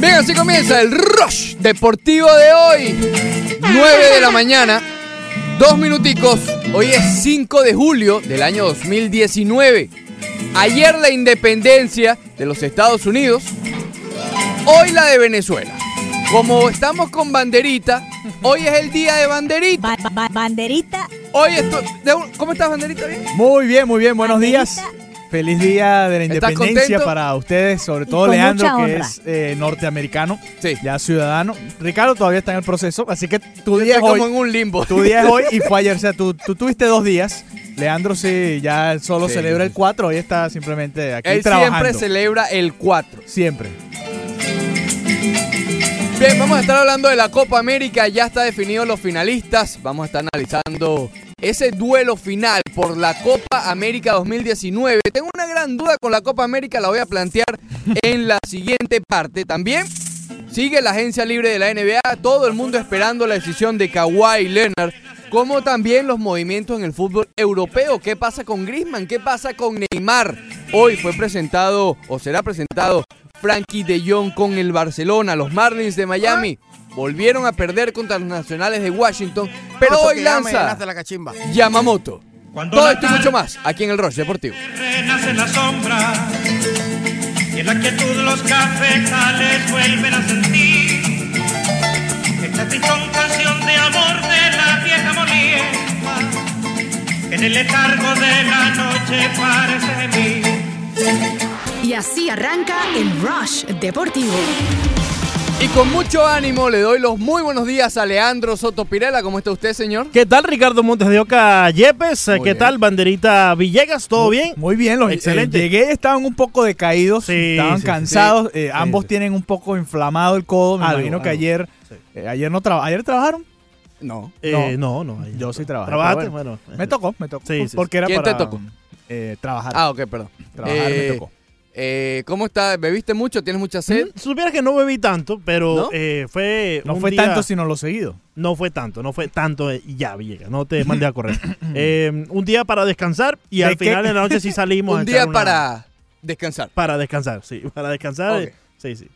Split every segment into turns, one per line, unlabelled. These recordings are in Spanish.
Bien, así comienza el Rush Deportivo de hoy. 9 de la mañana, dos minuticos. Hoy es 5 de julio del año 2019. Ayer la independencia de los Estados Unidos, hoy la de Venezuela. Como estamos con banderita, hoy es el día de banderita.
Ba- ba- banderita.
Hoy esto, de un- ¿Cómo estás banderita? ¿Bien?
Muy bien, muy bien, buenos días. Feliz día de la
¿Estás
independencia
contento?
para ustedes, sobre todo
con
Leandro,
mucha
que
honra.
es eh, norteamericano,
Sí.
ya ciudadano. Ricardo todavía está en el proceso, así que tu día es
Estoy como
hoy.
en un limbo.
Tu día es hoy y fue ayer, o sea, tú, tú tuviste dos días. Leandro sí, ya solo
Sí,
celebra
sí,
el 4, hoy está simplemente aquí
Él
trabajando.
siempre celebra el 4.
Siempre.
Bien, vamos a estar hablando de la Copa América, ya está definidos los finalistas, vamos a estar analizando ese duelo final por la Copa América 2019. Tengo una gran duda con la Copa América, la voy a plantear en la siguiente parte. También sigue la agencia libre de la NBA, todo el mundo esperando la decisión de Kawhi Leonard, como también los movimientos en el fútbol europeo. ¿Qué pasa con Griezmann? ¿Qué pasa con Neymar? Hoy fue presentado o será presentado Frankie de Jong con el Barcelona, los Marlins de Miami. Volvieron a perder contra los nacionales de Washington, pero hoy lanza
la cachimba.
Yamamoto.
Cuando
Todo esto y
Natal-
mucho más aquí en el Rush Deportivo.
renace la sombra y en la quietud los cafetales vuelven a sentir esta tristón canción de amor de la vieja molienda que en el letargo de la noche parece gemir
Y así arranca el Rush Deportivo.
Y con mucho ánimo le doy los muy buenos días a Leandro Soto Pirela. ¿Cómo está usted, señor?
¿Qué tal Ricardo Montes de Oca Yepes?
Muy
¿Qué
bien.
tal Banderita Villegas? ¿Todo bien?
Muy bien, los
Excelente.
eh, llegué, estaban un poco decaídos,
Sí,
estaban
sí, sí.
cansados, eh, ambos
sí.
tienen un poco inflamado el codo, me
Algo,
imagino que
algo.
ayer
Sí.
eh, ayer no traba- ayer trabajaron.
No.
Eh, no, no. ahí
Yo sí trabajé,
Trabajaste,
pero
bueno.
Me tocó, me tocó.
Sí, sí, sí.
porque era
¿Quién te
para
tocó?
eh, trabajar.
Ah, ok, perdón.
trabajar
Eh,
me tocó.
eh, ¿Cómo está? ¿Bebiste mucho? ¿Tienes mucha sed?
Mm, Supieras que no bebí tanto, pero
¿No?
eh, fue.
No
un
fue
día-
tanto sino lo seguido.
No fue tanto, no fue tanto eh, ya, Villegas. No te mandé a correr. Eh, un día para descansar y
¿De
al
qué?
final de la noche sí salimos. a
Un
echar
día
una-
para descansar.
Para descansar, sí. Para descansar.
Ok.
eh, Sí, sí.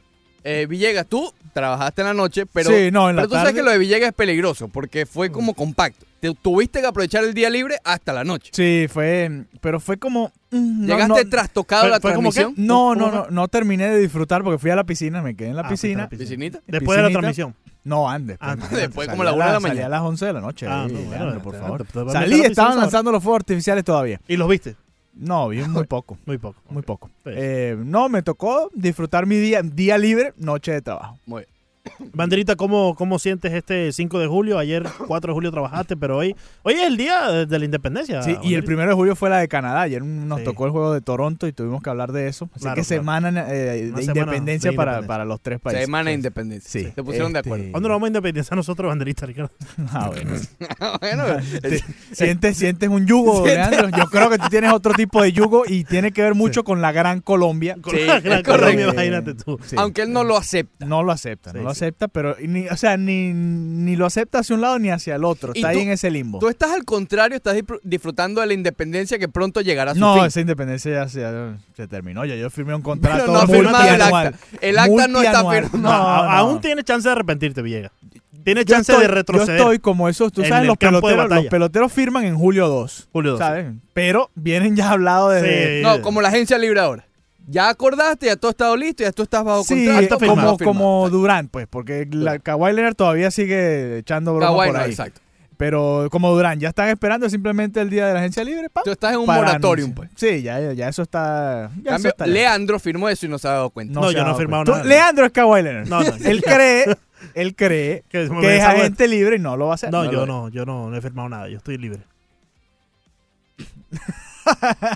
Eh, Villegas, tú trabajaste en la noche, pero,
Sí, no, en la
pero tú sabes
tarde.
que lo de Villegas es peligroso porque fue
Mm.
como compacto. Te- tuviste que aprovechar el día libre hasta la noche.
Sí, fue, pero fue como mm, no,
Llegaste
no,
trastocado a
Fue-
la
fue como que-
transmisión.
No, no,
¿Cómo
no, no terminé de disfrutar porque fui a la piscina, me quedé en la
Ah, fuiste a
piscina.
la piscina.
Piscinita.
Después de la
Piscinita.
transmisión. Ah,
No, antes. pues,
Antes.
no, antes.
Después,
Salí
como a la
a
una de la
salí
mañana.
a las 11 de la noche.
Ah,
eh,
no, bueno,
Leandro,
te-
por
te- te-
favor.
te- te-
Salí,
metes a la
estaban
piscina
lanzando los fuegos artificiales todavía.
¿Y los viste?
No, vi muy poco.
Muy poco.
Muy poco.
Sí.
Eh, no, me tocó disfrutar mi día, día libre, noche de trabajo.
Muy bien.
Banderita, ¿cómo, ¿cómo sientes este 5 de julio? Ayer 4 de julio trabajaste, pero hoy hoy es el día de- de la independencia.
Sí, y el
Banderita.
primero de julio fue la de Canadá. Ayer nos
Sí.
tocó el juego de Toronto y tuvimos que hablar de eso. Así
Claro,
que
claro.
semana eh,
Una semana
de independencia
de
para,
independencia.
para los tres países. Este,
Semana de Independencia.
pues. Sí.
Se pusieron de
Este,
acuerdo.
¿Cuándo nos vamos a independizar nosotros, Banderita, Ricardo?
Ah, bueno.
bueno,
Te- ¿Sientes, sientes un yugo, Leandro. Yo creo que tú tienes otro tipo de yugo y tiene que ver mucho con la gran Colombia.
Con
Sí,
la gran
es correcto.
Colombia, imagínate tú.
Sí.
aunque él no lo acepta.
No lo acepta, no
Sí,
lo
sí.
acepta, pero ni, o sea, ni, ni lo acepta hacia un lado ni hacia el otro.
¿Y
Está ahí
tú-
en ese limbo.
Tú estás al contrario, estás disfr- disfrutando de la independencia que pronto llegará a su
No,
fin.
esa independencia ya se, se terminó. Ya yo firmé un
Pero
contrato
no ha firmado el
multianual.
acta. El acta no está
Multianual.
firmado.
No,
No,
a-
no.
aún tiene chance de arrepentirte, Villegas. Tiene
Yo
chance
estoy-
de retroceder.
Yo estoy como esos, tú
en
sabes,
el
los
campo de
peloteros, los
batalla.
peloteros firman en julio 2,
Julio 12.
¿sabes? Pero vienen ya hablados desde...
Sí.
No, como la agencia libre ahora. Ya acordaste, ya todo estado listo, ya tú estás bajo
Sí,
contrato.
está
¿cómo
como,
firmado.
firmas?
como Durán, pues, porque la, Kawhi Leonard todavía sigue echando broma
Kawhi
por
no,
ahí.
exacto.
Pero como Durán, ya están esperando simplemente el día de la agencia libre, pa,
Tú estás en un
para
moratorium, pues.
anunciar. Sí, ya, ya- ya eso está... ya pues. eso
Cambio,
está-
Leandro firmó eso y no se ha dado cuenta.
No,
se
yo
ha
no he
dado
firmado
cuenta.
nada.
Tú- Leandro es Kawhi Leonard.
No, no,
Él cree él cree
Que me
que es
pensaba-
agente libre y no lo va a hacer.
No,
No lo
yo
es.
no, yo no, no he firmado nada, yo estoy libre.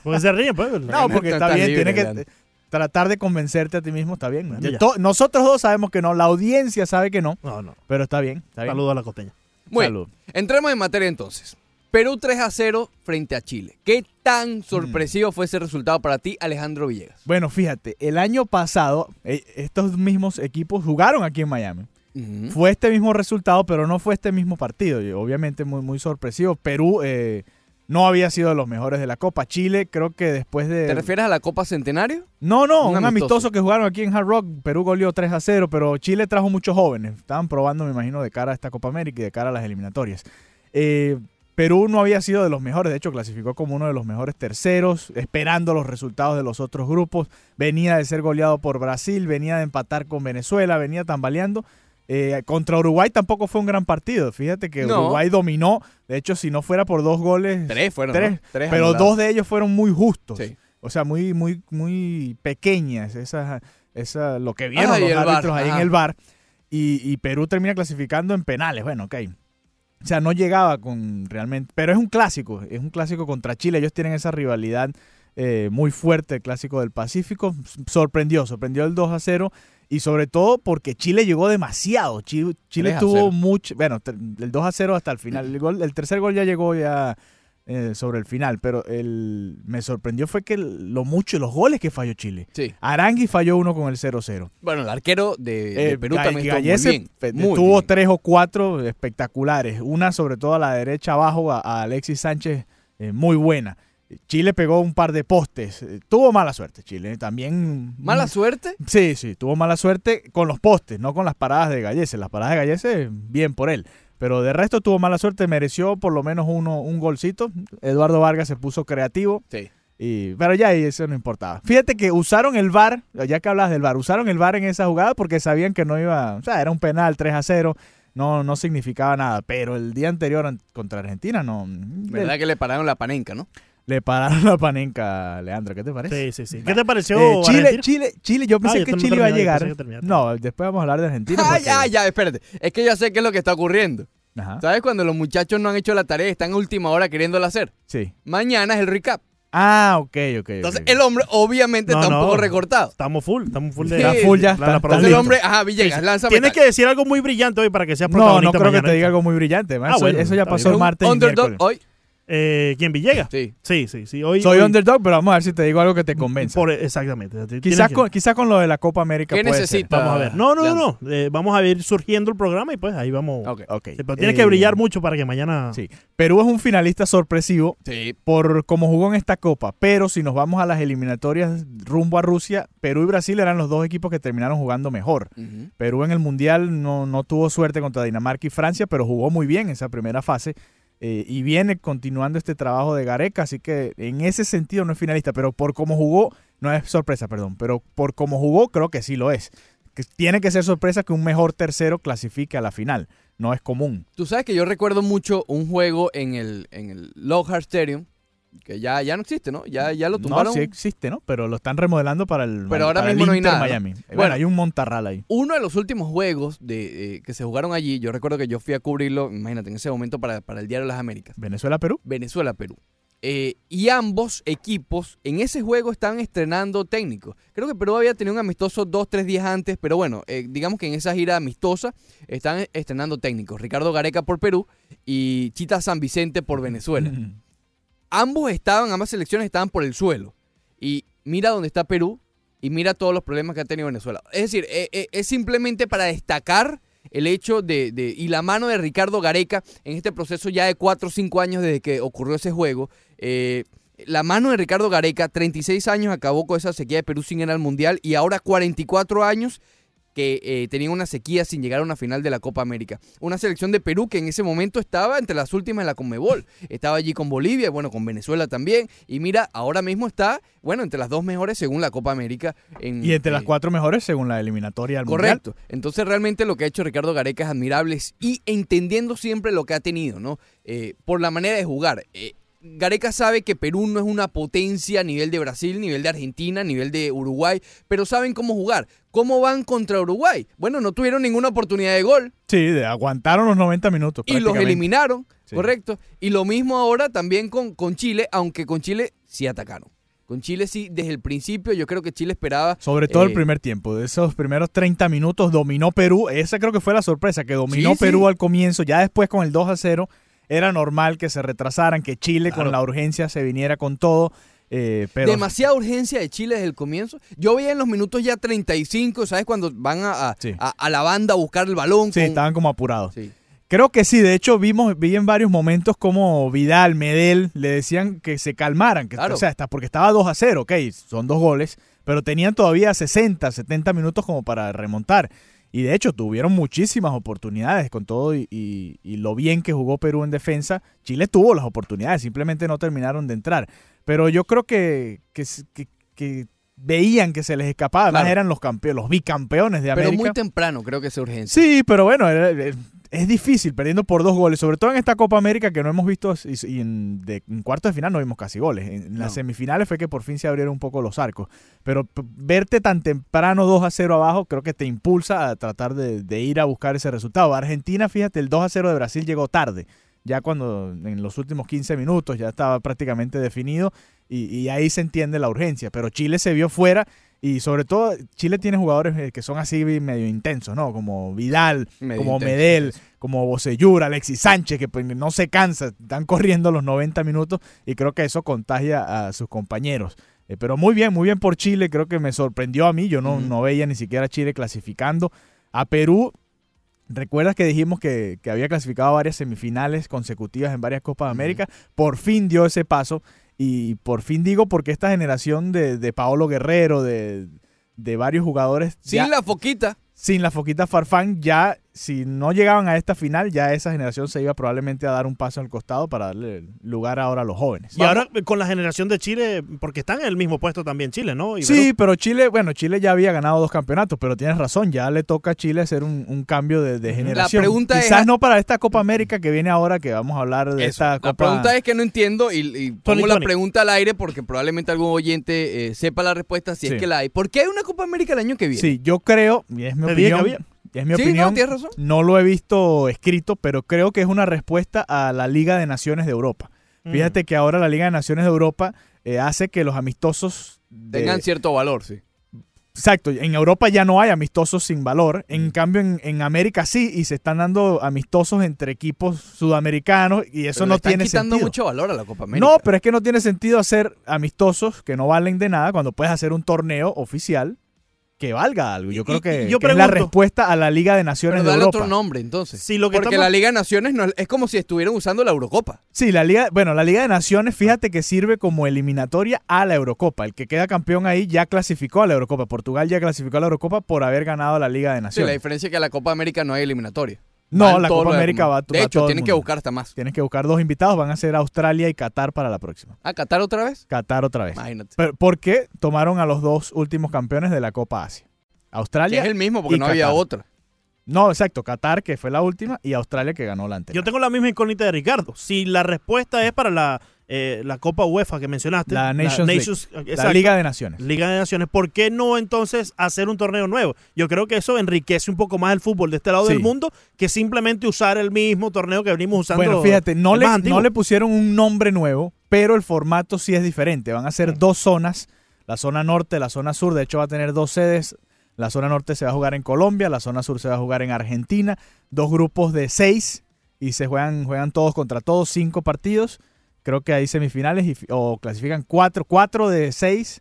Porque se ríen, pues.
No,
No
porque está
estás
bien,
libre,
tiene que
Leandro.
tratar de convencerte a ti mismo, está bien.
Bueno, ya.
To- Nosotros dos sabemos que no, la audiencia sabe que no,
No, no.
pero está bien, está bien.
Saludo a la costeña.
Bueno,
Salud.
entremos en materia entonces. Perú 3 a 0 frente a Chile. ¿Qué
Mm.
tan sorpresivo fue ese resultado para ti, Alejandro Villegas?
Bueno, fíjate, el año pasado eh, estos mismos equipos jugaron aquí en Miami.
Ujú.
Fue este mismo resultado, pero no fue este mismo partido. Y obviamente muy, muy sorpresivo. Perú eh, no había sido de los mejores de la Copa. Chile creo que después de...
Eh,
¿Te refieres a la Copa Centenario?
No, no,
Un
un,
amistoso.
amistoso. que jugaron aquí en Hard Rock. Perú goleó 3 a 0, pero Chile trajo muchos jóvenes. Estaban probando, me imagino, de cara a esta Copa América y de cara a las eliminatorias. Eh, Perú no había sido de los mejores, de hecho clasificó como uno de los mejores terceros, esperando los resultados de los otros grupos. Venía de ser goleado por Brasil, venía de empatar con Venezuela, venía tambaleando. Eh, contra Uruguay tampoco fue un gran partido. Fíjate que
No.
Uruguay dominó. De hecho, si no fuera por dos goles,
Tres fueron.
Tres.
¿no? Tres
pero
anulados.
dos de ellos fueron muy justos.
Sí.
O sea, muy, muy, muy pequeñas esas, esa, lo que vieron
Ah, y
los
el VAR,
árbitros ahí
ajá.
en el bar. Y, y Perú termina clasificando en penales. Bueno, ok. O sea, no llegaba con realmente. Pero es un clásico. Es un clásico contra Chile. Ellos tienen esa rivalidad eh, muy fuerte, el clásico del Pacífico. S- Sorprendió, sorprendió el 2 a 0. Y sobre todo porque Chile llegó demasiado. Chi- Chile,
3 a
tuvo
0.
mucho. Bueno, ter- el 2 a 0 hasta el final. El, gol- el tercer gol ya llegó ya eh, sobre el final. Pero el, me sorprendió fue que el- lo mucho, los goles que falló Chile.
Sí.
Arangui falló uno con el 0-0.
Bueno, el arquero de, de
Eh,
Perú
Ga-
también estuvo
Gallese
muy bien.
pe-
muy
tuvo
bien.
tres o cuatro espectaculares. Una sobre todo a la derecha abajo a, a Alexis Sánchez, eh, muy buena. Chile pegó un par de postes. Eh, Tuvo mala suerte Chile. eh, También...
¿Mala
mm,
suerte?
Sí, sí, tuvo mala suerte con los postes, no con las paradas de Gallese. Las paradas de Gallese, bien por él. Pero de resto tuvo mala suerte, mereció por lo menos uno, un golcito. Eduardo Vargas se puso creativo,
Sí.
y, pero ya ahí eso no importaba. Fíjate que usaron el VAR, ya que hablas del VAR, usaron el VAR en esa jugada porque sabían que no iba, o sea, era un penal 3 a 0, no, no significaba nada. Pero el día anterior an- contra Argentina no...
¿Verdad
Le,
que le pararon la panenca, no?
le pararon la panenca, Leandro, ¿qué te parece?
Sí, sí, sí. ¿Qué te pareció?
Eh, Chile,
Argentina?
Chile, Chile, yo pensé
yo
que
no
Chile iba a
terminé, pensé
llegar.
que terminaste.
No, después vamos a hablar de Argentina.
Ah,
porque-
ya, ya, espérate. Es que ya sé qué es lo que está ocurriendo.
Ajá,
¿Sabes cuando los muchachos no han hecho la tarea y están a última hora queriéndola hacer?
sí.
Mañana es el recap.
Ah, ok, ok. ok.
Entonces el hombre obviamente
No,
está un
no.
poco recortado.
Estamos full, estamos full de...
Sí.
Está full ya,
La- la
está- está
producción.
Entonces el
listo.
hombre, ajá, Villegas, lánzame.
Tienes
tal.
que decir algo muy brillante hoy para que seas
No,
protagonista
no creo que
mañana.
te diga algo muy brillante. man.
Ah,
Eso-
bueno,
eso ya
está
pasó
bien.
el
Un
martes. y
underdog
miércoles.
hoy.
Eh, ¿Quién, Villegas?
Sí.
Sí, sí, sí. Hoy,
Soy
hoy-
underdog, pero vamos a ver si te digo algo que te convence.
por- e-, exactamente. Tienes
Quizás
que-
con, quizás con lo de la Copa América.
¿Qué
puede
necesita?
ser.
Vamos a ver. No, no, no. no. Eh, vamos a ver surgiendo el programa y pues ahí vamos.
Ok.
Ok.
Sí, pero tienes que
Eh,
brillar mucho para que mañana...
Sí. Perú es un finalista sorpresivo
Sí.
por cómo jugó en esta Copa, pero si nos vamos a las eliminatorias rumbo a Rusia, Perú y Brasil eran los dos equipos que terminaron jugando mejor.
Ujú.
Perú en el Mundial no, no tuvo suerte contra Dinamarca y Francia, pero jugó muy bien esa primera fase. eh, y viene continuando este trabajo de Gareca, así que en ese sentido no es finalista, pero por cómo jugó, no es sorpresa, perdón, pero por cómo jugó creo que sí lo es. Que tiene que ser sorpresa que un mejor tercero clasifique a la final, no es común.
Tú sabes que yo recuerdo mucho un juego en el, en el Lockhart Stadium, que ya, ya no existe, ¿no? Ya, ya lo
No,
tumbaron.
sí existe, ¿no? Pero lo están remodelando para el,
Pero ahora
para el
mismo no hay
Inter
nada, ¿no?
Miami. Eh, Bueno,
Bueno.
hay un Montarral ahí.
Uno de los últimos juegos de, eh, que se jugaron allí, yo recuerdo que yo fui a cubrirlo, imagínate, en ese momento para, para el Diario de las Américas,
Venezuela-Perú.
Venezuela-Perú. Eh, y ambos equipos en ese juego estaban estrenando técnicos. Creo que Perú había tenido un amistoso dos, tres días antes, pero bueno, eh, digamos que en esa gira amistosa están estrenando técnicos. Ricardo Gareca por Perú y Chita San Vicente por Venezuela. ambos estaban, ambas selecciones estaban por el suelo. Y mira dónde está Perú y mira todos los problemas que ha tenido Venezuela. Es decir, eh, eh, es simplemente para destacar el hecho de, de- y la mano de Ricardo Gareca en este proceso ya de 4 o 5 años desde que ocurrió ese juego. Eh, la mano de Ricardo Gareca, 36 años, acabó con esa sequía de Perú sin ir al Mundial y ahora 44 años que eh, tenía una sequía sin llegar a una final de la Copa América. Una selección de Perú que en ese momento estaba entre las últimas en la Conmebol. Estaba allí con Bolivia, y bueno, con Venezuela también. Y mira, ahora mismo está, bueno, entre las dos mejores según la Copa América. En,
Y entre las
eh,
cuatro mejores según la eliminatoria al Mundial.
Correcto. Entonces realmente lo que ha hecho Ricardo Gareca es admirable y entendiendo siempre lo que ha tenido, ¿no? Eh, por la manera de jugar. Eh, Gareca sabe que Perú no es una potencia a nivel de Brasil, nivel de Argentina, nivel de Uruguay, pero saben cómo jugar. ¿Cómo van contra Uruguay? Bueno, no tuvieron ninguna oportunidad de gol
Sí, de- aguantaron los 90 minutos.
y los
prácticamente.
eliminaron,
Sí.
correcto. Y lo mismo ahora también con, con Chile, aunque con Chile sí atacaron. Con Chile sí, desde el principio yo creo que Chile esperaba...
Sobre todo el
eh,
primer tiempo, de esos primeros 30 minutos dominó Perú, esa creo que fue la sorpresa, que dominó
Sí, sí.
Perú al comienzo, ya después con el 2 a 0 era normal que se retrasaran, que Chile
Claro.
con la urgencia se viniera con todo, eh, pero
Demasiada urgencia de Chile desde el comienzo. Yo veía en los minutos ya 35, ¿sabes? Cuando van a, a,
Sí.
a- a la banda a buscar el balón.
sí,
con-
estaban como apurados.
Sí.
Creo que sí, de hecho vimos, vi en varios momentos como Vidal, Medel, le decían que se calmaran, que,
Claro.
o sea, hasta porque estaba 2 a 0, ok, son dos goles, pero tenían todavía 60, 70 minutos como para remontar. Y de hecho tuvieron muchísimas oportunidades con todo y, y- y lo bien que jugó Perú en defensa. Chile tuvo las oportunidades, simplemente no terminaron de entrar. Pero yo creo que, que, s- que- que veían que se les escapaba, además
Claro.
eran los, campe- los bicampeones de
Pero
América.
muy temprano creo que esa urgencia.
Sí, pero bueno, era- es- es difícil perdiendo por dos goles, sobre todo en esta Copa América que no hemos visto y, y en, de, en cuartos de final no vimos casi goles. En, en las
No.
semifinales fue que por fin se abrieron un poco los arcos, pero p- verte tan temprano 2 a 0 abajo creo que te impulsa a tratar de, de ir a buscar ese resultado. Argentina, fíjate, el 2 a 0 de Brasil llegó tarde. Ya cuando en los últimos 15 minutos ya estaba prácticamente definido y, y ahí se entiende la urgencia. Pero Chile se vio fuera y sobre todo, Chile tiene jugadores eh, que son así medio intensos, ¿no? Como Vidal,
Medio
como
intensos,
Medel, como Bocellura, Alexis Sánchez, que pues, no se cansa, están corriendo los 90 minutos y creo que eso contagia a sus compañeros. Eh, pero muy bien, muy bien por Chile, creo que me sorprendió a mí, yo no,
Ujú.
no veía ni siquiera a Chile clasificando. A Perú, recuerdas que dijimos que, que había clasificado a varias semifinales consecutivas en varias Copas de
Ujú.
América, por fin dio ese paso. Y por fin digo porque esta generación de, de Paolo Guerrero, de, de varios jugadores
Sin
ya-
la foquita.
sin la foquita Farfán, ya si no llegaban a esta final, ya esa generación se iba probablemente a dar un paso al costado para darle lugar ahora a los jóvenes.
Y ahora eh, con la generación de Chile, porque están en el mismo puesto también Chile, ¿no? Y
Sí, pero Chile, bueno, Chile ya había ganado dos campeonatos, pero tienes razón, ya le toca a Chile hacer un, un cambio de, de generación.
pregunta es-
Quizás no para esta Copa América que viene ahora, que vamos a hablar de
Eso.
esta
La
Copa.
pregunta es que no entiendo y, y pongo la
Tony.
pregunta al aire porque probablemente algún oyente eh, sepa la respuesta si
Sí.
es que la hay. ¿Por qué hay una Copa América el año que viene?
Sí, yo creo, y es mi
Te dije que
opinión, y es mi
Sí, no,
opinión,
tienes razón.
no lo he visto escrito, pero creo que es una respuesta a la Liga de Naciones de Europa.
Mm.
Fíjate que ahora la Liga de Naciones de Europa eh, hace que los amistosos de-
Tengan cierto valor, sí.
Exacto, en Europa ya no hay amistosos sin valor,
Mm.
en cambio en, en América sí, y se están dando amistosos entre equipos sudamericanos y eso
Pero le
no
están
tiene
quitando
sentido.
mucho valor a la Copa América.
No, pero es que no tiene sentido hacer amistosos que no valen de nada cuando puedes hacer un torneo oficial que valga algo. Yo
Y-
creo
y-
que,
y yo
que es la
pregunto-
respuesta a la Liga de
Pero
Naciones de
dale
Europa.
otro nombre entonces.
Si lo que
porque
estamos-
la Liga de Naciones no, es como si estuvieran usando la Eurocopa.
Sí, la Liga, bueno, la Liga de
Ah.
Naciones, fíjate que sirve como eliminatoria a la Eurocopa. El que queda campeón ahí ya clasificó a la Eurocopa. Portugal ya clasificó a la Eurocopa por haber ganado la Liga de
Sí, la
Naciones.
diferencia es que a la Copa América no hay eliminatoria.
no,
Van
la
todos
Copa
los
América
demás.
va a
De hecho, tienen que buscar hasta más.
Tienes que buscar dos invitados, van a ser Australia y Qatar para la próxima.
¿A Qatar otra vez?
Qatar otra vez.
Imagínate.
Pero- porque tomaron a los dos últimos campeones de la Copa Asia.
Que
Australia.
es el mismo porque
y
no había
Qatar.
otra.
No, exacto, Qatar, que fue la última, y Australia, que ganó la anterior.
Yo tengo la misma incógnita de Ricardo. Si la respuesta es para la, eh, la Copa UEFA que mencionaste,
La Nations la
exacto, Liga.
Liga de Naciones.
de Naciones, ¿por qué no entonces hacer un torneo nuevo? Yo creo que eso enriquece un poco más el fútbol de este lado
Sí.
del mundo que simplemente usar el mismo torneo que venimos usando.
Bueno, fíjate, no
el
le,
más antiguo.
no le pusieron un nombre nuevo, pero el formato sí es diferente. Van a ser dos zonas, la zona norte, la zona sur. De hecho, va a tener dos sedes. La zona norte se va a jugar en Colombia, la zona sur se va a jugar en Argentina. Dos grupos de seis y se juegan, juegan todos contra todos, cinco partidos. Creo que hay semifinales y fi- o clasifican cuatro, cuatro de seis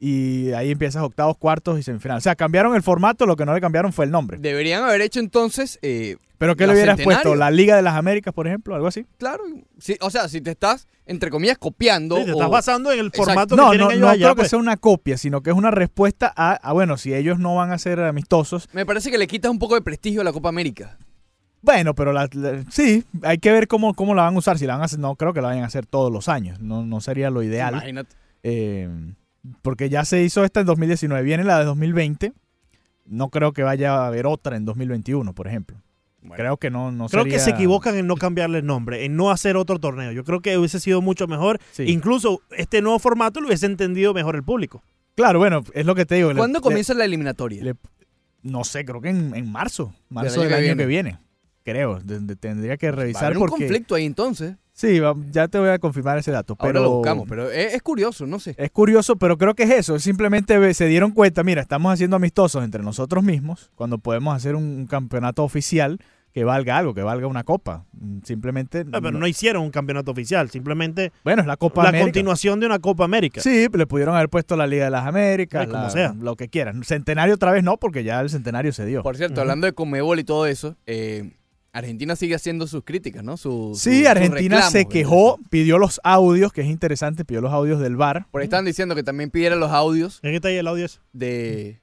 y ahí empiezas octavos, cuartos y semifinales. O sea, cambiaron el formato, lo que no le cambiaron fue el nombre.
Deberían haber hecho entonces, eh,
Pero ¿qué
la
le hubieras
centenario.
puesto? ¿La Liga de las Américas, por ejemplo? ¿Algo así?
claro, si- o sea, si te estás, entre comillas, copiando.
Sí, te estás
o-
basando en el
Exacto.
formato que
No,
tienen
no,
ellos
no
allá.
creo que
pues.
sea una copia, sino que es una respuesta a, a, bueno, si ellos no van a ser amistosos,
me parece que le quitas un poco de prestigio a la Copa América.
bueno, pero la- la- sí, hay que ver cómo, cómo la van a usar, si la van a hacer, no creo que la vayan a hacer todos los años, no, no sería lo ideal,
Imagínate.
eh, porque ya se hizo esta en 2019, viene la de 2020, no creo que vaya a haber otra en 2021, por ejemplo. Creo que no, no
Creo que se
sería-
equivocan en no cambiarle el nombre, en no hacer otro torneo. Yo creo que hubiese sido mucho mejor.
Sí.
Incluso este nuevo formato lo hubiese entendido mejor el público.
Claro, bueno, es lo que te digo. le-
¿Cuándo
le-
comienza la eliminatoria?
le- no sé, creo que en, en marzo. Marzo
año
del
que
año,
viene.
que viene. Creo. de- de- tendría
Pues,
que
Va a
revisar
haber un
porque.
conflicto ahí entonces.
Sí, va- ya te voy a confirmar ese dato.
Ahora
pero
lo buscamos, pero Eh, es, es curioso, no sé.
Es curioso, pero creo que es eso. Simplemente ve- se dieron cuenta, mira, estamos haciendo amistosos entre nosotros mismos cuando podemos hacer un, un campeonato oficial que valga algo, que valga una copa. Mm, Simplemente.
Ah, pero no hicieron un campeonato oficial, simplemente
Bueno, es la Copa
la
América.
continuación de una Copa América.
Sí, le pudieron haber puesto la Liga de las Américas,
Sí, como
la-
sea.
lo que quieran. Centenario otra vez no, porque ya el centenario se dio.
Por cierto,
Ujú.
hablando de Comebol y todo eso, eh, Argentina sigue haciendo sus críticas, ¿no? Su- su-
Sí,
sus
Argentina se
reclamos,
quejó, pidió los audios, que es interesante, pidió los audios del VAR
Por ahí están diciendo que también pidiera los audios
¿En Mm. qué está ahí el audio Ah. ese?
de,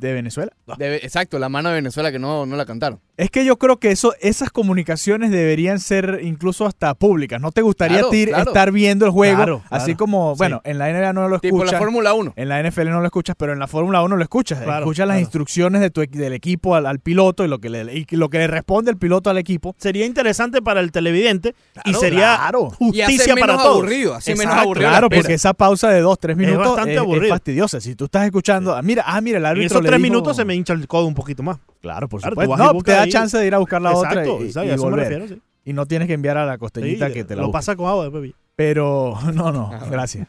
de Venezuela.
de- Exacto, la mano de Venezuela que no, no la cantaron.
Es que yo creo que eso, esas comunicaciones deberían ser incluso hasta públicas. No te gustaría
Claro,
a ti
claro.
estar viendo el juego,
Claro,
así
claro.
como,
Sí.
bueno, en la NBA no lo
Tipo la
escuchas,
Fórmula 1.
en la NFL no lo escuchas, pero en la Fórmula 1 lo escuchas.
Claro,
escuchas las
claro.
instrucciones de tu, equ- del equipo al, al piloto y lo, que le, y lo que le responde el piloto al equipo.
Sería interesante para el televidente y
Claro,
sería
claro.
Y hace
justicia
menos
para todos.
aburrido, hace menos
Exacto,
aburrido
Claro,
la espera.
porque esa pausa de dos, tres minutos es,
bastante
es
aburrido.
fastidiosa. Si tú estás escuchando, ah, mira, ah, mira, el
En
árbitro
esos
le
tres
dijo-
minutos se me hincha el codo un poquito más.
Claro, por
Claro, tú
supuesto.
vas y
No, te
buscas
da
ahí.
chance de ir a buscar la
exacto,
otra y-
exacto,
y,
a eso me
volver.
refiero, sí.
Y no tienes que enviar a la costellita
Sí,
que te la
lo
busque.
pasa con agua después. vi.
Pero, no, no, gracias.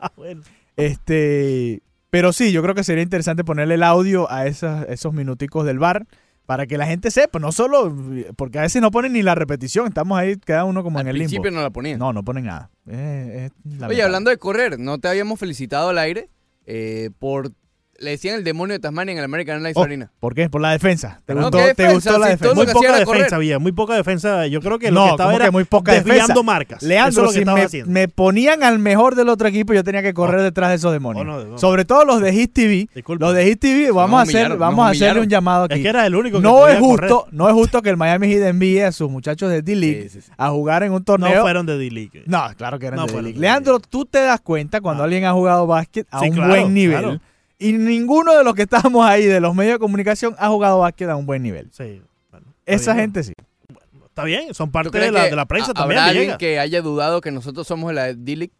Ah, bueno.
Este, pero sí, yo creo que sería interesante ponerle el audio a esas, esos minuticos del bar para que la gente sepa, no solo, porque a veces no ponen ni la repetición, estamos ahí, cada uno como en
Al
el limbo.
principio no la ponían.
No, no ponen nada. Eh, es
Oye,
lamentable.
hablando de correr, no te habíamos felicitado al aire eh, por... Le decían el demonio de Tasmania en el American Airlines
Oh,
Arena.
¿Por qué? Por la defensa. ¿Te
No,
gustó,
¿qué
te
defensa?
gustó la
Si
defensa?
todo
Muy
lo que
poca
hacía era
defensa
correr.
había, muy poca defensa. Yo creo que lo
No,
que estaba
¿cómo
era
que muy poca
desviando
defensa?
marcas. Eso
Leandro,
es lo que
si
estaba
me,
haciendo.
me ponían al mejor del otro equipo, yo tenía que correr detrás de esos demonios.
Oh, no, no.
Sobre todo los de Hit TV.
Disculpa.
Los de Hit TV, vamos a hacer,
humillaron,
vamos
nos
a hacerle un
humillaron.
llamado aquí.
Es que era el único que
no
podía
es
correr.
justo, no es justo que el Miami Heat envíe a sus muchachos de D-League
Sí, sí, sí.
a jugar en un
No
torneo.
fueron de D-League.
No, claro que eran
No
de
fueron
D-League.
de
Leandro, tú te das cuenta cuando
Ah.
alguien ha jugado básquet a
Sí,
un
claro,
buen nivel.
claro.
Y ninguno de los que estábamos ahí de los medios de comunicación ha jugado básquet a un buen nivel.
Sí, bueno, está
Esa
bien.
gente sí.
Está bien, son
¿Tú
parte
crees
de la,
que
de la prensa
ha-
también.
¿Habrá
le
alguien
llega.
que haya dudado que nosotros somos la D-League?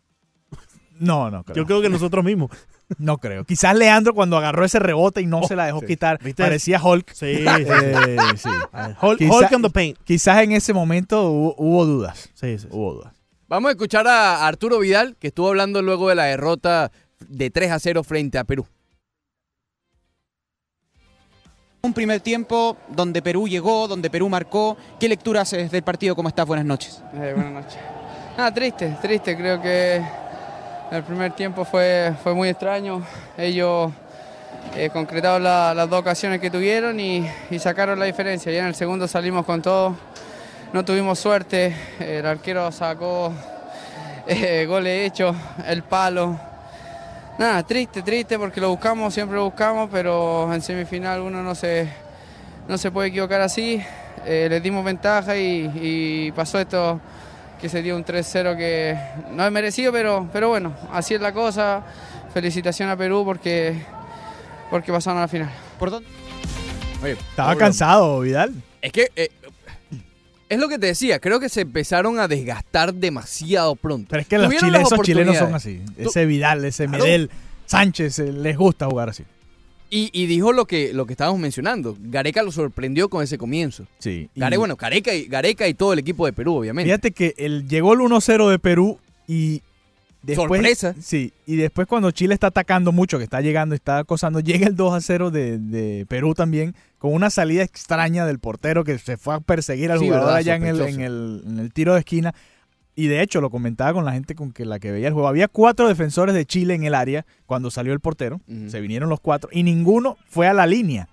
No, no creo.
Yo creo que nosotros mismos.
No creo. Quizás Leandro cuando agarró ese rebote Este y no
Oh,
se la dejó
sí.
quitar,
¿Viste?
parecía Hulk.
Sí, sí, sí.
Eh, sí.
Hulk,
Quizá-
Hulk on the paint.
Quizás en ese momento hubo, hubo dudas.
Sí, sí, sí.
Hubo dudas.
Vamos a escuchar a Arturo Vidal, que estuvo hablando luego de la derrota de 3 a 0 frente a Perú.
Un primer tiempo donde Perú llegó, donde Perú marcó. ¿Qué lectura haces del partido? ¿Cómo estás? Buenas noches.
Eh, buenas noches. Nada, Ah, triste, triste. Creo que el primer tiempo fue, fue muy extraño. Ellos eh, concretaron la- las dos ocasiones que tuvieron y, y sacaron la diferencia. Y en el segundo salimos con todo. No tuvimos suerte. El arquero sacó eh, goles hechos, el palo. Nada, triste, triste porque lo buscamos, siempre lo buscamos, pero en semifinal uno no se, no se puede equivocar así. Eh, les dimos ventaja y, y pasó esto que se dio un 3-0 que no es merecido, pero, pero bueno, así es la cosa. Felicitación a Perú porque, porque pasaron a la final.
¿Por dónde?
Oye,
Estaba
Pablo,
cansado, Vidal.
Es que eh, es lo que te decía, creo que se empezaron a desgastar demasiado pronto.
Pero es que los
Tuvieron
chilenos,
las
esos chilenos son
oportunidades.
así. Ese Vidal, ese
Claro.
Medel, Sánchez, eh, les gusta jugar así.
Y, y dijo lo que, lo que estábamos mencionando. Gareca lo sorprendió con ese comienzo.
Sí.
Gare- bueno, Gareca y, Gareca y todo el equipo de Perú, obviamente.
Fíjate que el, llegó el 1-0 de Perú y después,
Sorpresa.
Sí, y después cuando Chile está atacando mucho, que está llegando y está acosando, llega el 2-0 de, de Perú también, con una salida extraña del portero que se fue a perseguir al
Sí,
jugador
verdad,
allá en el,
sospechoso.
en el- en el tiro de esquina. Y de hecho lo comentaba con la gente con que la que veía el juego. Había cuatro defensores de Chile en el área cuando salió el portero.
Ujú.
Se vinieron los cuatro y ninguno fue a la línea.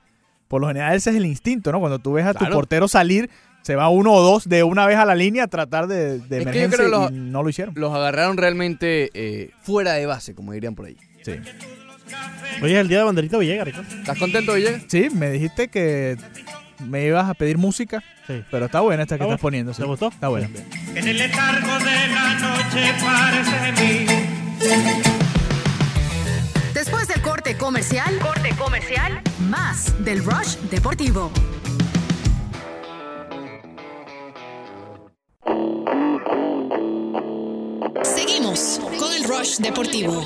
Por lo general ese es el instinto, ¿no? Cuando tú ves a
Claro.
tu portero salir, se va uno o dos de una vez a la línea a tratar de, de
Es que yo
emergencia
creo los-
y no lo hicieron.
Los agarraron realmente eh, fuera de base, como dirían por ahí.
Sí.
Hoy es el día de Banderita Villegas, Ricardo.
¿Estás contento, Villegas?
Sí, me dijiste que me ibas a pedir música,
Sí.
pero está buena esta que
Ah, bueno.
estás poniendo. sí.
¿Te gustó?
Está buena.
En el letargo de la noche parece mí.
Después del corte comercial, corte comercial, más del Rush Deportivo.
Volvemos con el Rush Deportivo.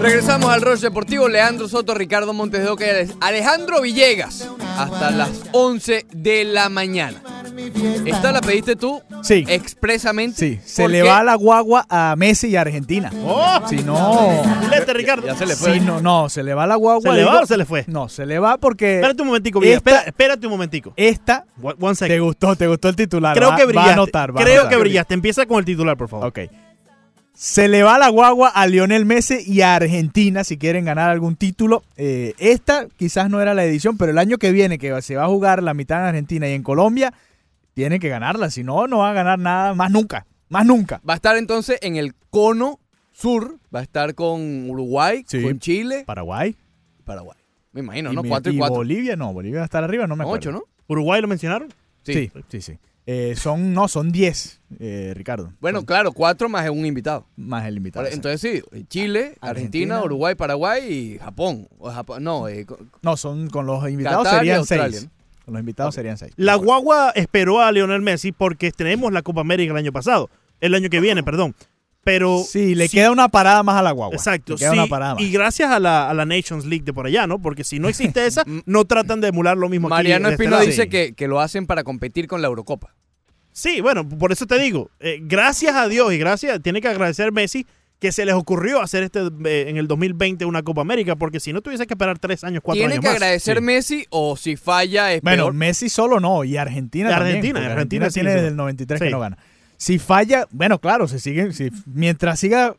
Regresamos al Rush Deportivo. Leandro Soto, Ricardo Montes de Oca y Ale- Alejandro Villegas. Hasta las 11 de la mañana. ¿Esta la pediste tú?
Sí.
Expresamente.
Sí, se
¿Por
le
qué?
va la guagua a Messi y a Argentina.
¡Oh!
Si no,
Lete, Ricardo.
Ya se le fue.
si no, no, se le va la guagua.
¿Se le va
digo-
o se le fue?
No, se le va porque
Espérate un momentico, Villa.
Esta-
Espera- espérate un momentico.
esta
One one second.
te gustó, te gustó el titular.
Creo
va-
que brillaste.
Va a anotar, va a
Creo
anotar.
que brillaste. Empieza con el titular, por favor.
Ok. Se le va la guagua a Lionel Messi y a Argentina si quieren ganar algún título. Eh, esta quizás no era la edición, pero el año que viene, que se va a jugar la mitad en Argentina y en Colombia, tienen que ganarla. Si no, no va a ganar nada más nunca. Más nunca.
Va a estar entonces en el cono sur. Va a estar con Uruguay,
Sí.
con Chile,
Paraguay.
Paraguay. Me imagino,
y
¿no?
mi-
4 y
y
4.
Bolivia, no. Bolivia va a estar arriba, no me acuerdo.
8, ¿no?
¿Uruguay lo mencionaron?
Sí.
Sí, sí, sí. Eh, son, no, son 10, eh, Ricardo.
Bueno,
Son-
claro, 4 más un invitado.
más el invitado. exacto.
Entonces sí, Chile, Argentina,
Argentina.
Uruguay, Paraguay y Japón. O Japón no, eh, co-
no, son con los invitados
Qatar y
serían
Australia,
6. Con los invitados serían 6.
La guagua esperó a Lionel Messi porque tenemos la Copa América el año pasado. El año que viene, perdón. Pero.
Sí, le
si-
queda una parada más a la guagua.
Exacto,
Pues, Le queda
sí,
una parada más.
y gracias a la, a la Nations League de por allá, ¿no? Porque si no existe esa, no tratan de emular lo mismo. aquí
Mariano
de este
Espino
lado.
dice
Sí.
que, que lo hacen para competir con la Eurocopa.
Sí, bueno, por eso te digo, eh, gracias a Dios y gracias, tiene que agradecer Messi que se les ocurrió hacer este eh, en el 2020 una Copa América, porque si no tuviese que esperar tres años, cuatro
Tiene
años
que
más.
agradecer
Sí.
Messi o si falla es
Bueno,
peor.
Messi solo no, y Argentina
Y
también,
Argentina,
porque
Argentina sí,
tiene
sí.
desde el 93 que
Sí.
no gana. Si falla, bueno, claro, se sigue, si, mientras siga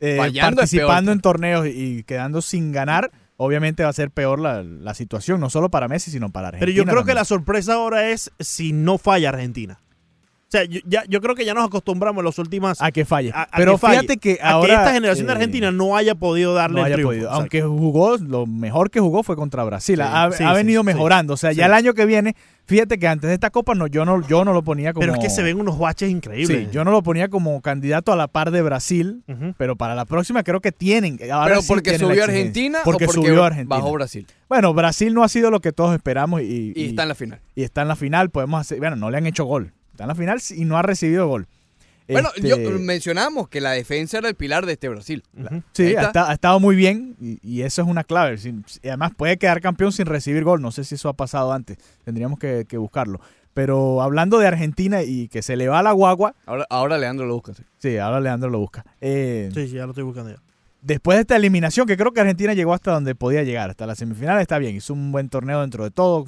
eh,
Fallando es peor,
participando
claro.
en torneos y quedando sin ganar, obviamente va a ser peor la, la situación, no solo para Messi, sino para Argentina.
Pero yo creo que
también.
la sorpresa ahora es si no falla Argentina. O sea, yo, ya, yo creo que ya nos acostumbramos en las últimas...
A que falle.
a- a
Pero
que falle,
fíjate que
a
ahora...
esta generación de
eh,
Argentina no haya podido darle
no
el
haya
triunfo.
podido.
Exacto.
Aunque jugó, lo mejor que jugó fue contra Brasil.
Sí,
ha
sí,
ha
sí,
venido
sí.
mejorando. O sea, ya
Sí.
el año que viene, fíjate que antes de esta copa no, yo no, yo no lo ponía como.
Pero es que se ven unos baches increíbles.
Sí, yo no lo ponía como candidato a la par de Brasil.
Ujú.
Pero para la próxima creo que tienen. ahora
pero
sí
porque
tienen la
subió
exigencia.
Argentina
porque
o porque
subió Argentina.
bajó Brasil.
Bueno, Brasil no ha sido lo que todos esperamos y,
Y,
y-
está en la final.
y está en la final. Podemos hacer, bueno, no le han hecho gol. Está en la final y no ha recibido gol.
Bueno,
Este,
yo, mm, mencionamos que la defensa era el pilar de este Brasil.
Ujú.
Sí, ha,
Ahí está.
esta- ha estado muy bien y, y eso es una clave. Sin- y además puede quedar campeón sin recibir gol. No sé si eso ha pasado antes. Tendríamos que, que buscarlo. Pero hablando de Argentina y que se le va la guagua,
Ahora, ahora Leandro lo busca. sí.
sí, ahora Leandro lo busca. Eh,
Sí, sí, ya lo estoy buscando ya.
Después de esta eliminación, que creo que Argentina llegó hasta donde podía llegar, hasta la semifinal, está bien. Hizo un buen torneo dentro de todo,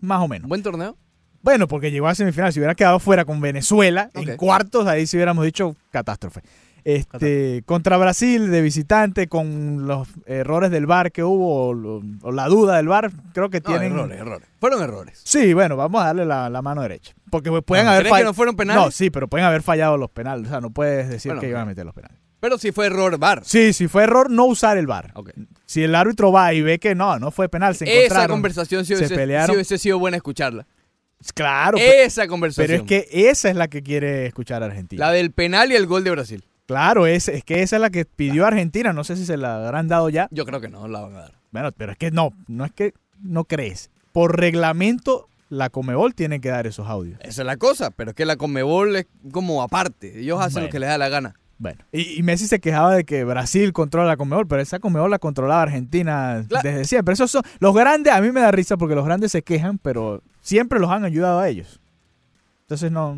más o menos.
Buen torneo.
Bueno, porque llegó a la semifinal. Si hubiera quedado fuera con Venezuela,
Ok.
en cuartos, ahí sí hubiéramos dicho catástrofe. Este, Contra Brasil, de visitante, con los errores del VAR que hubo, o, lo- o la duda del VAR, creo que
No,
tienen...
errores, errores. Fueron errores. Ah,
Sí, bueno, vamos a darle la, la mano derecha. Porque pues, pueden haber
¿Crees que
fallado...
no fueron penales?
No, sí, pero pueden haber fallado los penales. O sea, no puedes decir
Bueno,
que iban a
ok.
meter los penales.
Pero sí fue error VAR.
Sí, sí, fue error no usar el VAR.
Ok.
Si el árbitro va y ve que no, no fue penal, se
Esa
encontraron.
conversación
se
sí hubiese, sí
pelearon.
hubiese sido buena escucharla.
Claro, pe-
Esa conversación.
pero es que esa es la que quiere escuchar Argentina.
La del penal y el gol de Brasil.
Claro, es, es que esa es la que pidió Argentina. No sé si se la habrán dado ya.
Yo creo que no la van a dar.
Bueno, pero es que no, no es que no crees. Por reglamento, la Comebol tiene que dar esos audios.
Esa es la cosa, pero es que la Conmebol es como aparte. Ellos hacen lo
Bueno.
que les da la gana.
Bueno, y, y Messi se quejaba de que Brasil controla la Comebol, pero esa Comebol la controlaba Argentina
Cla-
desde siempre. Esos son los grandes, a mí me da risa porque los grandes se quejan, pero siempre los han ayudado a ellos. Entonces no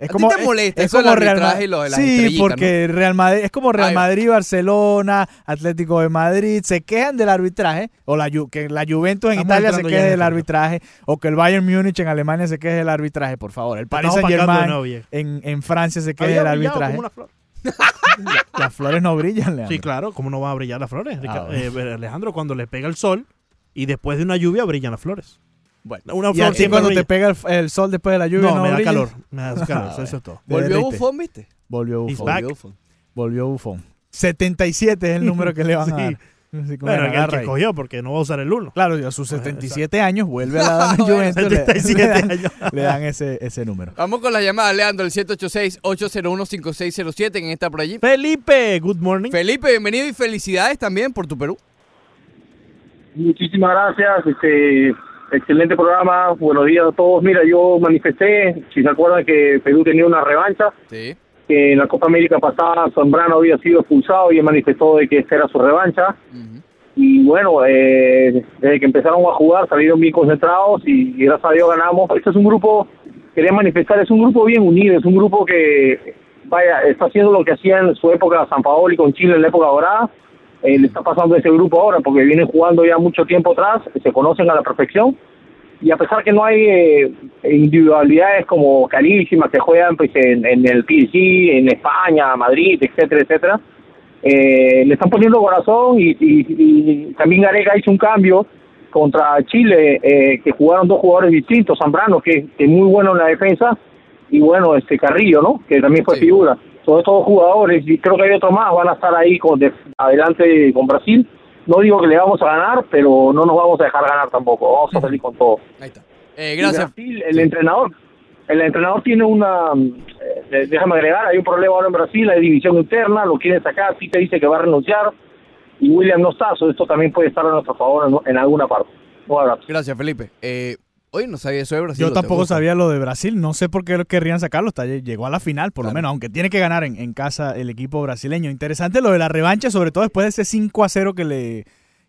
es
ti
como
te
es-
molesta
es,
eso
como
del
Real
arbitraje
Ma-
y lo de las
Sí,
estrellitas,
porque Real Madrid es como Real
Ahí va.
Madrid, Barcelona, Atlético de Madrid, se quejan del arbitraje o la Ju- que la Juventus en
Estamos
Italia se
entrando ya en
queje
el
del
terreno.
arbitraje o que el Bayern Múnich en Alemania se queje del arbitraje, por favor. El Paris
Estamos opacando de
Saint-Germain
nuevo, viejo.
en, en Francia se queje
Había
del
brillado como
arbitraje.
una flor.
Las flores no brillan, Leandro.
Sí, claro, ¿cómo no van a brillar las flores? Rica-
Ah, bueno.
eh, Alejandro, cuando le pega el sol y después de una lluvia brillan las flores.
Bueno,
Una
Y a
flor
ti
siempre
cuando
brilla.
te pega el, el sol después de la lluvia
no,
no,
me da
brilla.
calor. Me da calor,
Ah,
eso, eso es todo.
volvió
derrite.
Bufón, ¿viste?
Volvió
He's
bufón.
back.
Volvió Buffon.
Volvió bufón. 77 es el número que le van a
Sí.
dar. Así como
Bueno, el
era, agarra
que
ahí.
cogió porque no va a usar el uno. Ah,
Claro, y a sus 77 años vuelve a la Juventus. le- le,
77
dan,
años.
le dan ese, ese número.
Vamos con la llamada, Leandro, el 786-801-5607, que está por allí.
Felipe, good morning.
Felipe, bienvenido y felicidades también por tu Perú.
Muchísimas gracias, este, excelente programa, buenos días a todos. Mira, yo manifesté, si se acuerdan que Perú tenía una revancha,
este-
Sí.
que en la Copa América pasada Zambrano había sido expulsado y él manifestó de que esta era su revancha.
Ujú.
Y bueno, eh, desde que empezaron a jugar salieron bien concentrados y, y gracias a Dios ganamos. Este es un grupo, quería manifestar, es un grupo bien unido, es un grupo que, vaya, está haciendo lo que hacía en su época San Paolo y con Chile en la época dorada. Eh, le está pasando ese grupo ahora porque vienen jugando ya mucho tiempo atrás, se conocen a la perfección y a pesar que no hay eh, individualidades como carísimas que juegan pues en, en el PSG, en España, Madrid, etcétera, etcétera, eh, le están poniendo corazón y, y- y también Gareca hizo un cambio contra Chile eh, que jugaron dos jugadores distintos, Zambrano que que es muy bueno en la defensa y bueno este Carrillo, ¿no? Que también fue
Sí.
figura. Son estos dos jugadores y creo que hay otro más van a estar ahí con de- adelante con Brasil. No digo que le vamos a ganar, pero no nos vamos a dejar ganar tampoco. Vamos a salir con todo.
Ahí está. Eh, gracias.
Brasil, el entrenador, el entrenador tiene una, eh, eh, déjame agregar, hay un problema ahora en Brasil, hay división interna, lo quieren sacar, Tite dice que va a renunciar y William no está, so esto también puede estar a nuestro favor en, en alguna parte. Un abrazo.
Gracias, Felipe. Eh, hoy no sabía eso de Brasil.
Yo
¿te
tampoco
gusta?
sabía lo de Brasil, no sé por qué lo querrían sacarlo, hasta lle- llegó a la final por
Claro.
lo menos, aunque tiene que ganar en, en casa el equipo brasileño. Interesante lo de la revancha, sobre todo después de ese 5 a 0 que le,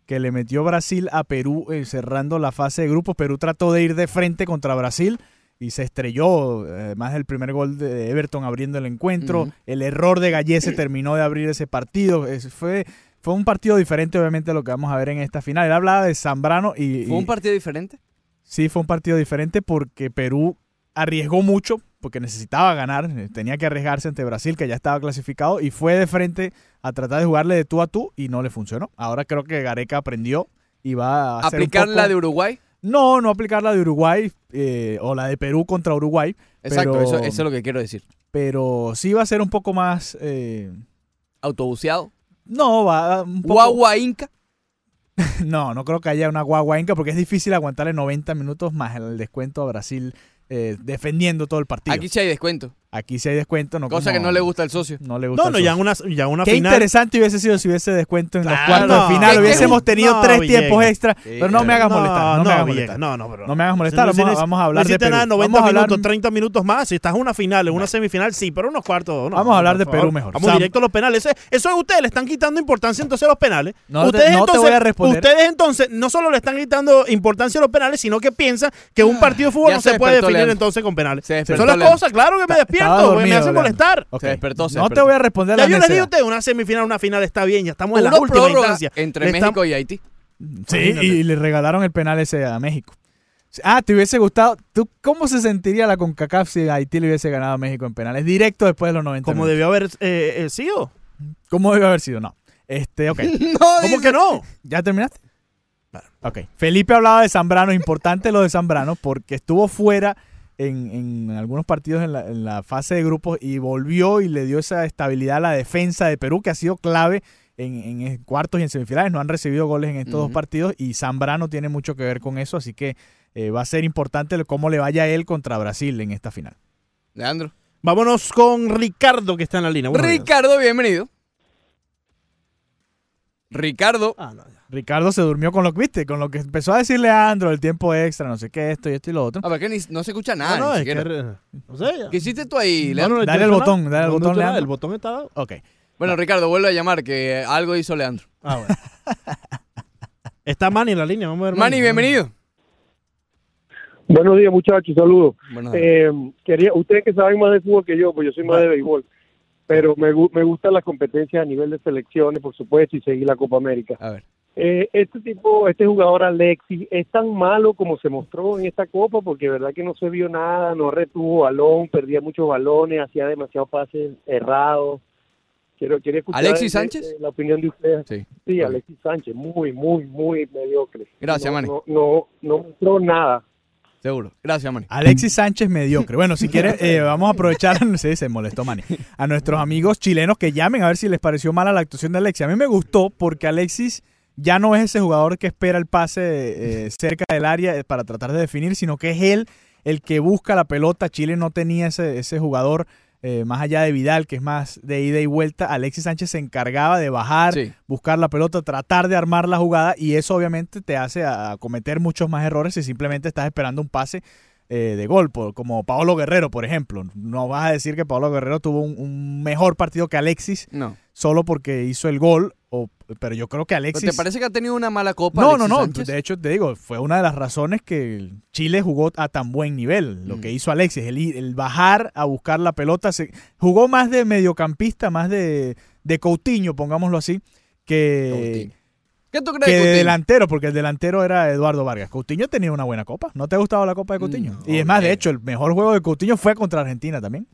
que le metió Brasil a Perú eh, cerrando la fase de grupos. Perú trató de ir de frente contra Brasil y se estrelló, además del primer gol de Everton abriendo el encuentro,
Ujú.
el error de Gallés se terminó de abrir ese partido, Es- fue... Fue un partido diferente, obviamente, a lo que vamos a ver en esta final. Él hablaba de Zambrano y...
¿Fue
y-
un partido diferente?
Sí, fue un partido diferente porque Perú arriesgó mucho, porque necesitaba ganar, eh, tenía que arriesgarse ante Brasil, que ya estaba clasificado, y fue de frente a tratar de jugarle de tú a tú y no le funcionó. Ahora creo que Gareca aprendió y va a hacer un
¿Aplicar la
poco-
de Uruguay?
No, no aplicar la de Uruguay eh, o la de Perú contra Uruguay,
Exacto,
Pero-
eso, eso es lo que quiero decir.
pero sí va a ser un poco más... eh,
Autobuceado.
no, va un poco...
Guagua Inca.
No, no creo que haya una guagua inca porque es difícil aguantarle 90 minutos más el descuento a Brasil eh, defendiendo todo el partido.
Aquí sí hay descuento.
Aquí sí hay descuento, no
Cosa que no le gusta al socio.
No le gusta.
No,
el
no, ya
socio.
una, ya una
Qué
final.
interesante hubiese sido si hubiese descuento en los
Claro.
cuartos de
¿Qué-
final.
qué-
Hubiésemos tenido
No,
tres
Villegas.
tiempos extra. pero no me hagas molestar. No, me
Villegas,
hagas molestar.
No, no, pero-
No me hagas molestar,
Si no
vamos a-
hiciste-
vamos a hablar
no
de
hiciste
Perú.
nada, 90
Vamos a hablar-
minutos, 30 minutos más. Si estás en una final, en una semifinal, sí, pero unos cuartos. no,
Vamos a hablar de
por favor.
Perú mejor.
Vamos
Sam-
directo a los penales. Eso, eso a ustedes le están quitando importancia entonces a los penales.
No te-
ustedes,
no te
entonces,
voy a responder.
Ustedes entonces no solo le están quitando importancia a los penales, sino que piensan que un partido de fútbol
ya
no
se
se puede
despertó
definir
Leandro.
entonces con penales.
Se
Son
despertó
las
Leandro.
cosas, claro que me
Ta- estaba
despierto, güey, me
dormido,
hacen
Leandro.
molestar.
Ok.
Se despertó, se
no
despertó.
te voy a responder la
Ya yo les digo a
necedad.
ustedes, una semifinal, una final está bien, ya estamos en la
Una
última
prórroga
instancia.
entre
Le están-
México y Haití.
Sí, y le regalaron el penal ese a México. Ah, te hubiese gustado. ¿Tú cómo se sentiría la CONCACAF si Haití le hubiese ganado a México en penales? Directo después de los 90.
Como
minutos.
debió haber eh, eh, sido.
¿Cómo debió haber sido? No. Este, ok.
No,
¿Cómo que no?
¿Ya terminaste? Ok. Felipe hablaba de Zambrano, importante lo de Zambrano, porque estuvo fuera en, en algunos partidos en la, en la fase de grupos y volvió y le dio esa estabilidad a la defensa de Perú, que ha sido clave en, en es- cuartos y en semifinales. No han recibido goles en estos dos
Ujú.
partidos y Zambrano tiene mucho que ver con eso, así que eh, va a ser importante lo- cómo le vaya él contra Brasil en esta final.
Leandro.
Vámonos con Ricardo, que está en la línea. Buenos días.
Ricardo, bienvenido. Ricardo,
Ah, no, ya.
Ricardo se durmió con lo que viste, con lo que empezó a decirle a Andro, el tiempo extra, no sé qué, esto y esto y lo otro.
a ver Ah, que ni- no se escucha nada.
No, no,
ni
es
siquiera.
que, eh, no sé, ya.
¿Qué hiciste tú ahí,
No,
Leandro?
no, no,
Dale el
no,
botón,
no,
dale el
no,
botón,
no,
Leandro.
El botón está dado.
Ok.
Bueno, Ricardo, vuelve a llamar que algo hizo Leandro.
Ah, bueno. Está Manny en la línea, vamos a ver.
Manny, bienvenido.
Buenos días muchachos, saludos.
Bueno,
Eh, quería, ustedes que saben más de fútbol que yo, pues yo soy más de béisbol, pero me, gu- me gustan las competencias a nivel de selecciones, por supuesto, y seguir la Copa América.
a ver.
Eh, este tipo, este jugador Alexis, es tan malo como se mostró en esta copa, porque de verdad que no se vio nada, no retuvo balón, perdía muchos balones, hacía demasiados pases errados. Quiero, quería escuchar
¿Alexis
eh,
Sánchez?
eh, la opinión de ustedes.
Sí.
Sí, Alexis Sánchez, muy, muy, muy mediocre.
Gracias,
no,
Manny.
No, no, no mostró nada.
Seguro. Gracias, Manny.
Alexis Sánchez mediocre. Bueno, si quieres, eh, vamos a aprovechar, no sé, se molestó Manny, a nuestros amigos chilenos que llamen a ver si les pareció mala la actuación de Alexis. A mí me gustó porque Alexis ya no es ese jugador que espera el pase eh, cerca del área eh, para tratar de definir, sino que es él el que busca la pelota. Chile no tenía ese, ese jugador eh, más allá de Vidal, que es más de ida y vuelta, Alexis Sánchez se encargaba de bajar,
Sí.
buscar la pelota, tratar de armar la jugada y eso obviamente te hace a, a cometer muchos más errores si simplemente estás esperando un pase eh, de gol, por- como Paolo Guerrero, por ejemplo. No vas a decir que Paolo Guerrero tuvo un, un mejor partido que Alexis
No.
solo porque hizo el gol, o, pero yo creo que
¿Pero
Alexis...
¿Te parece que ha tenido una mala copa?
No, no,
Alexis
no.
Sánchez?
De hecho, te digo, fue una de las razones que Chile jugó a tan buen nivel. Lo
Mm.
que hizo Alexis, el, ir- el bajar a buscar la pelota. se- jugó más de mediocampista, más de, de Coutinho, pongámoslo así, que,
Coutinho. ¿Qué tú crees
que
de
de
Coutinho?
delantero, porque el delantero era Eduardo Vargas. Coutinho tenía una buena copa. ¿No te ha gustado la copa de Coutinho?
Mm, No, eh.
y es más, de
hombre.
hecho, el mejor juego de Coutinho fue contra Argentina también.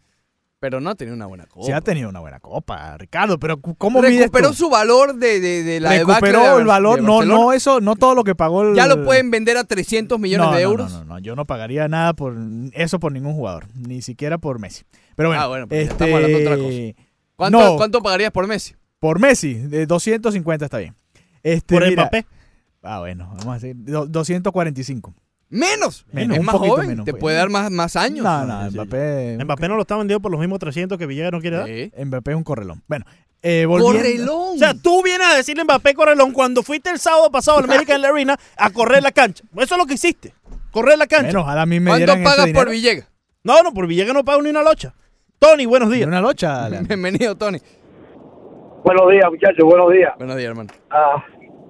Pero no ha tenido una buena copa.
Sí, ha tenido una buena copa, Ricardo, pero ¿cómo mides
Recuperó
tú?
su valor de, de, de la debacle
Recuperó
de Bar-
el valor.
de
No, no,
Barcelona.
eso, no todo lo que pagó el.
Ya lo pueden vender a 300 millones
Uh. No,
de
no,
euros.
No, no, no, yo no pagaría nada por eso por ningún jugador, ni siquiera por Messi. Pero bueno,
Ah, bueno, pues ya
este,
estamos hablando de otra cosa. ¿Cuánto,
No.
cuánto pagarías por Messi?
por Messi, de 250 está bien. Este,
Por el
mira-
papel.
Ah, bueno, vamos a decir do- 245.
Menos.
Menos,
es
un
más
poquito
joven.
menos,
te
pues.
puede dar más, más años.
No, no,
sí, sí.
Mbappé,
Mbappé no lo está vendiendo por los mismos 300 que Villegas no quiere dar.
Sí.
Mbappé es un correlón. Bueno, eh, volviendo-
Correlón.
O sea, tú vienes a decirle a Mbappé Correlón cuando fuiste el sábado pasado al American Arena a correr la cancha. Eso es lo que hiciste. Correr la cancha.
Bueno, ojalá a mí me
¿Cuánto
dieran ese
pagas por
dinero.
Villegas?
No, no, por Villegas no pago ni una locha. Tony, buenos
De
días.
Una locha. Alan.
Bienvenido, Tony.
Buenos días, muchachos, buenos días.
Buenos días, hermano.
Ah,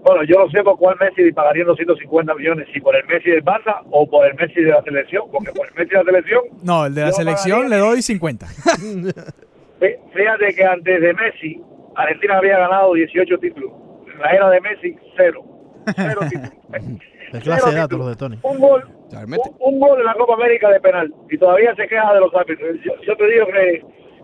bueno, yo no sé por cuál Messi pagaría 250 millones, si por el Messi del Barça o por el Messi de la selección, porque por el Messi de la selección,
No, el de la
Yo
selección
pagaría-
le doy 50.
fí- fíjate que antes de Messi, Argentina había ganado 18 títulos. En la era de Messi, cero. Cero títulos.
La
Cero
clase de datos
títulos.
los de Tony.
Un gol,
Realmente.
un, un gol en la Copa América de penal y todavía se queja de los árbitros. Yo, yo te digo que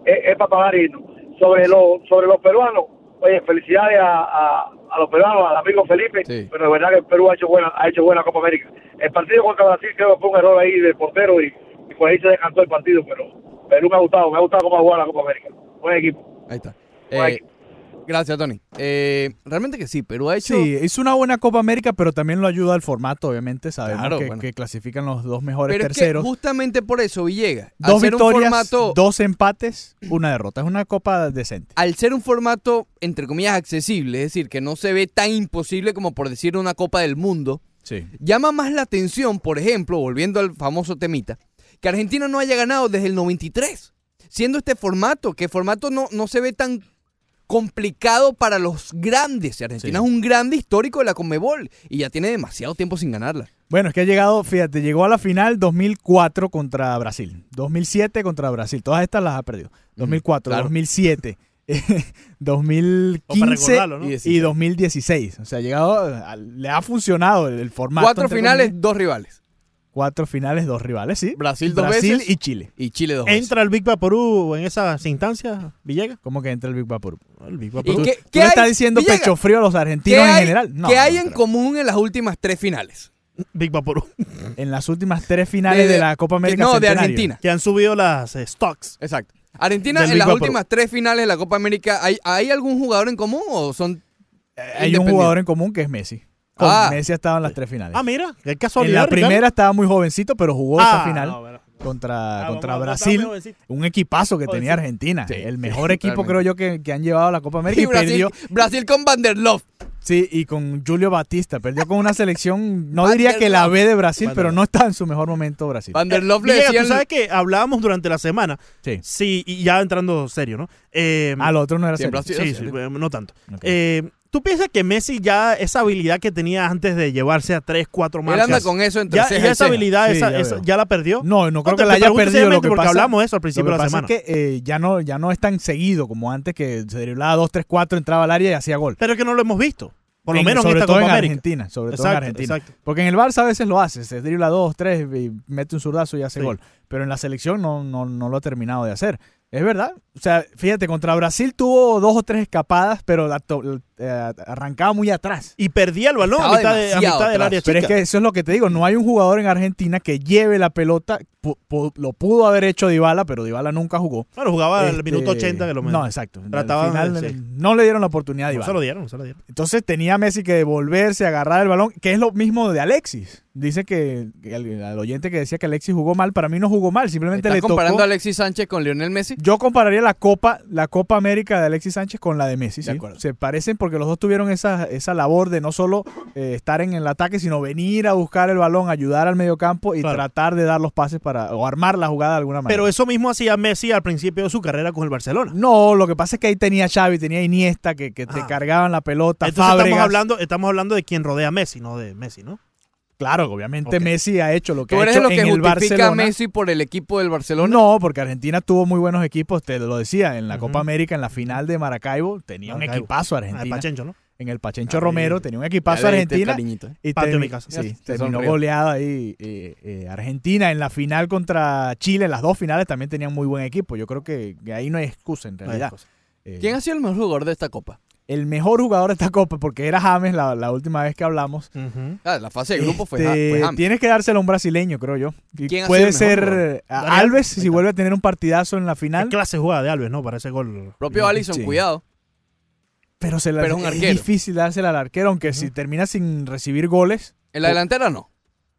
es, es para pagar himno. Sobre, lo, sobre los peruanos, oye, felicidades a, a- a los peruanos, al amigo Felipe,
Sí.
pero de verdad que el Perú ha hecho buena ha hecho buena Copa América. El partido contra Brasil creo que fue un error ahí del portero y, y por ahí se descantó el partido, pero Perú me ha gustado, me ha gustado cómo ha jugado la Copa América. Buen equipo.
Ahí está.
Buen
Eh,
equipo.
gracias, Tony. Eh, realmente que sí, Perú ha hecho.
Sí, es una buena Copa América, pero también lo ayuda el formato, obviamente. Sabemos
Claro,
que,
bueno.
que clasifican los dos mejores
Pero es que
terceros.
justamente por eso, Villegas, al
Dos
ser un
victorias,
formato,
dos empates, una derrota. Es una copa decente.
al ser un formato, entre comillas, accesible, es decir, que no se ve tan imposible como por decir una Copa del Mundo,
Sí.
llama más la atención, por ejemplo, volviendo al famoso temita, que Argentina no haya ganado desde el 93, siendo este formato, que formato no, no se ve tan complicado para los grandes. Argentina
Sí.
es un grande histórico de la Conmebol y ya tiene demasiado tiempo sin ganarla.
Bueno, es que ha llegado, fíjate, llegó a la final 2004 contra Brasil, 2007 contra Brasil. Todas estas las ha perdido. 2004,
claro.
2007,
O para
2015
recordarlo, ¿no?
y-
y 2016. O sea, ha llegado, a- le ha funcionado el, el formato.
Cuatro
entre
finales,
comillas.
dos rivales.
Cuatro finales, dos rivales, sí.
Brasil dos veces.
y Chile.
Y Chile dos veces.
¿Entra el Big Vaporú en esas instancias, Villegas?
¿Cómo que entra el Big Vapor?
El Big
¿Y
Vaporú.
qué-
¿Tú
qué
le
hay-
estás diciendo
Villegas,
pecho frío a los
¿Qué
argentinos en
hay,
general? No.
qué
no
hay en
creo.
común en las últimas tres finales?
Big Vaporú.
En las últimas tres finales de,
Desde-
la Copa América.
No, de
Centenario.
Argentina.
Que han subido las eh, stocks.
Exacto. Argentina,
Del
en
Big
las
Vapor.
últimas tres finales de la Copa América, ¿hay, hay algún jugador en común o son...?
Eh, Hay un jugador en común que es Messi. Con
Ah.
Messi ha estado en las tres finales.
Ah, mira, qué
en
casualidad.
la
Ricardo.
primera estaba muy jovencito, pero jugó
Ah,
esa final
no, bueno.
contra,
Ah,
contra
vamos,
Brasil.
estaba muy jovencito.
Un equipazo que
Jovencito.
tenía Argentina.
Sí,
el
sí,
mejor equipo,
realmente.
creo yo, que, que han llevado a la Copa América.
Y
Y
Brasil,
perdió.
Brasil con Vanderloof.
Sí, y con Julio Batista. Perdió con una selección, no diría que la B de Brasil, pero no está en su mejor momento Brasil. Eh,
Vanderloof le
Villegas,
decían...
Eh, tú sabes que hablábamos durante la semana.
Sí.
Sí, y ya entrando serio, ¿no? Eh,
Al otro no era
Sí, en
serio.
Brasil.
Sí,
Sí,
sí,
sí.
eh, no tanto.
Ok.
Eh, ¿Tú piensas que Messi ya esa habilidad que tenía antes de llevarse a tres, cuatro
Él
marcas?
anda con eso entre
ya,
ceja
ya
y
esa
ceja.
habilidad
Sí,
esa-
ya
esa-
veo.
ya la perdió.
No, no creo
te-
que la
te
haya
pregunto
perdido. Lo
seriamente
que
porque
pasa,
hablamos de eso al principio
lo que
de la
pasa
semana.
es que eh, ya, no, ya no es tan seguido como antes que se driblaba 2, 3, 4, entraba al área y hacía gol.
Pero es que no lo hemos visto. Por lo
En-
menos en
sobre
esta
todo
Copa
en
América.
Argentina, sobre todo en
Exacto,
Argentina.
exacto.
Porque en el Barça a veces lo hace, se dribla 2, 3 y mete un zurdazo y hace
Sí.
gol. Pero en la selección no, no, no lo ha terminado de hacer. Es verdad. O sea, fíjate, contra Brasil tuvo dos o tres escapadas, pero la to- eh, arrancaba muy atrás.
Y perdía el balón a
Estaba
mitad, de- a
demasiado
mitad del
atrás.
área
Pero es
chica.
que eso es lo que te digo, no hay un jugador en Argentina que lleve la pelota, Pu- pu- lo pudo haber hecho Dybala, pero Dybala nunca jugó.
Bueno, jugaba
Este,
el minuto 80 que lo menos.
No, exacto.
Trataba
Al final,
de- sí.
No le dieron la oportunidad a
No
Dybala.
se lo dieron, no se lo dieron.
Entonces tenía Messi que devolverse, agarrar el balón, que es lo mismo de Alexis. dice que, que al, al oyente que decía que Alexis jugó mal, para mí no jugó mal, simplemente
¿Estás
le tocó.
comparando a Alexis Sánchez con Lionel Messi?
Yo compararía la Copa, la Copa América de Alexis Sánchez con la de Messi. ¿sí?
acuerdo.
Se parecen porque los dos tuvieron esa, esa labor de no solo eh, estar en el ataque, sino venir a buscar el balón, ayudar al mediocampo y
Claro.
tratar de dar los pases para o armar la jugada de alguna manera.
Pero eso mismo hacía Messi al principio de su carrera con el Barcelona.
no, lo que pasa es que ahí tenía Xavi, tenía Iniesta que, que te
Ah.
cargaban la pelota.
Entonces estamos
Fábregas.
hablando, estamos hablando de quien rodea a Messi, no de Messi, ¿no?
Claro, que obviamente
Ok.
Messi ha hecho lo que
¿Tú
ha
eres
hecho
lo que
en el
justifica a
Barcelona.
Messi por el equipo del Barcelona?
No, porque Argentina tuvo muy buenos equipos, te lo decía, en la
Ujú.
Copa América, en la final de Maracaibo, tenía un
Maracaibo.
equipazo
Al
Argentina.
Pachencho, ¿no?
en el Pachencho
Ahí.
Romero, tenía un
Ya
equipazo
le diste
Argentina
cariñito, ¿eh?
y
Patio
termi-
de mi casa.
sí,
Ya se
terminó
sonrió.
goleada ahí eh, eh, Argentina en la final contra Chile, las dos finales también tenían muy buen equipo. Yo creo que, que ahí no hay excusa en
Ahí
realidad.
está.
Eh,
¿Quién ha sido el mejor jugador de esta Copa?
el mejor jugador de esta Copa? Porque era James la, la última vez que hablamos.
Ujú.
Ah, la fase de grupo fue, Ja-
Este,
fue James.
Tienes que dárselo a un brasileño, creo yo. Y
¿Quién ha
puede
sido el mejor
ser
jugador?
eh, a-
Daniel,
Alves
ahí
si
está.
vuelve a tener un partidazo en la
Qué
final.
clase jugada de Alves, ¿no? Para ese gol.
Propio Allison,
sí.
cuidado.
Pero, se la,
Pero es un arquero.
difícil dársela al arquero, aunque si termina sin recibir goles.
En la
Por-
delantera no.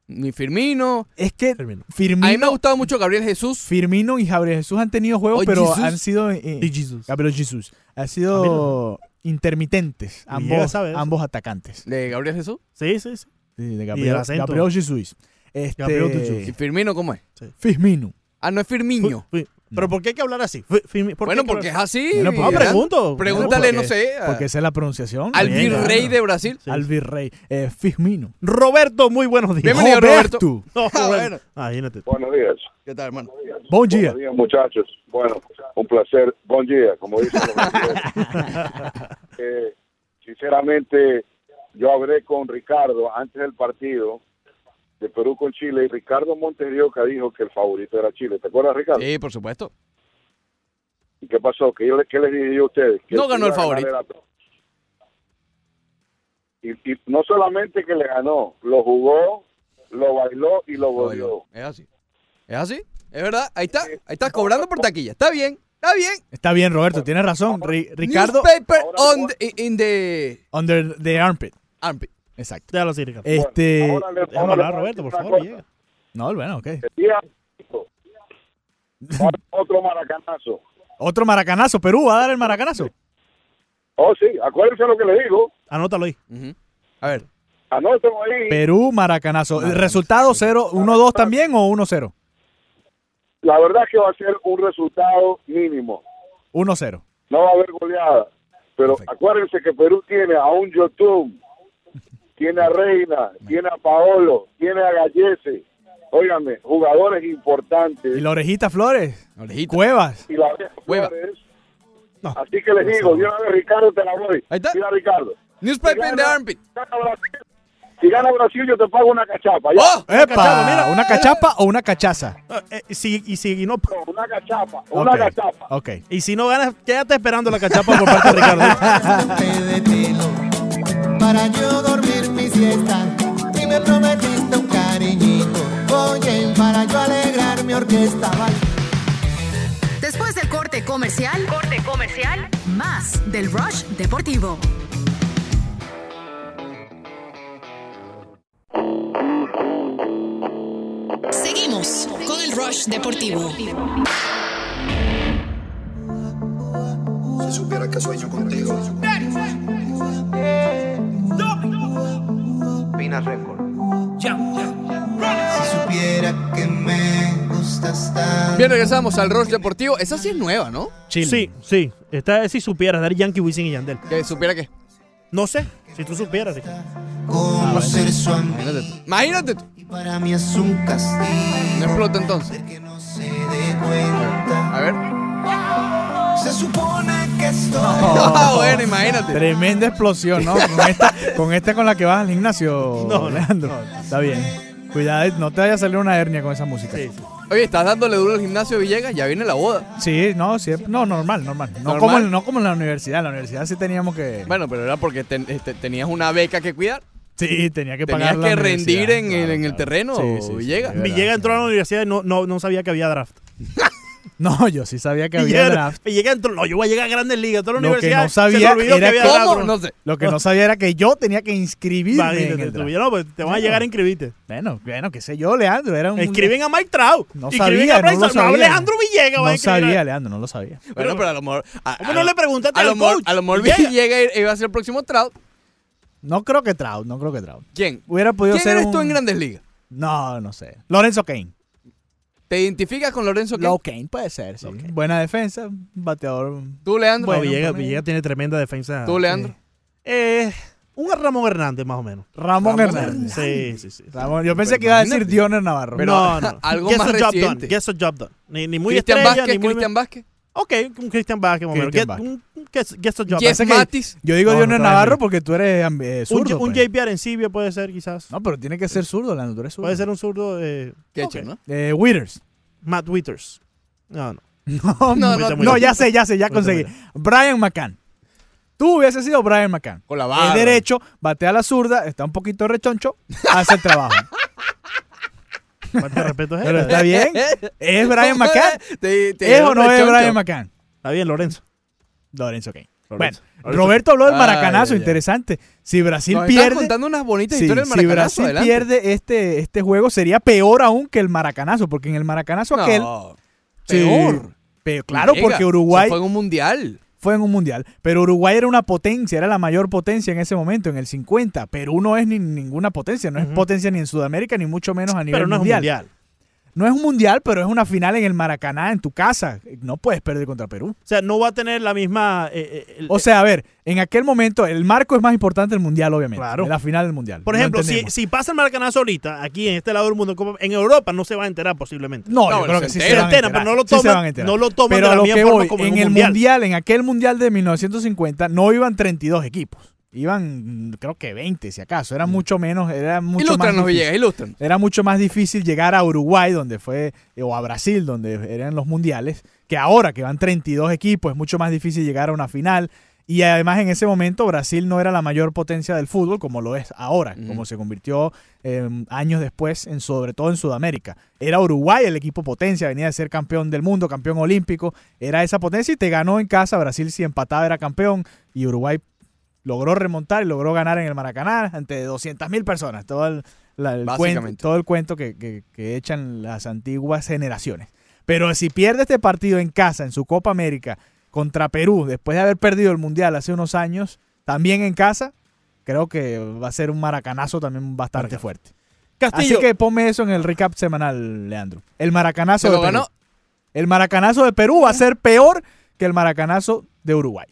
Ni Firmino.
Es que
Firmino.
A mí me ha
Firmino,
gustado mucho Gabriel Jesús.
Firmino y Gabriel Jesús han tenido juegos,
Oh,
pero
Jesus.
han sido. eh,
Y Jesus.
Gabriel Jesús. Han
Ah, mira,
sido intermitentes,
Villegas
ambos, Ah,
sabe eso.
ambos atacantes.
De Gabriel Jesús.
Sí, sí, sí.
Sí, de
el
Gabriel,
acento.
Gabriel Jesús. Este,
Gabriel
¿Y
Jesús.
Firmino cómo es?
Firmino.
Ah, no es Firmiño.
Fui- fui- Pero ¿por qué hay que hablar así? Fui- fui- ¿por qué
bueno,
hay que
porque es
hablar
así.
Bueno,
así? No,
porque-
¿verdad?
Ah, pregunto.
Pregúntale,
Bueno,
no sé, a-
Porque esa es la pronunciación.
al
Bien,
Venga.
virrey
claro.
de Brasil.
Sí.
Al virrey. Eh, Firmino.
Roberto, muy buenos días.
Bienvenido, Roberto.
Roberto.
No,
Ah,
Roberto. Imagínate.
Buenos días.
¿Qué tal, hermano?
Buen día.
Buenos días, muchachos. Bueno, un placer. Buen día, como dicen los brasileños. Eh, Sinceramente, yo hablé con Ricardo antes del partido de Perú con Chile y Ricardo Monterioca dijo que el favorito era Chile. ¿Te acuerdas, Ricardo?
Sí, por supuesto.
¿Y qué pasó? ¿Qué, yo, le- qué les dije yo a ustedes? Que
No ganó
iba
el
a ganar el- y, y no solamente que le ganó, lo jugó, lo bailó y lo goleó.
Es así. Es así. Es verdad. Ahí está. Ahí está cobrando por taquilla. Está bien. Está bien.
Está bien, Roberto, tienes razón. Ri- Ricardo,
Newspaper
ahora-
on the, in the
under the armpit.
armpit.
Exacto.
Déjalo así, Ricardo.
Bueno,
Este.
ahora le-
Déjame
ahora le
hablar,
voy a decir
Roberto, por
una
favor.
cosa.
llega.
No, bueno, ok.
Día cinco. Otro maracanazo.
Otro maracanazo. Perú va a dar el maracanazo.
Oh, sí, acuérdense lo que le digo.
Anótalo ahí.
Ujú. A ver.
Anótenlo ahí.
Perú, maracanazo. ¿El resultado 0, 1-2 también o 1-0?
La verdad que va a ser un resultado mínimo.
1-0.
No va a haber goleada. Pero
Perfecto.
acuérdense que Perú tiene a un Yotun, tiene a Reina, tiene a Paolo, tiene a Gallese. Óigame, jugadores importantes.
¿Y la orejita Flores?
Orejita.
Cuevas.
Y la vez
Hueva.
Flores.
No.
Así que les digo, yo a ver, Ricardo, te la voy.
Ahí está.
Mira, Ricardo.
Newspaper in the
Gana-
armpit.
gana Brasil. Si gana Brasil, yo te pago una cachapa. Ya.
¡Oh!
¡Epa!
cachapa, mira.
¿Una cachapa o una cachaza?
Ah, eh, y, si, y, si no,
No, Una cachapa, una
Ok,
cachapa.
Ok.
y si no ganas, quédate esperando la cachapa por parte de Ricardo.
para yo dormir mi siesta y me prometiste un cariñito. Oye, para yo alegrar mi orquesta.
Después del corte comercial, corte comercial, más del Rush Deportivo.
Seguimos con el Rush Deportivo.
Si supiera que me gustas tanto.
Bien, regresamos al Rush Deportivo. Esa sí es nueva, ¿no?
Chile.
Sí, sí. Esta vez si supieras, dar Yankee, Wisin y Yandel.
Que supiera que.
No sé, si tú supieras. Ricardo. Ah,
Conocer su
Imagínate
amor
tú. Imagínate tú.
y para mí es un
No
castigo
explota entonces.
que no se dé cuenta.
A ver.
Se supone que estoy
Ah, bueno, imagínate.
Tremenda explosión, ¿no? Con esta, con esta con la que vas al gimnasio,
No, no,
Leandro. Está bien. Cuidado, no te vaya a salir una hernia con esa música.
Sí,
Sí,
sí.
Oye, estás dándole duro al gimnasio de Villegas. Ya viene la boda.
no, siempre, no, normal, normal. No,
¿Normal?
Como en, no como en la universidad. En la universidad sí teníamos que.
Bueno, pero era porque ten- este, tenías una beca que cuidar.
sí, tenía que
Tenías
pagar. la
que rendir
universidad,
en, el- en el terreno,
Sí, sí, sí,
Villegas.
es verdad.
Villegas entró a la universidad y no, no, no sabía que había draft.
No, yo sí sabía que
Y
había
llega-
draft.
y llega dentro- no, yo voy a llegar a grandes ligas, toda la
Lo que
universidad.
no sabía
se le olvidó
era
que había
que-
draft,
¿Cómo?
bro.
No sé. Lo que no sabía era que yo tenía que inscribirme en
Imagínate,
el
tú,
draft.
ya no, pues, te van a
No.
llegar a inscribirte.
Bueno, bueno, qué sé yo, Leandro. Era un...
Escriben a Mike Trout.
No
Escriben
sabía,
a Bryson.
no lo sabía.
Alejandro Villegas va a
No
escribir a-
sabía, Leandro, no lo sabía.
Bueno, pero a lo mejor. A,
¿Cómo
a
no
lo-
le preguntaste
a lo
al
mejor-
coach?
A lo mejor
Villegas.
llega y- y va a ser el próximo Trout.
No creo que Trout, no creo que Trout.
¿Quién?
Hubiera podido
¿Quién
ser
eres tú
un-
en Grandes Ligas?
No, no sé. Lorenzo Kane.
¿Te identificas con Lorenzo Kane?
Low Kane puede ser, sí. Buena defensa, bateador.
¿Tú, Leandro?
No,
Bueno,
Villegas,
por mí.
Villegas tiene tremenda defensa.
¿Tú, Leandro?
Eh, un Ramón Hernández, más o menos.
Ramón, Hernández.
Sí, sí, sí. pues
Ramón, yo pensé que iba a decir
imagínate.
Dioner Navarro.
Pero-
no, no.
algo
Get the
más
job
reciente.
done. Get the job done. Ni, ni muy
¿Cristian
estrella,
Vázquez?
ni muy...
¿Cristian Vázquez?
Ok, un Cristian Vázquez, más o menos.
Cristian
Get, un, guess, guess the job
Jess
done.
que-
Matis.
yo digo
No,
Dioner
no, todavía
Navarro
no.
porque tú eres amb- eh,
Un,
zurdo.
un
pues.
JP Arencibia puede ser, quizás.
No, pero tiene que ser zurdo, Leandro, tú eres zurdo.
Puede ser un zurdo. Eh,
Qué
ok.
hecho, ¿no?
Eh, Withers.
Matt Withers. No, no.
No,
No,
no,
no,
no,
no.
ya sé, ya sé, ya
Mira,
conseguí.
mira.
Brian McCann. Tú hubieses sido Brian McCann.
Con la
Es
barba.
derecho, batea a la zurda, está un poquito rechoncho, hace el trabajo.
Falta de respeto es
Pero
él.
está bien. Es Brian McCann.
¿Te- te
¿Es
dieron
o no
el
es
choncho?
Brian McCann?
Está bien, Lorenzo.
Lorenzo Kane. Bueno,
Lorenzo. Lorenzo.
Roberto habló del
Ay,
maracanazo,
ay, ay.
interesante. Si Brasil
Nos estás
pierde.
contando unas bonitas
Sí,
historias del
si
maracanazo.
Brasil
adelante.
pierde este, este juego, sería peor aún que el maracanazo, porque en el maracanazo aquel.
No,
Sí,
peor.
pe- claro,
Llega.
porque
Se
Uruguay
fue en un mundial.
fue en un mundial. Pero Uruguay era una potencia, era la mayor potencia en ese momento, en el 50. Perú no es ni, ninguna potencia, no
Ujú.
es potencia ni en Sudamérica, ni mucho menos a nivel
Pero no es un
mundial.
mundial.
No es un mundial, pero es una final en el Maracaná, en tu casa. No puedes perder contra Perú.
O sea, no va a tener la misma. eh, eh, el-
O sea, a ver, en aquel momento el marco es más importante el mundial, obviamente.
Claro.
Claro. La final del mundial.
por
Lo
ejemplo, si,
entendemos.
si pasa el maracanazo ahorita, aquí en este lado del mundo, como en Europa no se va a enterar posiblemente.
No,
No,
yo creo
se
que sí
enteran,
se van a
enteran,
enterar.
pero no lo
Sí se
toman-
van a enterar.
no lo toman
Pero
de la
a lo
misma
que
forma
voy,
como en
en
un
el
mundial.
mundial. en aquel mundial de 1950 no iban 32 equipos. Iban mm, creo que 20 si acaso,
Mm.
era mucho menos, era mucho
Ilústranos,
más difícil.
Villegas, ilústranos.
Era mucho más difícil llegar a Uruguay donde fue eh, o a Brasil donde eran los mundiales que ahora que van 32 equipos, es mucho más difícil llegar a una final. Y además en ese momento Brasil no era la mayor potencia del fútbol como lo es ahora,
Ujú.
como se convirtió eh, años después, en, sobre todo en Sudamérica. Era Uruguay el equipo potencia, venía de ser campeón del mundo, campeón olímpico, era esa potencia y te ganó en casa. Brasil si empataba era campeón y Uruguay logró remontar y logró ganar en el Maracaná ante 200.000 personas. Todo el, la- el cuento,
Básicamente.
todo el cuento que- que- que echan las antiguas generaciones. Pero si pierde este partido en casa, en su Copa América, contra Perú, después de haber perdido el Mundial hace unos años, también en casa, creo que va a ser un maracanazo también bastante
Maracanazo.
fuerte.
Castillo.
Así que ponme eso en el recap semanal, Leandro. El maracanazo
Se
de
lo
Perú.
ganó.
El maracanazo de Perú va a ser peor que el maracanazo de Uruguay.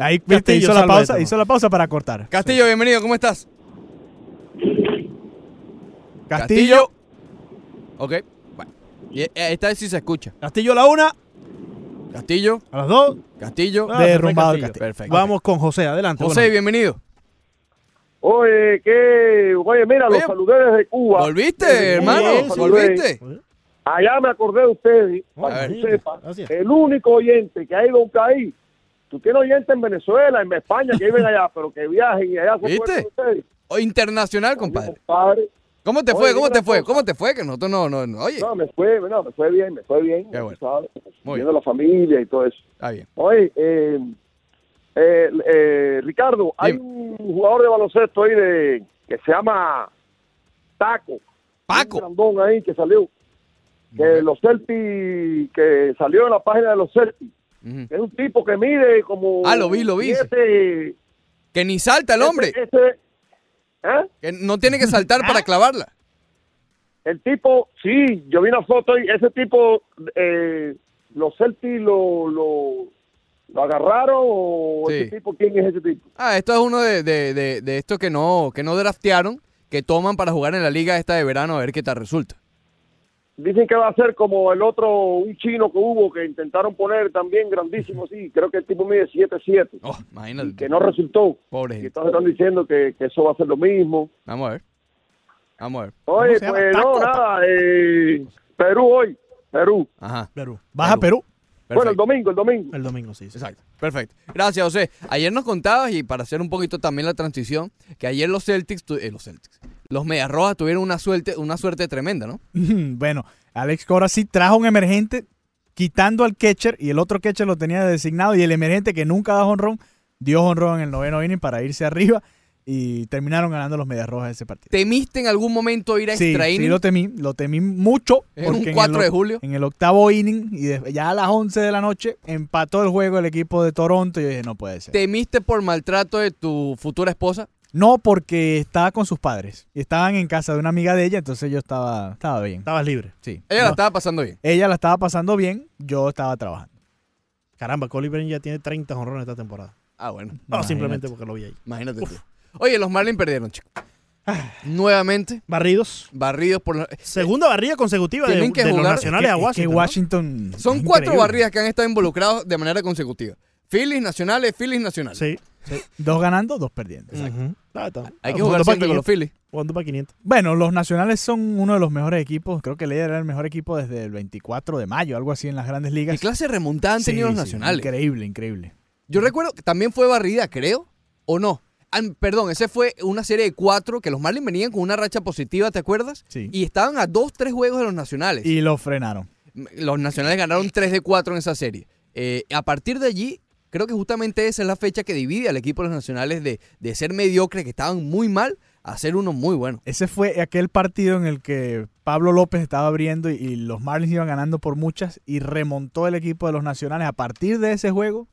Ahí viste,
Castillo,
hizo, la
salva
pausa,
esto.
hizo la pausa para cortar.
Castillo, bienvenido, ¿cómo estás?
Castillo.
Ok. Bueno. Y, eh, Esta vez sí se escucha.
Castillo a la una,
Castillo,
a las dos.
Castillo.
Ah,
Derrumbado el
perfecto.
Castillo.
Vamos con José, adelante.
José,
bueno.
bienvenido.
Oye, que, oye, mira, los
Oye,
saludé desde Cuba.
¿Volviste, hermano?
bien,
¿Volviste?
Allá me acordé de ustedes, para
ver,
que
sí,
sepan,
gracias.
el único oyente que ha ido a un país. Tú tienes oyente en Venezuela, en España, que viven allá, pero que viajen y allá se
¿Viste?
acuerdan de ustedes.
O Oh, internacional,
Compadre.
compadre. ¿Cómo te
Oye,
fue? ¿Cómo
dime
te
una
fue?
cosa.
¿Cómo te fue? Que nosotros no, no, no. Oye,
No, me fue, no, me fue bien, me fue bien.
Qué
tú
bueno.
sabes,
Muy
viendo la familia y todo eso.
está bien.
Oye, eh, eh, eh, Ricardo, hay
Dime.
un jugador de baloncesto ahí de, que se llama Taco. Un
Paco.
grandón ahí que salió. Que los Celtics, que salió en la página de los Celtics.
Ujú.
Es un tipo que mide como...
Ah, lo vi, lo vi.
siete- este,
Que ni salta el hombre.
ese- ese- ¿eh?
Que no tiene que saltar para clavarla.
Ah. El tipo, sí, yo vi una foto y ese tipo, eh, los Celtics lo, lo, lo agarraron o
Sí.
ese tipo, ¿quién es ese tipo?
Ah, esto es uno de, de, de, de estos que no, que no draftearon, que toman para jugar en la liga esta de verano a ver qué tal resulta.
Dicen que va a ser como el otro, un chino que hubo que intentaron poner también grandísimo, sí, creo que el tipo mide 7'7",
Oh, imagínate.
y que no resultó.
Pobre
Y
gente.
entonces están diciendo que, que eso va a ser lo mismo.
Vamos a ver. Vamos a ver.
Oye,
se llama?
pues
¿Taco?
no, nada, eh, Perú hoy, Perú.
Ajá.
Perú.
Baja Perú.
Bueno, el
Perfecto.
domingo, el domingo.
El domingo, sí. sí.
Exacto. Perfecto. Gracias, José. Ayer nos contabas, y para hacer un poquito también la transición, que ayer los Celtics, tu- eh, los Celtics, los Medias Rojas tuvieron una suerte, una suerte tremenda, ¿no?
bueno, Alex Cora sí trajo un emergente quitando al catcher y el otro catcher lo tenía designado y el emergente que nunca da honrón dio honrón en el noveno inning para irse arriba y terminaron ganando los Medias Rojas ese partido.
¿Temiste en algún momento ir a
Sí,
extra
sí,
inning?
lo temí, lo temí mucho.
Era
porque
un
en el
4 de
o-
julio.
En el octavo inning y de- ya a las 11 de la noche empató el juego el equipo de Toronto y yo dije, no puede ser.
¿Temiste por maltrato de tu futura esposa?
No, porque estaba con sus padres. Y estaban en casa de una amiga de ella, entonces yo estaba, estaba bien.
Estabas libre.
Sí.
Ella la
No,
estaba pasando bien.
ella la estaba pasando bien, yo estaba trabajando.
Caramba, Colin Bryant ya tiene 30 honrones esta temporada.
Ah, bueno.
No,
Imagínate.
simplemente porque lo vi ahí.
Imagínate. tú. Oye, los Marlins perdieron, chico. Nuevamente,
Barridos.
barridos por... la-
Segunda barrida consecutiva de,
Tienen que
de los
jugar-
nacionales
Es
a
que- es que
Washington. ¿no?
Washington es
Son cuatro
increíble.
barridas que han estado involucrados de manera consecutiva. Phillies nacionales, Phillies nacionales.
Sí.
Dos ganando, dos perdiendo.
Ujú. Ah, está.
Hay que
Jugando
jugar
para
siempre con los
500.
Phillies.
Jugando para 500.
Bueno, los nacionales son uno de los mejores equipos. Creo que Leia era el mejor equipo desde el 24 de mayo, algo así en las grandes ligas.
¿Qué clase de remontada han
Sí,
tenido los
sí,
nacionales?
Increíble, increíble.
Yo recuerdo que también fue barrida, creo, o no. Ah, perdón, ese fue una serie de cuatro que los Marlins venían con una racha positiva, ¿te acuerdas?
Sí.
Y estaban a dos, tres juegos de los nacionales.
Y lo frenaron.
Los nacionales ganaron tres de cuatro en esa serie. Eh, a partir de allí, creo que justamente esa es la fecha que divide al equipo de los nacionales de, de ser mediocre, que estaban muy mal, a ser uno muy bueno.
Ese fue aquel partido en el que Pablo López estaba abriendo y, y los Marlins iban ganando por muchas y remontó el equipo de los nacionales. A partir de ese juego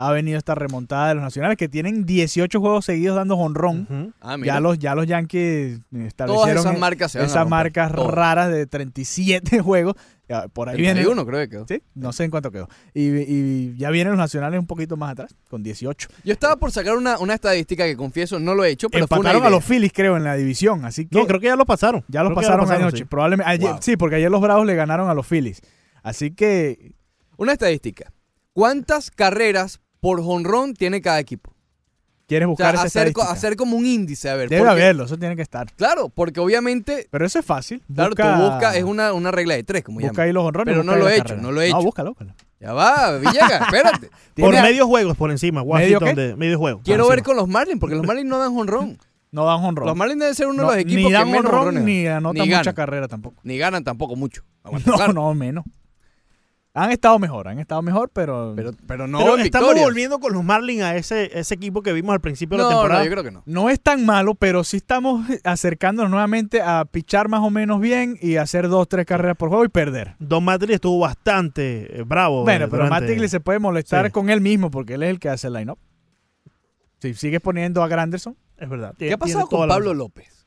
ha venido esta remontada de los nacionales que tienen 18 juegos seguidos dando honrón.
Ujú.
Ah, mira.
Ya los, ya los Yankees establecieron e-
Todas esas marcas se van a
esas
romper.
marcas
Todas.
raras de 37 juegos. Ya, Por ahí viene.
31 creo que quedó.
Sí, no sé en cuánto quedó. Y, y ya vienen los nacionales un poquito más atrás, con 18.
Yo estaba por sacar una, una estadística que confieso no lo he hecho, pero fue una
Empataron a
idea.
los Phillies, creo, en la división. Así que
No, creo que ya lo pasaron.
ya los
Creo que
pasaron anoche.
sí.
Probablemente. ayer-
Wow.
Sí, porque ayer los Bravos le ganaron a los Phillies. Así que
Una estadística. ¿Cuántas carreras por jonrón tiene cada equipo?
quieres
O sea,
buscar esa
hacer, co-
estadística.
hacer como un índice, a ver.
Debe
porque-
haberlo, eso tiene que estar.
Claro, porque obviamente,
Pero eso es fácil.
claro,
busca,
tú eh, buscas, es una, una regla de tres, como
busca
llaman.
ahí los honrones.
Pero
busca
no
ahí
lo
la
he hecho,
carrera.
no lo he hecho.
búscalo, búscalo.
Ya va, Villegas, espérate.
Por
Tiene-
medio juego es por encima. Washington
¿Medio qué?
de medio juego.
Quiero
Por
ver
encima.
con los Marlins, porque los Marlins no dan jonrón.
No dan honrón.
Los Marlins deben ser uno
No,
de los equipos
ni
que
dan
menos
honrón
jonrones
ni
dan.
anotan
ni
mucha
ganan,
carrera tampoco.
Ni ganan tampoco mucho. Aguanta,
No,
claro.
no, menos. Han estado mejor, han estado mejor, pero,
Pero, pero no
Pero
en
estamos
victorias.
volviendo con los Marlins a ese, ese equipo que vimos al principio de
No,
la temporada.
no, yo creo que no.
no es tan malo, pero sí estamos acercándonos nuevamente a pichar más o menos bien y hacer dos, tres carreras por juego y perder.
Don Matrix estuvo bastante eh, bravo.
Bueno,
eh,
pero
durante-
Matt Tiglis se puede molestar
Sí.
con él mismo porque él es el que hace el line-up. Si sigues poniendo a Granderson,
Es verdad.
¿Qué ha pasado
toda
con
la
Pablo
razón.
López?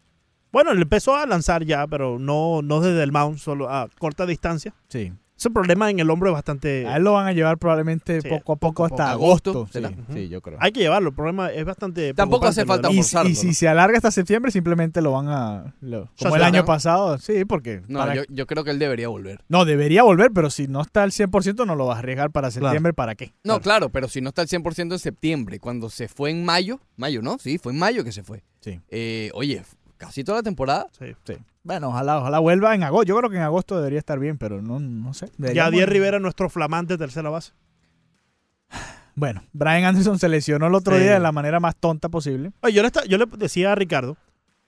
Bueno, él empezó a lanzar ya, pero no, no desde el mound, solo a corta distancia.
sí.
Ese problema en el hombro es bastante...
a él lo van a llevar probablemente
Sí,
poco a poco hasta
Agosto,
agosto.
será.
Sí,
Ujú.
sí, yo creo.
Hay que llevarlo, el problema es bastante...
Tampoco hace
preocupante,
falta
la
Y,
verdad.
si- y
forzarlo,
si
¿no?
se alarga hasta septiembre, simplemente lo van a. lo- como el
Shutdown.
año pasado, sí, porque.
No,
para-
yo, yo creo que él debería volver.
no, debería volver, pero si no está al 100%, no lo vas a arriesgar para
Claro.
septiembre, ¿para qué?
No, claro. pero si no está al 100% en septiembre, cuando se fue en mayo, mayo, ¿no? Sí, fue en mayo que se fue.
Sí.
Eh, oye, f- casi toda la temporada.
Sí.
Bueno, ojalá, ojalá vuelva en agosto. Yo creo que en agosto debería estar bien, pero no, no sé.
Ya
Deberíamos-
Dier Rivera, nuestro flamante tercera base.
Bueno, Brian Anderson se lesionó el otro
Sí.
día de la manera más tonta posible.
Oye, yo le, esta- yo le decía a Ricardo,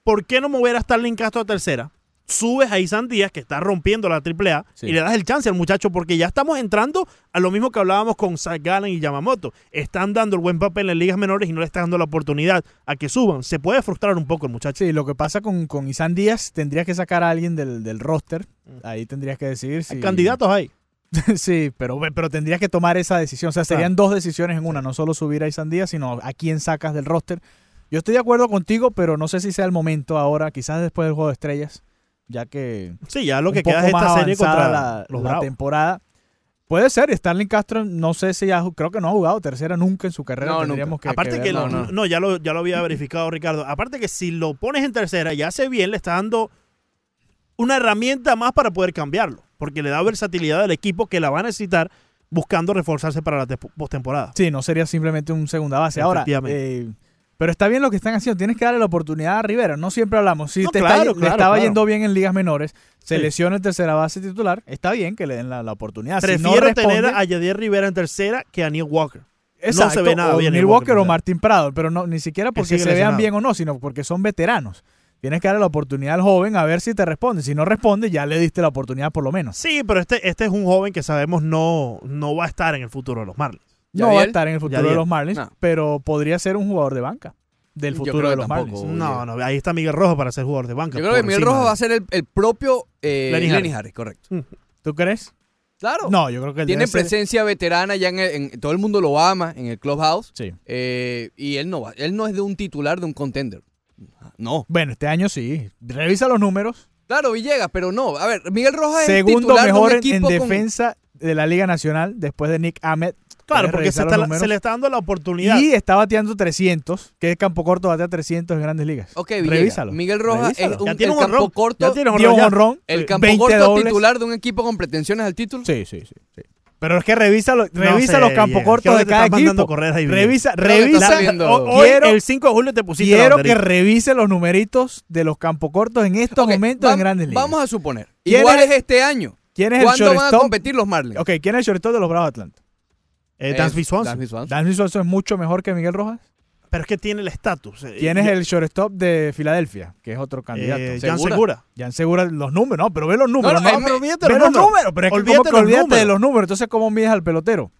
¿por qué no mover a Starling Castro a tercera? Subes a Isan Díaz, que está rompiendo la AAA,
Sí.
y le das el chance al muchacho, porque ya estamos entrando a lo mismo que hablábamos con Zach Gallen y Yamamoto. Están dando el buen papel en las ligas menores y no le estás dando la oportunidad a que suban. Se puede frustrar un poco el muchacho.
Sí, lo que pasa con, con Isan Díaz, tendrías que sacar a alguien del, del roster. Ahí tendrías que decidir si.
Mm. Hay candidatos ahí.
sí, pero, pero tendrías que tomar esa decisión. O sea, serían dos decisiones en una, no solo subir a Isan Díaz, sino a quién sacas del roster. Yo estoy de acuerdo contigo, pero no sé si sea el momento ahora, quizás después del juego de estrellas, ya que
Sí, ya lo que
un poco
queda es esta
más
serie
avanzada
contra
la,
los
la
Bravos.
temporada. Puede ser, y Starling Castro no sé si ha, creo que no ha jugado tercera nunca en su carrera.
No,
Tendríamos que-
Aparte que,
verlo.
lo- no, ya, lo, ya lo había verificado Ricardo. Aparte que si lo pones en tercera y hace bien, le está dando una herramienta más para poder cambiarlo. Porque le da versatilidad al equipo que la va a necesitar buscando reforzarse para la tepo- postemporada.
Sí, no sería simplemente un segunda base. Ahora,
Efectivamente.
eh, pero está bien lo que están haciendo. Tienes que darle la oportunidad a Rivera. No siempre hablamos. Si
No,
te está-
claro,
le
claro,
estaba
claro.
yendo bien en ligas menores, se
Sí.
lesiona en tercera base titular, está bien que le den la, la oportunidad. Si no
Prefiero
responde,
tener a Yadier Rivera en tercera que a Neil Walker.
exacto,
ve nada
o
bien en
Neil
Walker,
Walker o
¿verdad?
Martin Prado, pero no, ni siquiera porque
sigue
se vean
lesionado.
bien o no, sino porque son veteranos. Tienes que darle la oportunidad al joven a ver si te responde. Si no responde, ya le diste la oportunidad por lo menos.
Sí, pero este, este es un joven que sabemos no, no va a estar en el futuro de los Marlins.
No va a
¿Yadiel?
estar en el futuro de
¿Yadiel?
los Marlins,
No.
pero podría ser un jugador de banca del
Yo
futuro
creo
de
que
los
tampoco.
Marlins.
No, no, ahí está Miguel Rojas para ser jugador de banca.
Yo creo que
por
Miguel
encima
Rojas
de-
va a ser el, el propio eh,
Lenny
Lenny,
Harris.
Harris, correcto.
¿Tú crees?
Claro.
No, yo creo que él
Tiene
debe ser-
presencia veterana ya en, el- en- todo el mundo lo ama en el clubhouse
Sí.
eh, y él no va, él no es de un titular de un contender. Ah, No.
Bueno, este año sí. Revisa los números.
Claro, Villegas, pero no. A ver, Miguel Rojas es
Segundo
titular
mejor
de un
en, en
equipo con-
defensa de la Liga Nacional después de Nick Ahmed.
Claro,
Debes
porque se,
revisar
está-
los números.
se le está dando la oportunidad.
Y está bateando 300, que es campo corto, batea 300 en grandes ligas.
Ok, Villegas.
Revísalo.
Miguel Rojas
Revísalo.
es un,
Ya tiene
el
un
campo
honrón,
corto,
ya tiene un
Dio
honrón, ya.
honrón,
el campo
20
corto
dobles.
titular de un equipo con pretensiones al título.
Sí, sí, sí. sí. Pero es que revisa, lo-
No
revisa
sé,
los campos
Villegas,
cortos
creo
de
que te
cada
estás mandando a
equipo.
correr ahí, Villegas.
Revisa,
Creo que estás
revisa.
viendo-
O- hoy,
Quiero-
el 5 de julio te pusiste la
Quiero que
banderita.
revise los numeritos de los campos cortos en estos
Ok,
momentos
vam-
en grandes ligas.
Vamos a suponer.
¿Quién
Igual
es-
es este año.
¿Quién es el
¿Cuándo van a
shortstop?
competir los Marlins?
Ok, ¿quién es el shortstop de los Bravos de Atlanta?
Eh, Dansby
Eh,
Swanson.
Dansby Swanson.
¿Dansby Swanson es mucho mejor que Miguel Rojas?
Pero es que tiene el estatus. eh,
¿Quién es el shortstop de Filadelfia? Que es otro candidato.
eh,
candidato?
Jan
¿Segura?
Segura.
Ya asegura los números, no, pero ve los números.
No, no,
No,
em-
pero
olvídate
ve
los
los
números.
números, pero es que
Olvídate
olvídate,
los
olvídate de
números.
los números. Entonces, ¿cómo mides al pelotero?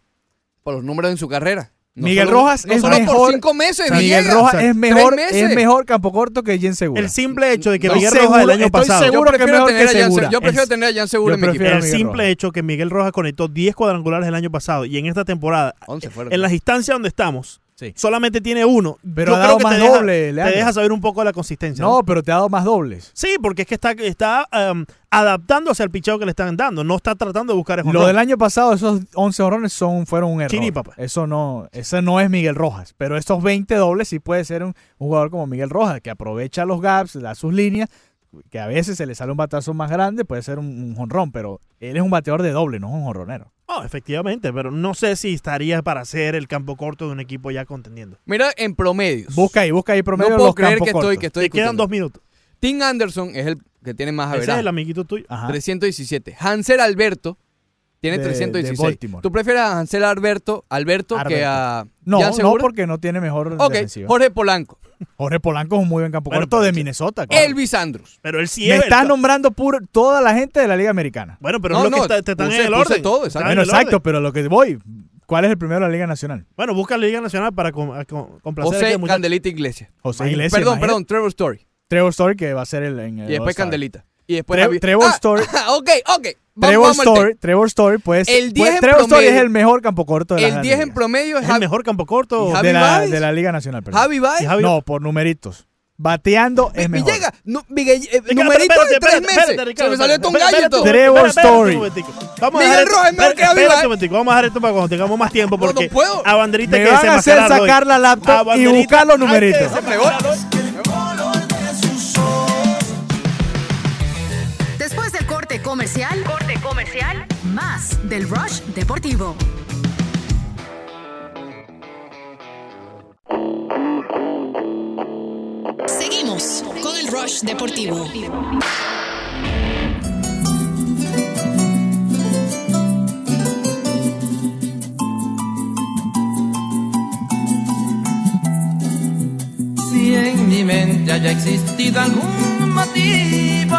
Por los números en su carrera. No
Miguel
solo-
Rojas
no
es
solo por
mejor-
cinco meses.
Miguel
Villegas.
Rojas
o sea,
es mejor,
tres meses.
es mejor campo corto que Jen Segura.
El simple hecho de que
No,
Miguel
seguro-
Rojas el año
estoy
pasado.
Yo
seguro que es
prefiero
mejor que
tener a Jan Se-
Segura.
Yo prefiero
El-
tener a Jan Segura
yo
en mi equipo.
prefiero-
El
Miguel
simple
Rojas.
hecho que Miguel Rojas conectó 10 cuadrangulares el año pasado y en esta temporada, eh,
Once fueron.
en las instastancias donde estamos,
Sí.
solamente tiene uno.
Pero
Yo
ha
creo
dado
que
más
te deja-
doble,
te
Leandro.
deja saber un poco de la consistencia. ¿no?
No, pero te ha dado más dobles.
Sí, porque es que está, está em, adaptándose al picheo que le están dando. No está tratando de buscar el
Lo
jonrón.
del año pasado, esos 11 horrones son, fueron un error.
Chiripapa.
Eso no, ese no es Miguel Rojas. Pero esos 20 dobles sí puede ser un, un jugador como Miguel Rojas, que aprovecha los gaps, da sus líneas, que a veces se le sale un batazo más grande, puede ser un- un jonrón, pero él es un bateador de doble, no es un jonronero.
No, Oh, efectivamente, pero no sé si estaría para ser el campo corto de un equipo ya contendiendo.
Mira en promedios.
Busca ahí, busca ahí promedio
no
de
puedo
los
creer
campos
que estoy,
cortos.
que
Te
estoy
quedan
discutiendo.
dos minutos.
Tim Anderson es el que tiene más
Ese es el
averaje.
amiguito tuyo.
Ajá.
317. Hanser Alberto tiene
De-
316.
de Baltimore.
¿Tú prefieres a Hanser Alberto, Alberto, que
Alberto.
a
No,
Jan
no
Segura?
porque no tiene mejor
Ok,
defensiva.
Jorge Polanco.
Jorge Polanco es un muy buen campo
Bueno,
corto
pero-
de Minnesota. claro.
Elvis Andrus.
Pero él sí
Me
es el
estás
ca-
nombrando puro, toda la gente de la Liga Americana.
Bueno, pero
No,
es lo
no,
que está, te están
puse-
en el
puse
orden.
todo,
Están
exacto.
en
Bueno,
el
exacto,
orden.
pero lo que voy, ¿cuál es el primero de la Liga Nacional?
Bueno, busca la Liga Nacional para com- a- com- complacer a
José
aquel muchacho.
Candelita Iglesias.
José
Imagínate.
Iglesias.
Perdón,
imagínate.
perdón, Trevor Story.
Trevor Story que va a ser el en el
Y después
All-Star.
Candelita. Y después
Tre-
Javier-
Trevor
Ah,
Story.
ok, ok. Vamos-
Trevor
vamos al tema.
Story, Trevor Story pues
El 10 en
Trevor Story es
promedio.
el mejor campo corto de la
El 10 en promedio es
Es el
Javi,
mejor campo corto.
Y Javi-
de la,
Baez.
de la Liga Nacional, perdón.
Javi Baez.
Y Javi-
No, por numeritos. Bateando es mejor.
Villega, no, Miguel, eh,
Espérate,
numerito
espérate,
de tres
espérate,
meses.
espérate, Ricardo,
Se me salió
espérate,
todo un gallo y
espérate,
todo.
Trevor
espérate, espérate un
Story.
momentico. Vamos a
Miguel
dejar esto-
Rojas es mejor
espérate,
que Javi
espérate
Baez.
un momentico, Vamos a dejar esto para cuando tengamos más tiempo
No, no
porque
puedo.
a banderita hay
Me
que
van a hacer
desenmascararlo hoy.
sacar la
A
laptop y
banderita
buscar los
hay que
numeritos.
Me voy.
Después del corte comercial, corte comercial, más del Rush Deportivo.
Seguimos con el Rush Deportivo.
Si en mi mente haya existido algún motivo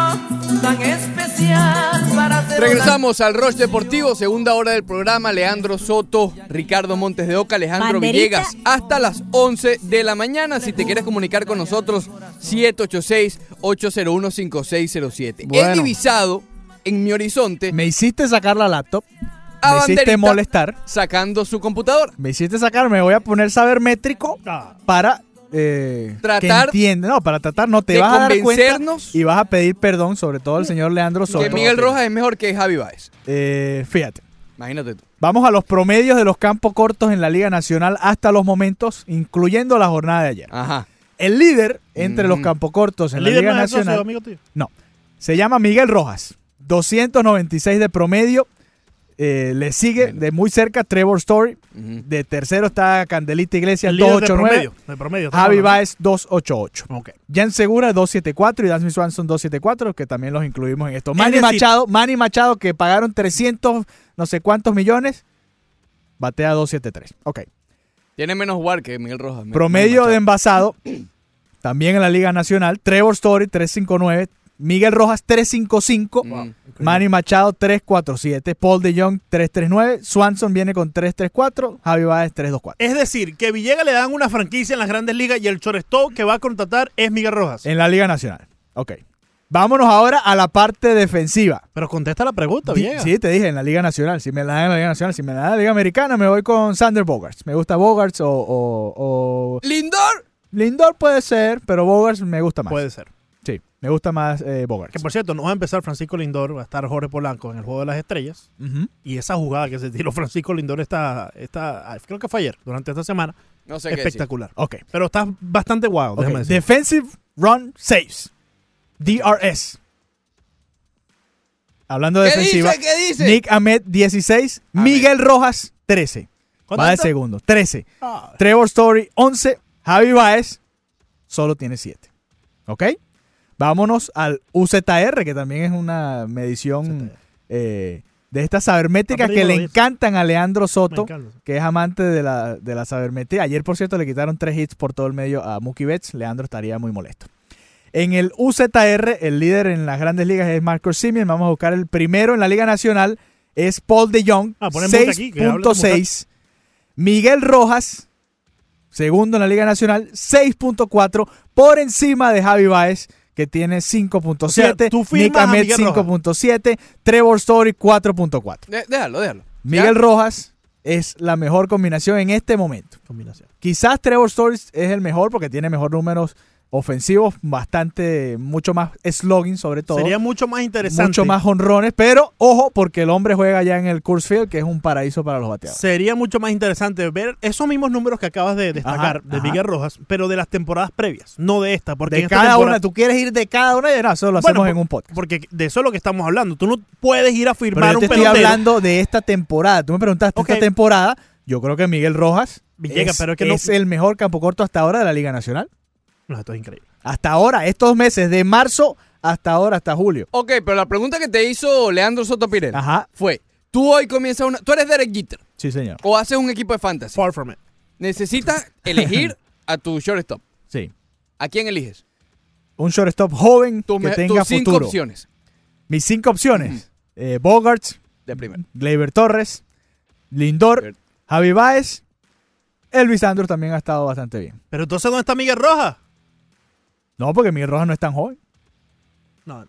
tan especial para hacer
Regresamos al Rush Deportivo, segunda hora del programa. Leandro Soto, Ricardo Montes de Oca, Alejandro
Banderita.
Villegas. Hasta las 11 de la mañana. Si te quieres comunicar con nosotros, 786-801-5607.
Bueno.
He divisado en mi horizonte
Me hiciste sacar la laptop.
a
me hiciste
Banderita
molestar.
sacando su computadora.
Me hiciste sacar, me voy a poner saber métrico
Ah.
para eh,
Tratar
que entienda. No, para tratar, no te
de
vas a dar cuenta
convencernos Mm.
y vas a pedir perdón, sobre todo al señor Leandro Soto.
Que Miguel Rojas es mejor que Javi Baez.
Eh, fíjate.
Imagínate tú.
Vamos a los promedios de los campos cortos en la Liga Nacional hasta los momentos, incluyendo la jornada de ayer.
Ajá.
El líder entre los
Mm.
campos cortos Pues en
El
la
líder
Liga
no es el socio,
Nacional
amigo tuyo.
se llama Miguel Rojas, 296 de promedio. Eh, le sigue de muy cerca Trevor Story.
Ujú.
De tercero está Candelita Iglesias,
El líder de
289.
promedio. De promedio. estamos
Javi
hablando.
Baez, 288.
Ok.
Jan Segura 274 y Dansby Swanson 274, que también los incluimos en esto. Manny
decir-
Machado, Manny Machado, que pagaron 300 no sé cuántos millones, batea 273. Ok.
Tiene menos war que Miguel Rojas. me-
Promedio
me
de
machaca.
envasado, También en la Liga Nacional, Trevor Story 359, Miguel Rojas 355, Manny Machado 347, Paul de Jong 339, Swanson viene con 334, Javi Baez 324.
Es decir, que Villegas le dan una franquicia en las grandes ligas y el shortstop que va a contratar es Miguel Rojas.
En la Liga Nacional. Ok. Vámonos ahora a la parte defensiva.
Pero contesta la pregunta,
Di-
Villegas.
Sí, te dije, en la Liga Nacional. Si me la dan en la Liga Nacional, si me la dan en la Liga Americana, me voy con Sander Bogarts. Me gusta Bogarts o, o- o-
Lindor.
Lindor puede ser, pero Bogarts me gusta más.
Puede ser.
Sí, me gusta más eh,
Que
Bogarts.
por cierto, no va a empezar Francisco Lindor, va a estar Jorge Polanco en el Juego de las Estrellas.
Ujú.
Y esa jugada que se tiró Francisco Lindor está, está creo que fue ayer, durante esta semana,
No sé qué decir.
espectacular.
Ok.
Pero está bastante guau,
ok.
déjame decir.
Defensive Run Saves. DRS. Hablando de
¿Qué
defensiva.
dice? ¿Qué dice?
Nick Ahmed 16,
Ahmed.
Miguel Rojas 13.
¿Cuánto
Va de
está?
segundo, 13.
Ah,
Trevor Story 11, Javi Baez solo tiene 7. ¿Ok? Vámonos al UZR, que también es una medición
UZR.
eh, de estas sabermétricas
Aprendí
que
a
le
oír.
encantan a Leandro
me
Soto,
encanta.
que es amante de la, de la sabermétrica. Ayer, por cierto, le quitaron tres hits por todo el medio a Mookie Betts. Leandro estaría muy molesto. En el UZR, el líder en las grandes ligas es Marcos Simeon. Vamos a buscar el primero en la Liga Nacional. Es Paul de Jong,
Ah, ponen música aquí, que hablen de
6.6. Miguel Rojas, segundo en la Liga Nacional, 6.4. Por encima de Javi Baez, que tiene 5.7.
O sea, tú firmas
Nick
a
Ahmed,
Miguel Rojas.
5.7. Trevor Story, 4.4.
De- déjalo, déjalo.
Miguel Rojas es la mejor combinación en este momento.
Combinación.
Quizás Trevor Story es el mejor porque tiene mejor números ofensivos, bastante, mucho más slogan sobre todo.
Sería mucho más interesante.
mucho más honrones, pero ojo porque el hombre juega ya en el Coors Field, que es un paraíso para los bateadores.
Sería mucho más interesante ver esos mismos números que acabas de destacar
Ajá,
de
ajá.
Miguel Rojas, pero de las temporadas previas, no de esta. Porque en
de
esta
cada
temporada-
una, tú quieres ir de cada una y no, eso lo
Bueno,
hacemos en
por-
un podcast.
Porque de eso es lo que estamos hablando. Tú no puedes ir a
Pero
firmar
yo te
un
estoy
pelotero.
hablando de esta temporada. Tú me preguntaste
Ok.
esta temporada. Yo creo que Miguel Rojas
Villegas,
es,
pero es que no-
es el mejor campo corto hasta ahora de la Liga Nacional.
No, esto es increíble.
Hasta ahora, estos meses, de marzo hasta ahora, hasta julio.
Ok, pero la pregunta que te hizo Leandro Soto Pirela
Ajá.
fue, tú hoy comienzas una... Tú eres Derek Jeter
Sí, señor.
o haces un equipo de fantasy.
Far from it.
Necesitas elegir a tu shortstop.
Sí.
¿A quién eliges?
Un shortstop joven
Tus
que
me-
tenga
tus cinco
futuro.
opciones
Mis cinco opciones. Eh, Bogarts,
de primero.
Gleyber Torres, Lindor,
Gleyber.
Javi Baez. Elvis Andrews también ha estado bastante bien.
Pero entonces, ¿dónde está Miguel Rojas?
No, porque Miguel Rojas no es tan joven.
No,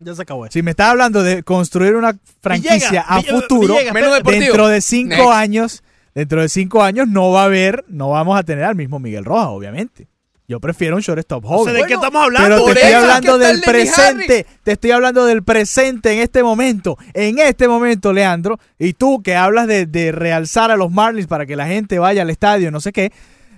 ya se acabó esto.
Si me estás hablando de construir una franquicia
Villegas,
a
Ville-
futuro,
Villegas,
Menos
espérate,
deportivo.
dentro de cinco
Next.
años, dentro de cinco años no va a haber, no vamos a tener al mismo Miguel Rojas, obviamente. Yo prefiero un shortstop
no sé
joven.
de qué
Bueno,
estamos hablando.
Pero te
por
estoy
eso es
hablando
que está
del
el Lenny
presente, te estoy hablando del presente en este momento, en este momento, Leandro, y tú que hablas de, de realzar a los Marlins para que la gente vaya al estadio, no sé qué.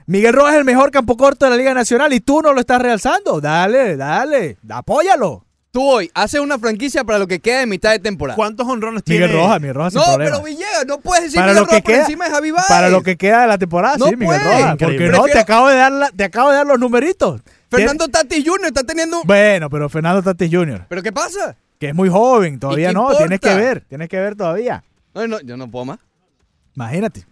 Miguel Rojas es el mejor campo corto de la Liga Nacional y tú no lo estás realzando. Dale, dale, apóyalo.
Tú hoy haces una franquicia para lo que queda de mitad de temporada.
¿Cuántos honrones tiene?
Miguel Rojas, Miguel Rojas sin
No,
problema.
pero Villegas, no puedes decir
para
Miguel
lo que
Rojas por
queda,
encima de Javi Baez.
para lo que queda de la temporada,
No
sí, Miguel
puede.
Rojas, porque
Increíble.
no te
Prefiero-
acabo de dar la- te acabo de dar los numeritos.
Fernando Tatis Jr. está teniendo...
Tien- Bueno, pero Fernando Tatis Jr.,
¿Pero qué pasa?
que es muy joven, todavía
qué
no, tienes
importa?
que ver, tienes que ver todavía.
No, no, yo no puedo más.
Imagínate.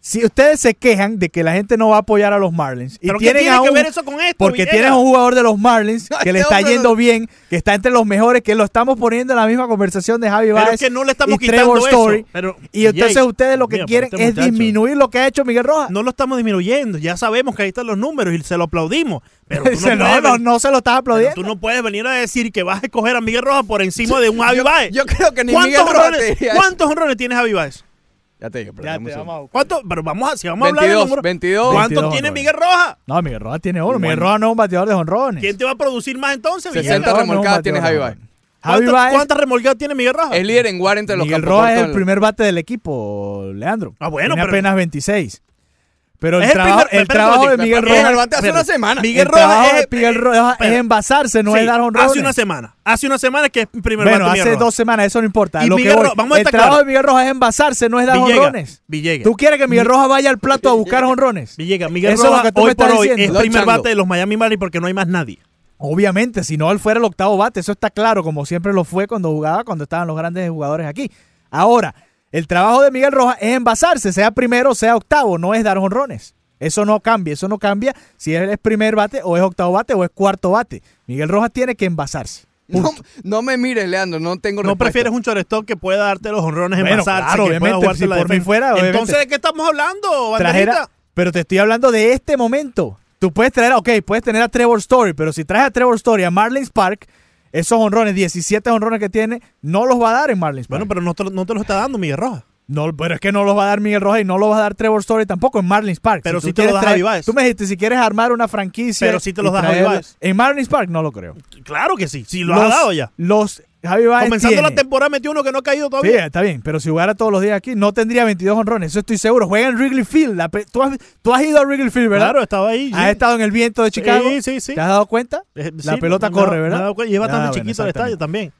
Si ustedes se quejan de que la gente no va a apoyar a los Marlins y
¿Pero qué
tienen
tiene
a
que
un-
ver eso con esto?
porque
Villegas?
tienes a un jugador de los Marlins
No,
que le
este
está
hombre
yendo
no-
bien, que está entre los mejores, que lo estamos poniendo en la misma conversación de Javi
Pero
Baez
es que no le estamos
y
quitando
Trevor
eso.
Story.
Pero,
y entonces
Jake,
ustedes lo que
mira, pero
quieren
este
es
muchacho.
disminuir lo que ha hecho Miguel Rojas.
No lo estamos disminuyendo. Ya sabemos que ahí están los números y se lo aplaudimos. Pero tú no,
Dice,
puedes,
no, no, no se lo estás
pero
aplaudiendo.
tú no puedes venir a decir que vas a escoger a Miguel Rojas por encima de un Javi
Yo-
Baez.
Yo, creo que ni Miguel
¿Cuántos
Rojas te
honrones,
diría eso.
¿Cuántos honrones tiene Javi Baez?
Ya te digo, pero
Ya
dame un
te
segundo.
vamos a-
¿Cuántos? Pero vamos a, si vamos a hablar
22,
de números,
22.
¿Cuántos
22
tiene
honrones.
Miguel Rojas?
No, Miguel Rojas tiene oro. Miguel
Bueno.
Rojas no es un bateador de honrones.
¿Quién te va a producir más entonces? Villegas?
60
Miguel Rojas no es un
remolcadas
bateador
tiene
de
Javi Baez.
honrones. Javi
¿Cuántas,
Baez,
cuántas remolcadas tiene Miguel Rojas?
Es líder en guardia entre los
Miguel
campos
Rojas es
cortos
el
en-
primer bate del equipo, Leandro.
Ah, bueno,
Tiene
pero-
apenas 26. Pero el,
Es el
trabajo-
primer-
el
espérate,
trabajo de
espérate,
Miguel
Pero
espérate,
el
Rojas...
bate hace una semana.
Miguel
el
Rojas
trabajo
es-
de Miguel Rojas es
espera.
envasarse, no
eh, Sí,
es dar honrones.
Hace una semana. Hace una semana que es primer
Bueno,
bate Miguel
hace
Rojas.
dos semanas, eso no importa.
Y
Lo que
Miguel
voy,
Rojas- vamos a
el
estar
trabajo
claros.
de Miguel Rojas es envasarse, no es dar honrones.
Villegas, Villegas,
¿Tú quieres que Miguel Rojas vaya al plato a buscar honrones?
Villegas, Miguel
Eso es lo
Rojas
que tú me
hoy
estás
por hoy
diciendo.
es primer
Luchando.
bate de los Miami Marlins porque no hay más nadie.
Obviamente, si no él fuera el octavo bate, eso está claro, como siempre lo fue cuando jugaba, cuando estaban los grandes jugadores aquí. Ahora, el trabajo de Miguel Rojas es envasarse, sea primero, sea octavo, no es dar honrones. Eso no cambia, eso no cambia si él es primer bate o es octavo bate o es cuarto bate. Miguel Rojas tiene que envasarse.
No, no me mires, Leandro, no tengo
¿No
respuesta.
prefieres un shortstop que pueda darte los honrones en
Bueno,
envasarse,
claro,
que pueda
obviamente,
jugarte
si
la
por mí
defensa?
fuera,
Entonces,
obviamente.
¿de qué estamos hablando,
Trajera-
banderita?
pero te estoy hablando de este momento. Tú puedes traer, ok, puedes tener a Trevor Story, pero si traes a Trevor Story a Marlins Park, esos honrones, 17 honrones que tiene, no los va a dar en Marlins Park.
Bueno, pero no te, lo- no te lo está dando Miguel Rojas.
No, pero es que no los va a dar Miguel Rojas y no los va a dar Trevor Story tampoco en Marlins Park.
Pero
tú
sí te lo
quieres
das a
traer-
Ibáez.
Tú me dijiste, si quieres armar una franquicia.
Pero sí te los
y
das a
traerlo-
Ibáez.
En Marlins Park no lo creo.
Claro que sí, sí lo
los,
ha dado ya.
Los Javi Baez
Comenzando
tiene-
la temporada metió uno que no ha caído
Sí,
todavía.
está bien, pero si jugara todos los días aquí no tendría 22 honrones, eso estoy seguro. Juega en Wrigley Field. la pe- tú, has, tú has ido a Wrigley Field, ¿verdad?
Claro, estaba ahí.
Has
sí.
estado en el viento de Chicago.
Sí, sí, sí.
¿Te has dado cuenta?
Eh,
La
sí,
pelota
me-
corre,
me-
¿verdad?
me he dado cuenta. Y es bastante
Ah, bueno,
chiquito el
exactamente.
estadio también.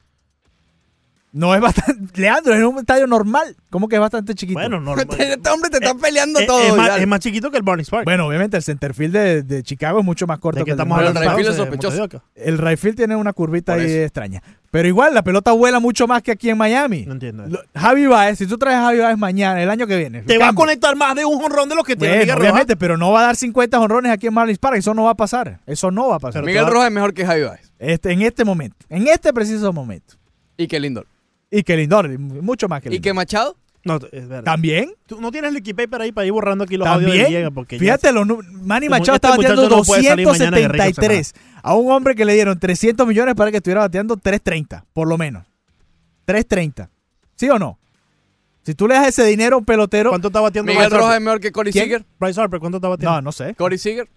No es bastante. Leandro, es un estadio normal. ¿Cómo que es bastante chiquito?
Bueno, no.
Este hombre te está
Eh,
peleando
eh,
todo.
es, más,
ya.
es más chiquito que el Barney Park.
Bueno, obviamente el centerfield de, de Chicago es mucho más corto
de que
el de
estamos
Marlins
hablando
el
Park.
Rayfield es
entonces de
sospechoso.
Montevideo.
El Rayfield tiene una curvita
Por
ahí
eso.
extraña. Pero igual, la pelota vuela mucho más que aquí en Miami.
No entiendo.
Lo- Javi Baez, si tú traes a Javi Baez mañana, el año que viene.
Te
cambia.
va a conectar más de un jonrón de los que tiene
Bueno,
Miguel Rojas.
obviamente, pero no va a dar 50 honrones aquí en Marlins Park. Eso no va a pasar. Eso no va a pasar.
Miguel Rojas es mejor que Javi Baez.
Este, en este momento. En este preciso momento.
Y que Lindor.
Y que Lindor, mucho más que
¿Y
Lindor.
que Machado?
No, es verdad.
También,
Tú no tienes el Wikipaper ahí para ir borrando aquí los audios de
también.
Diego. Porque ya-
fíjate, los nu- Manny
Este mu-
Machado
este
estaba bateando
muchacho no puede salir mañana de Rico
273. A un hombre que le dieron 300 millones para que estuviera bateando 330, por lo menos. 330. ¿Sí o no? Si tú le das ese dinero a un pelotero.
¿Cuánto está batiendo
Miguel
Bryce
Rojas es
Harper?
mejor que Corey
¿Quién?
Seager.
Bryce Harper, ¿cuánto está batiendo?
No, no sé.
Corey Seager.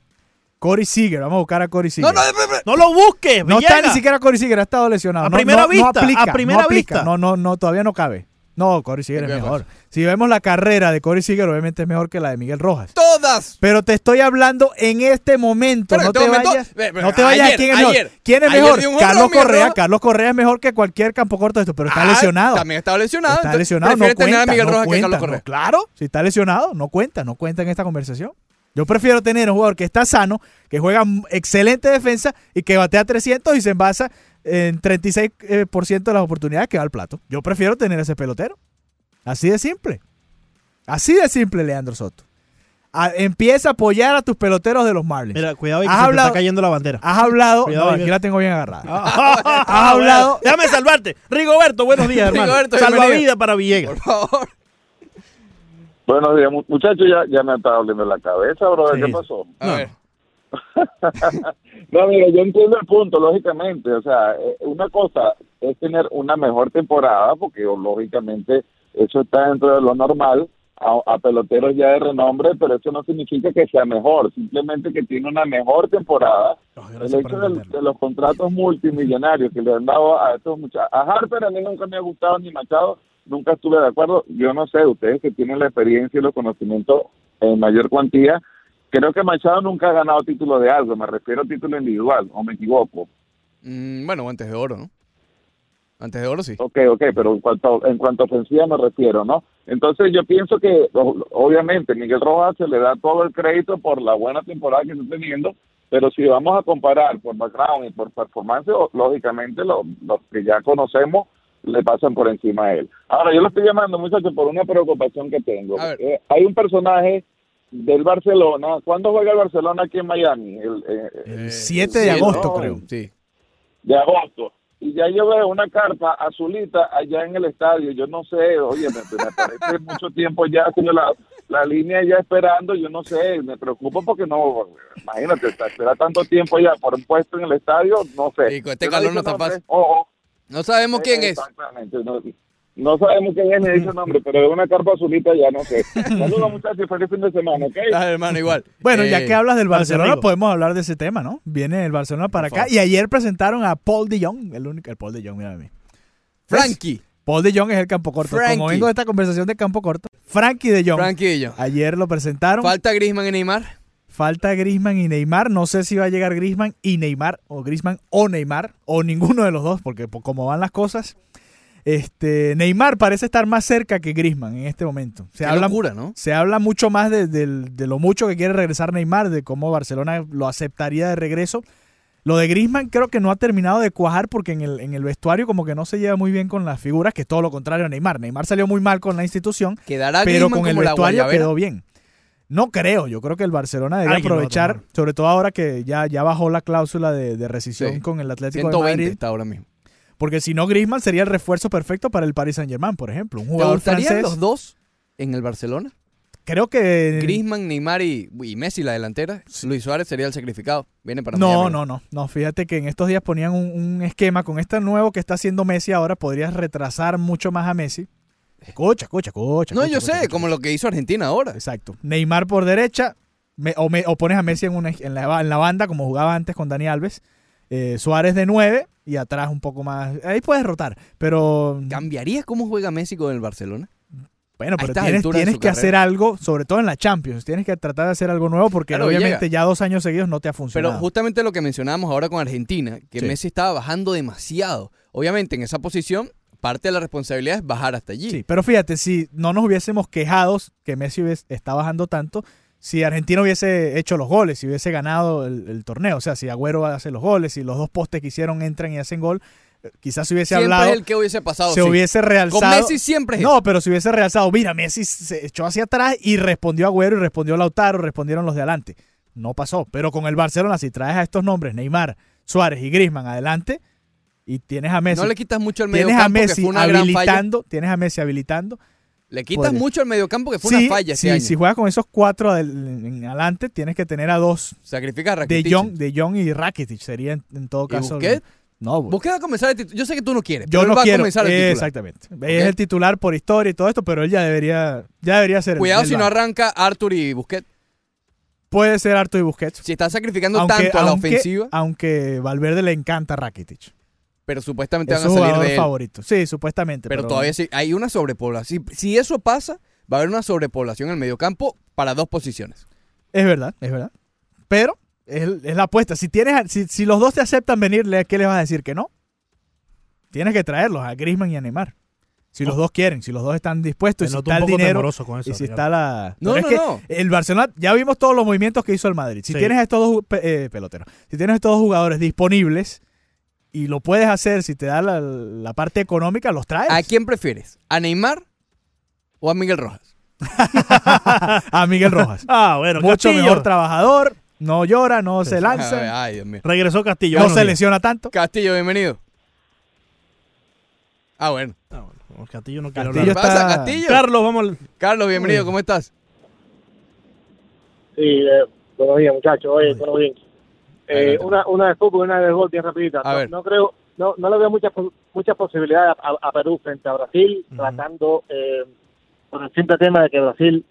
Corey Seager, vamos a buscar a Corey Seager.
No, no, espera, espera.
No lo busques,
No está
Villegas.
ni siquiera Corey Seager, ha estado lesionado.
A
No,
primera
no- no
vista,
aplica,
a primera
no aplica.
vista.
No, no, no, todavía no cabe. No, Corey Seager es
¿Qué
mejor. Si vemos la carrera de Corey Seager, obviamente es mejor que la de Miguel Rojas.
Todas.
Pero te estoy hablando en este momento.
Pero en
no,
este
te
momento-
vayas,
Ve, ve,
no te vayas.
ayer,
a ¿Quién es mejor?
ayer.
¿Quién es
Ayer
mejor?
dio un
Carlos
honrón, Miguel
Correa.
Rojas.
Carlos Correa es mejor que cualquier campo corto de esto, pero está
Ah,
lesionado.
También está lesionado.
Está
entonces
lesionado, no
Prefiere
cuenta.
tener a Miguel
no
Rojas que a
cuenta,
Carlos
no,
Correa.
claro, si está lesionado, no cuenta, no cuenta en esta conversación. Yo prefiero tener un jugador que está sano, que juega m- excelente defensa y que batea 300 y se envasa en 36% eh, por ciento de las oportunidades que va al plato. Yo prefiero tener ese pelotero. Así de simple. Así de simple, Leandro Soto. A- empieza a apoyar a tus peloteros de los Marlins.
Mira, cuidado, ahí que
Has
se te
hablado-
está cayendo la bandera.
Has hablado.
Cuidado,
no,
Iber.
aquí la tengo bien agarrada.
Ha
hablado-
Ah, Déjame salvarte. Rigoberto, buenos días, hermano.
Rigoberto, bienvenido.
Salvavidas para Villegas.
Por favor.
Buenos días, mu- muchachos, ya, ya me está doliendo la cabeza, brother,
Sí.
¿qué pasó?
A ver.
No, mira, yo entiendo el punto, lógicamente. O sea, eh, una cosa es tener una mejor temporada, porque o, lógicamente eso está dentro de lo normal, a, a peloteros ya de renombre, pero eso no significa que sea mejor, simplemente que tiene una mejor temporada.
No,
El
gracias
hecho del-
por
de,
entenderlo.
los contratos multimillonarios que le han dado a estos muchachos. A Harper a mí nunca me ha gustado, ni Machado, nunca estuve de acuerdo. Yo no sé, ustedes que tienen la experiencia y los conocimientos en mayor cuantía, creo que Machado nunca ha ganado título de algo, me refiero a título individual, o me equivoco.
Mm, bueno, antes de oro, ¿no? Antes de oro sí.
Ok, ok, pero en cuanto, en cuanto a ofensiva me refiero, ¿no? Entonces yo pienso que, o- obviamente, Miguel Rojas se le da todo el crédito por la buena temporada que está teniendo, pero si vamos a comparar por background y por performance, o- lógicamente lo- los que ya conocemos le pasan por encima a él. Ahora, yo lo estoy llamando, muchachos, por una preocupación que tengo.
A ver.
Eh, hay un personaje del Barcelona. ¿Cuándo juega el Barcelona aquí en Miami? El, eh,
El
Eh,
7 de
sí,
agosto,
no.
creo.
Sí.
de agosto. Y ya yo veo una carpa azulita allá en el estadio. Yo no sé, oye, me, me parece mucho tiempo ya, sino la, la línea ya esperando. Yo no sé, me preocupo porque no, imagínate, está- esperar tanto tiempo ya por un puesto en el estadio, no sé.
Y con este
Yo
calor
dije
no está
nombre.
fácil.
Oh, oh,
No sabemos quién
eh,
es.
Exactamente. No, no sabemos quién es ni dice el nombre, pero es una carpa azulita ya, no sé. Saludos, muchachos, y feliz fin de semana, ¿ok?
Ah, hermano, igual.
Bueno, ya
Eh,
que hablas del Barcelona,
amigo.
podemos hablar de ese tema, ¿no? Viene el Barcelona para acá. Y ayer presentaron a Paul de Jong, el único, el Paul de Jong, mira a mí.
Frankie.
Paul de Jong es el campo corto. Como
Frankie.
vengo de esta conversación de campo corto, Frankie de Jong.
Frankie y yo.
Ayer lo presentaron.
Falta Grisman y Neymar.
Falta Grisman y Neymar. No sé si va a llegar Grisman y Neymar, o Grisman o Neymar, o ninguno de los dos, porque po- como van las cosas, este Neymar parece estar más cerca que Grisman en este momento. Se
Qué
habla,
locura, ¿no?
se habla mucho más de, del- de lo mucho que quiere regresar Neymar, de cómo Barcelona lo aceptaría de regreso. Lo de Grisman creo que no ha terminado de cuajar porque en el, en el vestuario como que no se lleva muy bien con las figuras, que es todo lo contrario a Neymar. Neymar salió muy mal con la institución,
Quedará
pero
Griezmann
con el
como la
vestuario
guayabera.
quedó bien. No creo, yo creo que el Barcelona debe
Alguien lo va a
aprovechar,
tomar.
sobre todo ahora que ya, ya bajó la cláusula de, de rescisión
Sí.
con el Atlético
120
de Madrid.
está ahora mismo.
Porque si no, Griezmann sería el refuerzo perfecto para el Paris Saint-Germain, por ejemplo. Un
¿Te
jugador
gustarían
francés.
los dos en el Barcelona?
Creo que.
Griezmann, Neymar y, y Messi la delantera. Luis Suárez sería el sacrificado. Viene para
No,
Miami.
no, no, no. Fíjate que en estos días ponían un, un esquema con este nuevo que está haciendo Messi ahora. Podrías retrasar mucho más a Messi. Escucha, escucha, escucha.
No,
escucha,
yo
escucha,
sé,
escucha.
como lo que hizo Argentina ahora.
Exacto. Neymar por derecha, me- o, me- o pones a Messi en, una- en la, en la banda, como jugaba antes con Dani Alves. Eh, Suárez de 9 y atrás un poco más. Ahí puedes rotar, pero.
¿Cambiarías cómo juega Messi con el Barcelona?
Bueno, pero
estas
tienes,
alturas de
tienes
su
que
carrera.
hacer algo, sobre todo en la Champions. Tienes que tratar de hacer algo nuevo porque
Claro,
obviamente ya dos años seguidos no te ha
Pero
funcionado.
justamente lo que mencionábamos ahora con Argentina, que
Sí.
Messi estaba bajando demasiado. Obviamente, en esa posición, parte de la responsabilidad es bajar hasta allí.
Sí, pero fíjate, si no nos hubiésemos quejado que Messi hubiese- está bajando tanto, si Argentina hubiese hecho los goles, si hubiese ganado el, el torneo, o sea, si Agüero hace los goles, si los dos postes que hicieron entran y hacen gol, eh, quizás se hubiese
siempre
hablado,
es el que hubiese pasado.
se
sí.
hubiese realzado.
Con Messi siempre es
No, pero se hubiese realzado, mira, Messi se echó hacia atrás y respondió Agüero y respondió Lautaro, respondieron los de adelante. No pasó, pero con el Barcelona, si traes a estos nombres, Neymar, Suárez y Griezmann adelante, y tienes a
eso.
Messi.
No le quitas mucho al
Tienes a
mediocampo, que
Messi
fue una gran falla.
habilitando, tienes a Messi habilitando.
Le quitas
Podría.
mucho al mediocampo, que fue
Sí,
una falla
sí,
ese año.
si juegas con esos cuatro adel- en adelante, tienes que tener a dos
Sacrificas a
de
Rakitic.
Jong, de Jong y Rakitic sería en, en todo
¿Y
caso.
Busquets?
No, bu-
Busquets va a comenzar de titu- Yo sé que tú no quieres,
yo
pero
no
él va a
quiero.
comenzar de titular.
Exactamente. Es el titular por historia y todo esto, pero él ya debería, ya debería ser. el-
Cuidado
el
si no
banco.
arranca Arthur y Busquets.
Puede ser Artur y Busquets.
Si está sacrificando tanto a la ofensiva,
aunque Valverde le encanta a Rakitic.
pero supuestamente
Es
van a
su
salir
jugador
de él.
favorito. Sí, supuestamente.
Pero todavía sí, hay una sobrepoblación. Si, si eso pasa, va a haber una sobrepoblación en el mediocampo para dos posiciones.
Es verdad, es verdad. Pero es, es la apuesta. Si, tienes, a- si, si los dos te aceptan venir, ¿le- ¿qué les vas a decir que no? Tienes que traerlos a Grisman y a Neymar. Si los dos quieren, si los dos están
Te
dispuestos, y si
noto
está
un
el
poco
dinero
temoroso con eso.
y si
Ricardo.
está la...
No,
Pero
no,
es que
no.
El Barcelona, ya vimos todos los movimientos que hizo el Madrid. Si
Sí.
tienes a estos dos pe- eh, peloteros, si tienes a estos dos jugadores disponibles y lo puedes hacer, si te da la, la parte económica, los traes.
¿A quién prefieres? ¿A Neymar o a Miguel Rojas?
a Miguel Rojas.
Ah, bueno,
Mucho
Castillo.
mejor trabajador, no llora, no se
Ay,
lanza,
ay, Dios mío.
Regresó Castillo.
no
buenos
se
días.
lesiona tanto.
Castillo, bienvenido. Ah, bueno.
Ah, bueno, Castillo no quiere
Castillo
hablar.
¿Qué pasa,
está-
Castillo?
Carlos, vamos al-
Carlos, bienvenido, ¿cómo estás?
Sí, eh, buenos días, muchachos. Oye, buenos días. Eh,
Adelante.
una, una de fútbol y una de gol, bien rapidita.
A
no,
ver.
no creo, no, no le veo muchas pos- muchas posibilidades a, a Perú frente a Brasil,
Ujú.
tratando eh, con el simple tema de que Brasil,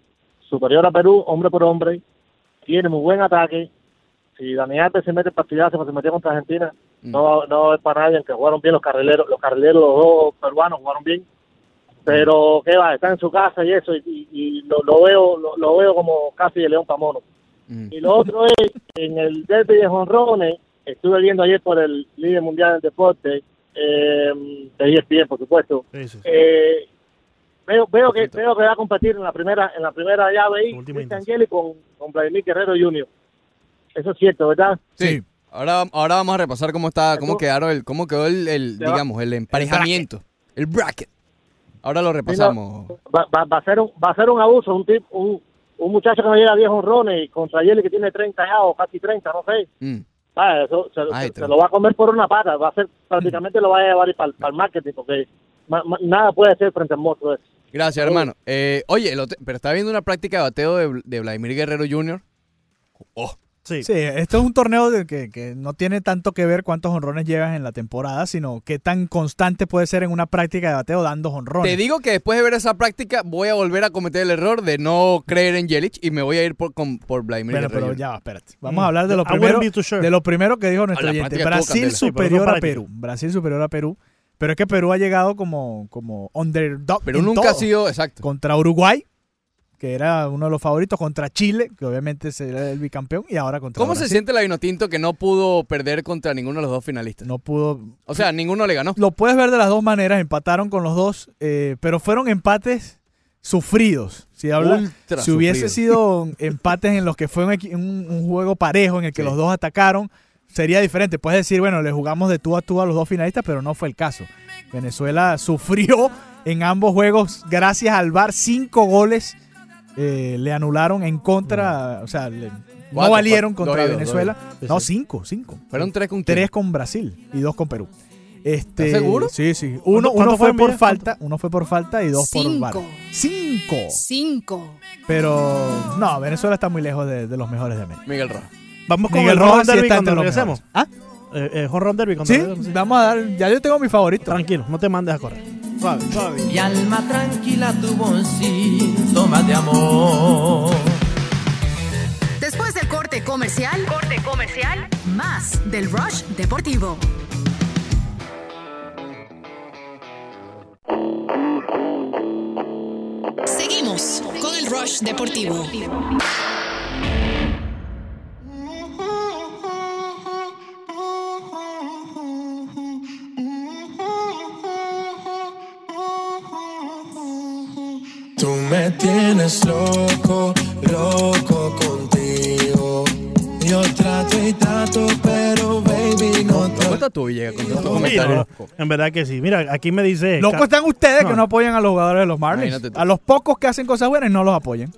superior a Perú, hombre por hombre, tiene muy buen ataque. Si Dani Alves se mete en partidazo, como se metió contra Argentina,
Mm.
no, no es para nadie, aunque jugaron bien los carrileros, los carrileros, los dos peruanos jugaron bien. Pero, ¿qué va? Está en su casa y eso, y, y- y lo, lo veo lo, lo veo como casi de león para mono.
Mm.
Y lo otro es, en el derby de Jonrones, estuve viendo ayer por el líder mundial del deporte, eh, de ESPN, por supuesto,
Sí, sí, sí.
eh, veo, veo, que, veo que va a competir en la primera, en la primera llave ahí,
Última
Cristian
instancia.
Angeli con, con Vladimir Guerrero Jr. Eso es cierto, ¿verdad?
Sí.
Sí.
Ahora, ahora vamos a repasar cómo está, cómo
¿Cómo?
quedaron el, cómo quedó el, el,
Ya va.
digamos, el emparejamiento, el bracket. Ahora lo repasamos.
Va, va, va a, ser un, va a ser un abuso, un, tip, un, un muchacho que no llega a 10 honrones contra Angeli que tiene 30 ya o casi 30, no sé.
Mm.
Ah, eso se,
Ay,
se- se
tremendo.
lo va a comer por una pata, va a ser prácticamente lo va a llevar para el marketing porque ma- ma- nada puede ser frente al monstruo. ese.
Gracias, hermano. Eh, oye, el otro- pero estaba viendo una práctica de bateo de, de Vladimir Guerrero Jr. Oh,
Sí.
Sí, esto es un torneo de que, que no tiene tanto que ver cuántos honrones llevas en la temporada, sino qué tan constante puede ser en una práctica de bateo dando honrones.
Te digo que después de ver esa práctica voy a volver a cometer el error de no creer en Yelich y me voy a ir por, con- por Vladimir
Bueno,
Guerrero
pero
Jr.
ya va, espérate. Vamos
Mm.
a hablar de lo
I wouldn't
primero,
be too sure.
de lo primero que dijo nuestro
Ah, la
oyente.
práctica estuvo
Brasil
candela. Sí,
pero no
superior a
práctica.
Perú. Brasil superior a Perú. Pero es que Perú ha llegado como, como underdog.
Pero
en
nunca ha
todo.
sido, exacto.
Contra Uruguay, que era uno de los favoritos. Contra Chile, que obviamente será el bicampeón. Y ahora contra
¿Cómo se
Brasil.
siente la Vinotinto que no pudo perder contra ninguno de los dos finalistas?
No pudo
O sea, ninguno le ganó.
lo puedes ver de las dos maneras. Empataron con los dos, eh, pero fueron empates sufridos. Si, habla-
Ultra
si hubiese
sufrido.
sido empates en los que fue un, equi- un- un juego parejo, en el que
Sí.
los dos atacaron, sería diferente. Puedes decir, bueno, le jugamos de tú a tú a los dos finalistas, pero no fue el caso. Venezuela sufrió en ambos juegos, gracias al VAR, cinco goles eh, le anularon en contra, o sea, le- no
Mm. Cuatro,
valieron
cuatro,
contra
dos y dos,
Venezuela.
dos y dos.
No,
Sí, sí.
cinco, cinco.
Fueron tres con quién?
Tres con Brasil y dos con Perú. Este,
¿Estás seguro?
Sí, sí.
¿Cuánto-
Uno,
cuánto
uno fue
fue,
por
Miriam?
falta, uno fue por falta y dos por
Cinco.
VAR. Cinco.
Cinco.
Pero no, Venezuela está muy lejos de, de los mejores de América.
Miguel Rojas.
Vamos con
Miguel
el
Rojas
Home
sí
Derby
está
cuando
entre los
regresemos.
mejores. ¿Ah?
Eh, eh, home run Derby cuando
Sí,
regresemos. sí.
vamos a dar. Ya yo tengo mi favorito.
Tranquilo, no te mandes a correr. Suave, suave.
Mi alma tranquila tuvo un síntoma de amor.
Después del corte comercial, corte comercial, más del Rush Deportivo.
Seguimos con el Rush Deportivo.
Tú me tienes loco, loco contigo. Yo trato y trato, pero baby no
¿Cómo
trato.
está tú, Villegas, con
Sí,
tantos comentarios?
no, en verdad que sí. Mira, aquí me dice.
Locos están ustedes que
Eh, No.
no apoyan a los jugadores de los Marlins.
Imagínate tú.
A los pocos que hacen cosas buenas no los apoyan.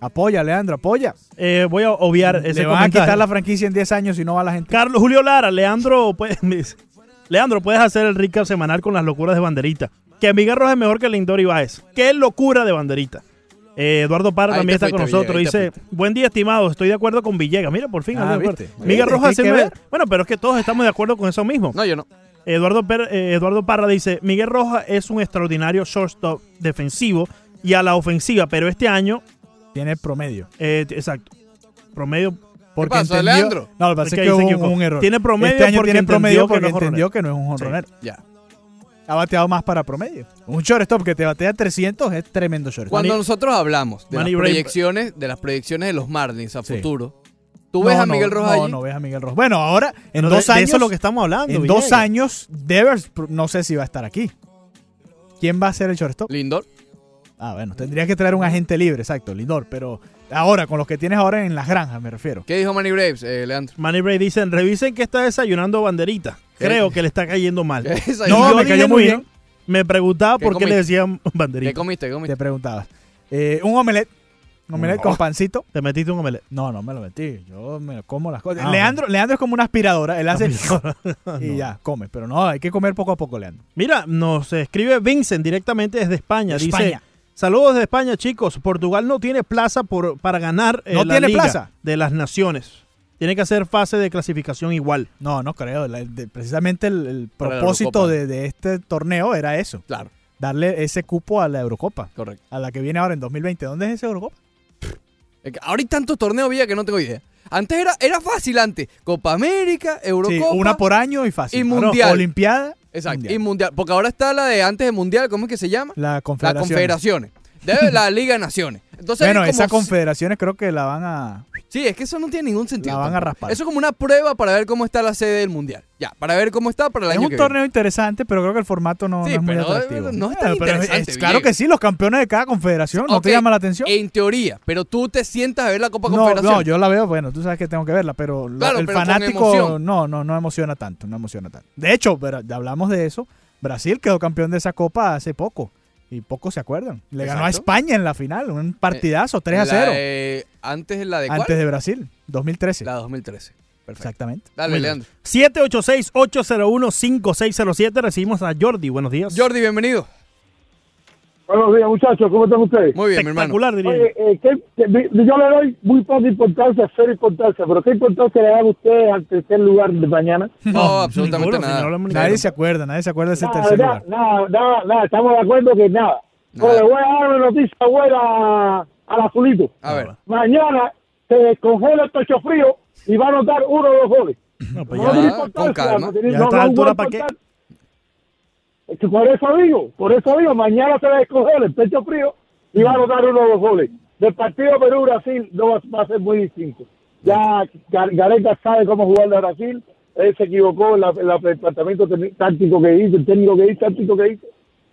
Apoya, Leandro, apoya.
Eh, voy a obviar ese
Le van a
comentario.
quitar la franquicia en 10 años si no va la gente.
Carlos Julio Lara, Leandro, pues, me dice, Leandro, puedes hacer el recap semanal con las locuras de banderita. Que Miguel Rojas es mejor que Lindor Ibáez. Qué locura de banderita. Eh, Eduardo Parra
Ahí
también
te
está con
fuiste,
nosotros.
Villegas, ahí te
Dice, buen día, estimados. Estoy de acuerdo con Villegas. Mira, por fin.
Ah,
alguien de
¿viste?
acuerdo. Miguel
¿Viste?
Rojas
Hay
es
que
mejor.
ver.
Bueno, pero es que todos estamos de acuerdo con eso mismo.
No, yo no.
Eduardo, Per- eh, Eduardo Parra dice, Miguel Rojas es un extraordinario shortstop defensivo y a la ofensiva, pero este año,
Tiene promedio.
eh, t- exacto, promedio...
Porque
pasó,
entendió-
Leandro?
No, lo que pasa
Es que
es que
ahí se
hubo un,
equivocó.
un error.
Tiene promedio
este año
porque
tiene
entendió
promedio
que no
porque
es
entendió que no es un jonronero.
Ya.
Ha bateado más para promedio. Un shortstop que te batea 300 es tremendo shortstop.
Cuando nosotros hablamos de
Manny
las
Brain-
proyecciones, de las proyecciones de los Marlins a
Sí.
futuro, ¿tú ves
No,
a
no,
Miguel Rojas
No,
allí?
no ves a Miguel Rojas. Bueno, ahora en
Pero de-
dos
de
años
eso es lo que estamos hablando.
En
Villegas.
dos años, Devers pr- no sé si va a estar aquí. ¿Quién va a ser el shortstop?
Lindor.
Ah, bueno, tendría que traer un agente libre, exacto, Lindor, pero ahora, con los que tienes ahora en las granjas, me refiero.
¿Qué dijo Manny Braves, eh, Leandro?
Manny Bray dicen, revisen que está desayunando banderita.
¿Qué?
Creo que le está cayendo mal.
¿Qué
Y
desayunó?
yo
me
dije,
cayó muy bien.
Me preguntaba
¿Qué
por qué
comiste?
le decían
¿Qué
banderita.
comiste? ¿Qué comiste?
Te preguntabas. Eh, un omelette. Un omelette
No.
con pancito.
Te metiste un omelette.
No, no me lo metí. Yo me como las cosas.
Ah,
Leandro, Leandro es como una aspiradora. Él hace y
No.
ya, come. Pero no, hay que comer poco a poco, Leandro.
Mira, nos escribe Vincent directamente desde España. Dice,
España.
saludos de España, chicos. Portugal no tiene plaza por, para ganar eh,
¿No
la
tiene
Liga
plaza?
de las Naciones. Tiene que hacer fase de clasificación igual.
No, no creo. La- de- precisamente el, el
Para la
propósito
Eurocopa.
de, de este torneo era eso.
Claro,
Darle ese cupo a la Eurocopa,
correcto.
a la que viene ahora en 2020. ¿Dónde es esa Eurocopa?
Es que Ahora hay tantos torneos vía que no tengo idea. Antes era, era fácil antes. Copa América, Eurocopa.
Sí, una por año y fácil.
y
Claro,
mundial.
Olimpiada.
Exacto.
mundial.
Y mundial. Porque ahora está la de antes de mundial, ¿cómo es que se llama?
La
Las
confederación.
confederaciones. Debe la Liga de Naciones. Entonces,
Bueno,
es como
esas
si-
confederaciones creo que la van a.
Sí, es que eso no tiene ningún sentido.
La van a
tampoco.
raspar.
Eso es como una prueba para ver cómo está la sede del mundial. Ya, para ver cómo está para el
Es
año
un
que viene.
torneo interesante, pero creo que el formato no,
Sí,
no es muy
pero,
atractivo.
eh, no es tan
Eh, pero
interesante,
claro que
Villegas.
sí, los campeones de cada confederación. ¿No te
Ok,
llama la atención?
En teoría, pero tú te sientas a ver la Copa
No,
Confederación.
no, yo la veo, bueno, tú sabes que tengo que verla, pero lo-
Claro,
el
pero con
fanático
emoción.
no, no, no emociona tanto, no emociona tanto. De hecho, pero ya hablamos de eso, Brasil quedó campeón de esa copa hace poco y pocos se acuerdan. Le ganó a
Exacto. Eh,
España en la final, un partidazo, 3 a
La
0,
de- antes la de cuál?
antes de Brasil, 2013.
La 2013. Perfecto.
Exactamente.
Dale,
Muy
Leandro.
786-801-5607. Recibimos a Jordi. Buenos días.
Jordi, bienvenido.
Buenos días, muchachos. ¿Cómo están ustedes?
Muy bien, mi hermano.
Espectacular, diría. yo.
Oye, eh, ¿qué- qué- yo le doy muy poca importancia, cero importancia, pero ¿qué importancia le dan ustedes al tercer lugar de mañana?
No, absolutamente
ninguno, si no
nada.
hablamos ni-
Nadie se acuerda, nadie se acuerda de ese
Nada,
tercer
nada,
lugar.
nada, nada, nada, estamos de acuerdo que nada. Pero le
Nada.
voy a dar una noticia buena al azulito.
A ver.
Mañana se descongela el pecho frío y va a anotar uno o dos goles.
No, pues
Ya,
ya.
tiene
con
importancia,
calma.
no tiene-
Ya
no-
a esta
no es un
altura,
gol
¿pa' qué?
importante. Es que Por eso digo, por eso digo, mañana se va a descongela el pecho frío y va a anotar uno o dos goles. Del partido Perú-Brasil no va, va a ser muy distinto. Ya Gar- Gareca sabe cómo jugarle a Brasil. Él se equivocó en, la- en la- el planteamiento tec- táctico que hizo, el técnico que hizo, táctico que hizo.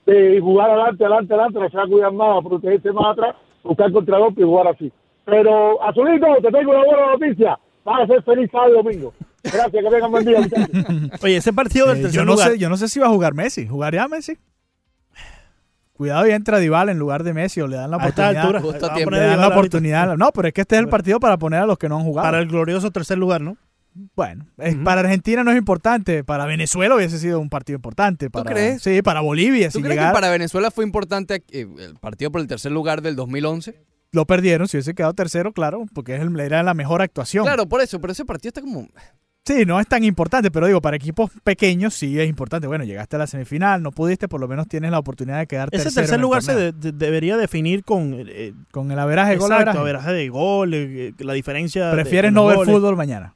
De jugar adelante, adelante, adelante, no se va a cuidar más, protegerse más atrás, buscar contragolpe y jugar así. Pero, Azulito, te tengo una buena noticia. Vas a ser feliz sábado y domingo. Gracias, que tengan buen día, muchachos.
Oye, ese partido del
Eh,
tercer
yo, no
lugar.
sé, yo no sé si va a jugar Messi, ¿jugaría Messi? Cuidado y entra Dybala en lugar de Messi o le dan la
A esta
oportunidad.
altura,
Justo
va a
tiempo.
poner
le dan la
Dybala ahorita.
oportunidad. No, pero es que este es el partido para poner a los que no han jugado.
Para el glorioso tercer lugar, ¿no?
Bueno, es-
Ujú.
para Argentina no es importante. Para Venezuela hubiese sido un partido importante. Para,
crees?
Sí, para Bolivia.
¿Tú
Si
crees
llegar,
que para Venezuela fue importante eh, el partido por el tercer lugar del 2011?
Lo perdieron. Si hubiese quedado tercero, claro, porque es el- era la mejor actuación.
Claro, por eso, pero ese partido está como...
Sí, no es tan importante, pero digo, para equipos pequeños sí es importante. Bueno, llegaste a la semifinal, no pudiste, por lo menos tienes la oportunidad de quedar
Ese
tercero en
tercer
el
lugar se
torneo.
de- de- debería definir con eh,
Con el averaje gol
Exacto,
averaje.
averaje de gol, eh, eh, la diferencia. de-
Prefieres
en
no
los
ver
goles.
fútbol mañana.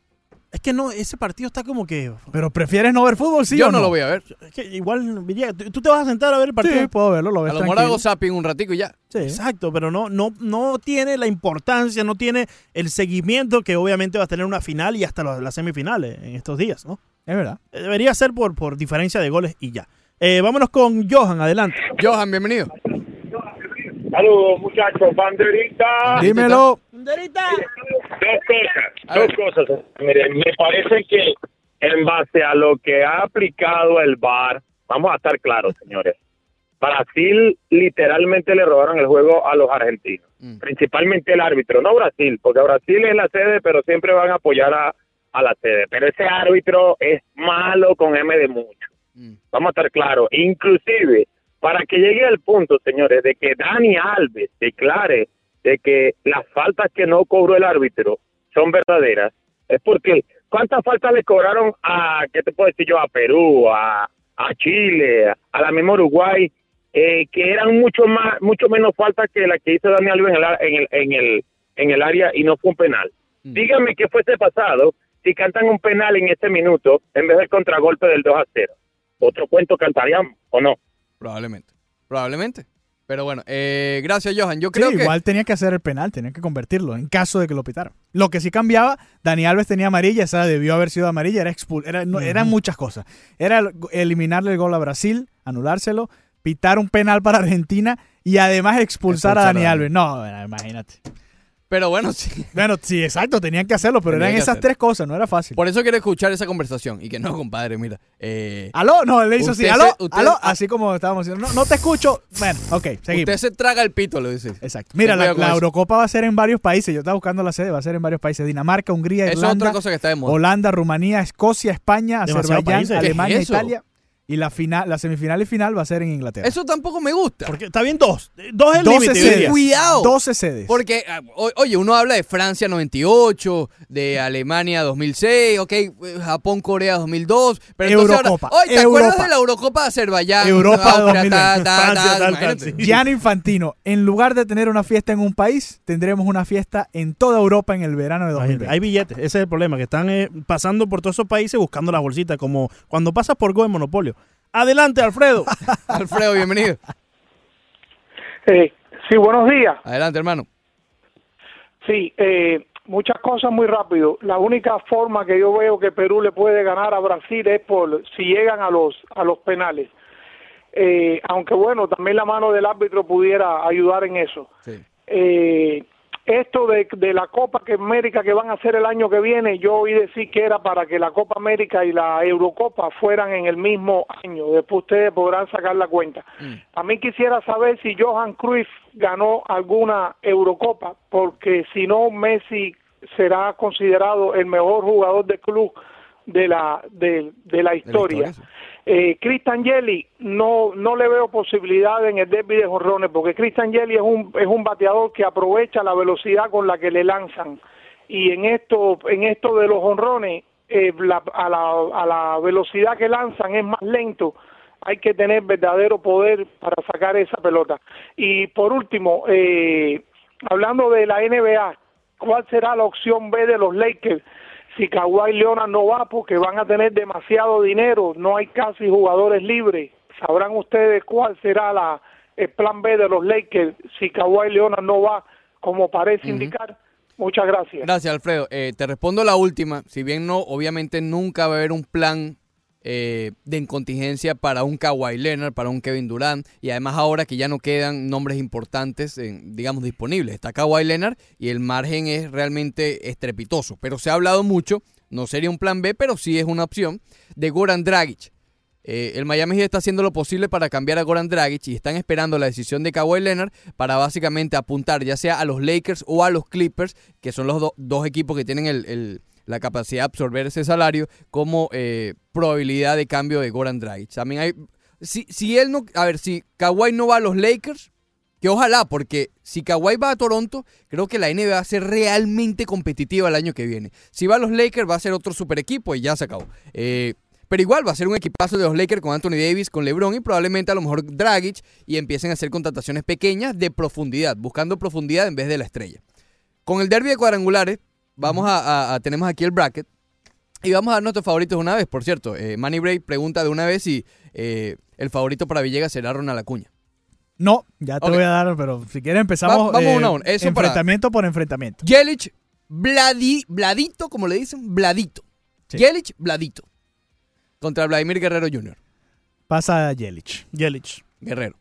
Es que no, ese partido está como que.
Pero prefieres no ver fútbol, sí
Yo
o
no lo voy a ver.
es que igual, diría, ¿tú, tú te vas a sentar a ver el partido.
Sí, puedo verlo, lo
A
ves
lo mejor
tranquilo.
hago zapping un ratico y ya.
Sí.
Exacto, pero no, no, no tiene la importancia, no tiene el seguimiento que obviamente va a tener una final y hasta las, las semifinales en estos días, ¿no?
Es verdad.
Eh, Debería ser por, por diferencia de goles y ya. Eh, vámonos con Johan, adelante.
Johan, bienvenido.
Saludos, muchachos, banderita.
Dímelo.
Dos cosas,
A
dos
ver.
cosas. Mire, me parece que en base a lo que ha aplicado el VAR, vamos a estar claros, señores. Brasil literalmente le robaron el juego a los argentinos,
Mm.
principalmente el árbitro, no Brasil, porque Brasil es la sede, pero siempre van a apoyar a, a la sede. Pero ese árbitro es malo con M de mucho
Mm.
vamos a estar claros, inclusive para que llegue al punto, señores, de que Dani Alves declare de que las faltas que no cobró el árbitro son verdaderas, es porque ¿cuántas faltas le cobraron a, qué te puedo decir yo, a Perú, a, a Chile, a la misma Uruguay, eh, que eran mucho más, mucho menos faltas que la que hizo Dani Alves en el, a- en el, en el, en el área y no fue un penal?
Mm.
Dígame qué fuese pasado si cantan un penal en este minuto en vez del contragolpe del 2 a 0 otro cuento cantaríamos, ¿o no?
Probablemente. Probablemente. Pero bueno, eh, gracias, Johan. Yo
Sí,
creo que...
igual tenía que hacer el penal, tenía que convertirlo en caso de que lo pitaran. Lo que sí cambiaba, Dani Alves tenía amarilla, esa debió haber sido amarilla, era expul era, no, eran muchas cosas. Era el- eliminarle el gol a Brasil, anulárselo, pitar un penal para Argentina y además expulsar, a
Expulsar a
Dani
Dani.
Alves. No, bueno, imagínate.
Pero bueno, sí.
Bueno, sí, exacto, tenían que hacerlo, pero
Tenían
eran
que
esas
hacerlo.
tres cosas, no era fácil.
Por eso quiero escuchar esa conversación. Y que no, compadre, mira. eh,
¿Aló? No, él le hizo así,
Usted
¿aló?
se- usted-
¿aló? Así como estábamos diciendo, no, no te escucho. Bueno, ok, seguimos.
usted se traga el pito, lo dice.
Exacto. Mira,
Ten
la,
cuidado con
la
eso.
Eurocopa va a ser en varios países. Yo estaba buscando la sede, va a ser en varios países. Dinamarca, Hungría,
Eso es
Irlanda,
otra cosa que está de moda.
Holanda, Rumanía, Escocia, España,
Demasiados
Azerbaiyán,
países.
Alemania,
¿Qué es eso?
Italia. Y la final, la semifinal y final va a ser en Inglaterra.
Eso tampoco me gusta.
Porque está bien dos. Eh, Dos es el
12
límite, yo
series.
diría.
Cuidado.
12 sedes.
Porque, ah, o- oye, uno habla de Francia 98, de Alemania 2006, ok, eh, Japón, Corea 2002, pero entonces ahora-
Eurocopa,
oye, ¿te acuerdas
Europa.
de la Eurocopa de Azerbaiyán?
Europa
Austria,
2020,
ta, ta,
Francia,
ta,
tal,
imagínate.
tal, sí.
Gianni Infantino, en lugar de tener una fiesta en un país, tendremos una fiesta en toda Europa en el verano de
Imagínate,
2020.
Hay billetes, ese es el problema, que están eh, pasando por todos esos países buscando las bolsitas, como cuando pasas por Go en Monopolio. Adelante, Alfredo.
Alfredo, bienvenido.
Eh, sí, buenos días.
Adelante, hermano.
Sí, eh, muchas cosas muy rápido. La única forma que yo veo que Perú le puede ganar a Brasil es por si llegan a los a los penales. Eh, aunque bueno, también la mano del árbitro pudiera ayudar en eso.
Sí.
Eh, esto de, de la Copa que América que van a hacer el año que viene, yo oí decir que era para que la Copa América y la Eurocopa fueran en el mismo año. Después ustedes podrán sacar la cuenta. A mí quisiera saber si Johan Cruyff ganó alguna Eurocopa, porque si no, Messi será considerado el mejor jugador del club de la, de, de la historia.
sí.
Eh, Cristian Jelly no no le veo posibilidad en el derby de jorrones porque Cristian Jelly es un es un bateador que aprovecha la velocidad con la que le lanzan y en esto en esto de los honrones eh, la- a, la, a la velocidad que lanzan es más lento hay que tener verdadero poder para sacar esa pelota y por último eh, hablando de la NBA cuál será la opción B de los Lakers si Kawhi Leonard no va porque van a tener demasiado dinero, no hay casi jugadores libres. Sabrán ustedes cuál será la el plan B de los Lakers si Kawhi Leonard no va, como parece indicar. Muchas gracias.
Gracias, Alfredo. Eh, te respondo la última. Si bien no, obviamente nunca va a haber un plan eh, de contingencia para un Kawhi Leonard, para un Kevin Durant. Y además ahora que ya no quedan nombres importantes, en- digamos, disponibles. Está Kawhi Leonard y el margen es realmente estrepitoso. Pero se ha hablado mucho, no sería un plan B, pero sí es una opción, de Goran Dragic. Eh, el Miami Heat está haciendo lo posible para cambiar a Goran Dragic y están esperando la decisión de Kawhi Leonard para básicamente apuntar ya sea a los Lakers o a los Clippers, que son los do- dos equipos que tienen el- el- la capacidad de absorber ese salario, como eh, probabilidad de cambio de Goran Dragic. También hay... Si, si él no... A ver, si Kawhi no va a los Lakers, que ojalá, porque si Kawhi va a Toronto, creo que la NBA va a ser realmente competitiva el año que viene. Si va a los Lakers, va a ser otro super equipo y ya se acabó. Eh, pero igual va a ser un equipazo de los Lakers con Anthony Davis, con LeBron y probablemente a lo mejor Dragic y empiecen a hacer contrataciones pequeñas de profundidad, buscando profundidad en vez de la estrella. Con el derby de cuadrangulares, vamos a, a- a- tenemos aquí el bracket y vamos a dar nuestros favoritos una vez. Por cierto, eh, Manny Bray pregunta de una vez si eh, el favorito para Villegas será Ronald Acuña.
No, ya te
Ok.
voy a dar, pero si quieres empezamos.
Va- vamos
eh,
uno a uno. Eso para-
enfrentamiento por enfrentamiento.
Jelic, Bladi- Bladito, como le dicen, Bladito. Jelic, Bladito. Contra Vladimir Guerrero Jr.
Pasa a Jelic.
Jelic.
Guerrero.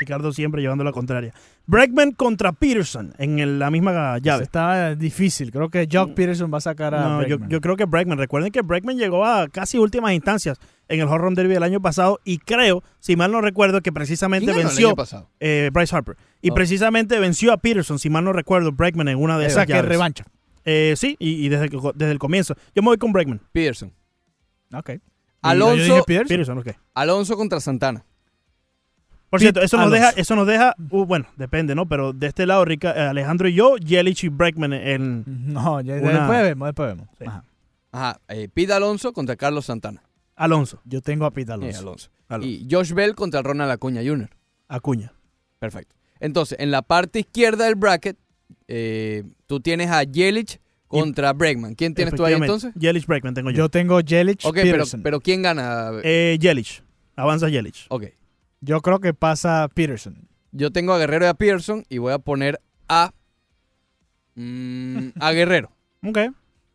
Ricardo siempre llevando la contraria. Bregman contra Peterson en el- la misma llave.
Está difícil. Creo que Jock Peterson va a sacar a.
No, yo,
Bregman.
yo creo que Bregman. Recuerden que Bregman llegó a casi últimas instancias en el Home Run Derby del año pasado y creo, si mal no recuerdo, que precisamente
¿Quién ganó el
venció
año pasado?
eh, Bryce Harper. Y
Oh.
precisamente venció a Peterson, si mal no recuerdo, Bregman en una de
O
esas
sea, que
llaves.
revancha.
Eh, sí, y, y desde, que- desde el comienzo. Yo me voy con Bregman.
Peterson.
Ok.
Alonso-
Y yo dije Peterson. Peterson, ok.
Alonso contra Santana.
Por cierto,
Pete
eso nos
Alonso.
deja, eso nos deja uh, bueno, depende, ¿no? Pero de este lado, Rica- eh, Alejandro y yo, Yelich y Bregman en...
No, ya-
Una-
Eh, después vemos, después vemos. Ajá.
Ajá, eh, Pete Alonso contra Carlos Santana.
Alonso.
Yo tengo a Pete
Eh,
Alonso.
Alonso. Y Josh Bell contra Ronald Acuña Jr.
Acuña.
Perfecto. Entonces, en la parte izquierda del bracket, eh, tú tienes a Jelic contra Bregman. ¿Quién tienes tú ahí
Efectivamente.
entonces?
Yelich, Bregman tengo yo.
Yo tengo Jelic
Ok, pero,
Peterson.
pero ¿quién gana?
Eh, Yelich. Avanza Yelich.
Ok.
Yo creo que pasa Peterson.
Yo tengo a Guerrero y a Pearson y voy a poner a. mm, a Guerrero.
Ok.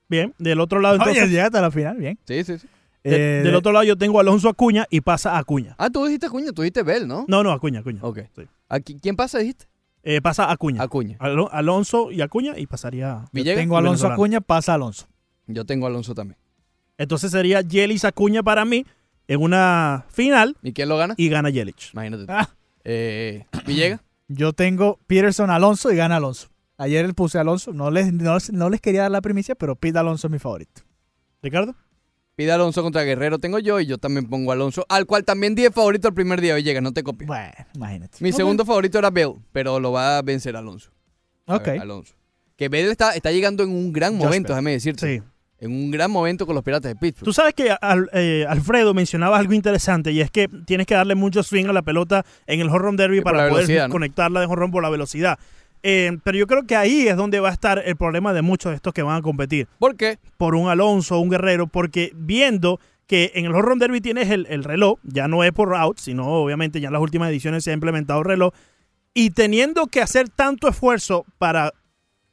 Bien. Del otro lado, entonces...
Oye, llegaste a la final, bien.
Sí, sí, sí.
de-
Eh,
del otro lado yo tengo a Alonso Acuña y pasa a Acuña.
Ah, tú dijiste Acuña, tú dijiste Bell, ¿no?
No, no, Acuña, Acuña.
Ok.
Sí.
Aquí- ¿Quién pasa, dijiste?
Eh, pasa a Acuña.
Acuña.
Alo- Alonso y Acuña y pasaría...
yo
Villegas.
tengo a Alonso
venezolano.
Acuña, pasa Alonso.
Yo tengo a Alonso también.
Entonces sería Yelich Acuña para mí en una final
¿Y quién lo gana?
y gana Yelich.
Imagínate. tú.
Ah.
Eh, Villegas.
Yo tengo Peterson Alonso y gana Alonso. Ayer le puse a Alonso, no les, no, les- no les quería dar la primicia, pero Pete Alonso es mi favorito.
Ricardo.
Pide Alonso contra Guerrero, tengo yo y yo también pongo a Alonso, al cual también di de favorito el primer día, Villegas, no te copies.
Bueno, imagínate.
Mi segundo favorito era Bell, pero lo va a vencer Alonso. A
Ok.
ver, Alonso. Que Bell está, está llegando en un gran
Josh
momento,
Bell.
déjame decirte.
Sí.
En un gran momento con los Piratas de Pittsburgh.
Tú sabes que al- eh, Alfredo mencionaba algo interesante y es que tienes que darle mucho swing a la pelota en el Horror Derby
Sí, por
para
la
poder
velocidad, ¿no?
conectarla de Horror por la velocidad. Eh, pero yo creo que ahí es donde va a estar el problema de muchos de estos que van a competir
¿Por qué?
por un Alonso, un Guerrero, porque viendo que en el Home Run Derby tienes el, el reloj, ya no es por out, sino obviamente ya en las últimas ediciones se ha implementado reloj, y teniendo que hacer tanto esfuerzo para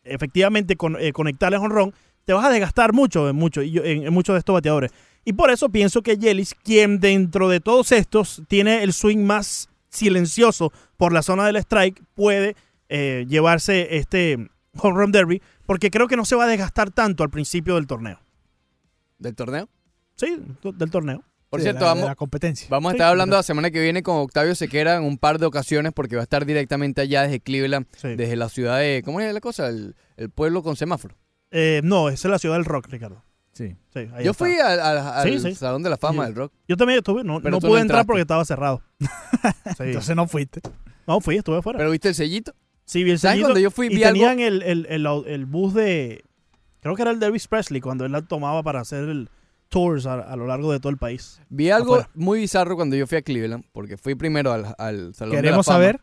efectivamente con, eh, conectar el honrón, te vas a desgastar mucho en, mucho, y yo- en, en muchos de estos bateadores. Y por eso pienso que Yelich, quien dentro de todos estos tiene el swing más silencioso por la zona del strike, puede eh, llevarse este home run derby, porque creo que no se va a desgastar tanto al principio del torneo.
¿Del torneo?
Sí, to- del torneo.
Por
Sí,
cierto,
la- de
vamos,
la competencia.
Vamos a
Sí,
estar hablando
verdad.
la semana que viene con Octavio Sequera en un par de ocasiones porque va a estar directamente allá desde Cleveland,
Sí.
desde la ciudad de... ¿Cómo es la cosa? El, el pueblo con semáforo.
Eh, no, esa es la ciudad del rock, Ricardo.
Sí.
Sí, ahí
Yo
está.
fui al, al-
Sí,
al
sí.
Salón de la Fama
Sí.
del Rock.
Yo también estuve, no,
Pero
no
tú no
pude entrar
entraste.
porque estaba cerrado. Sí.
Entonces no fuiste.
no, fui, estuve afuera.
¿Pero viste el sellito?
Sí, vi el
¿Sabes
sellito
cuando yo fui?
Y
Vi algo...
tenían el, el, el, au- el bus de. Creo que era el de Elvis Presley cuando él la tomaba para hacer el tours a, a lo largo de todo el país.
Vi algo
afuera.
muy bizarro cuando yo fui a Cleveland, porque fui primero al, al Salón de la Fama.
Queremos saber.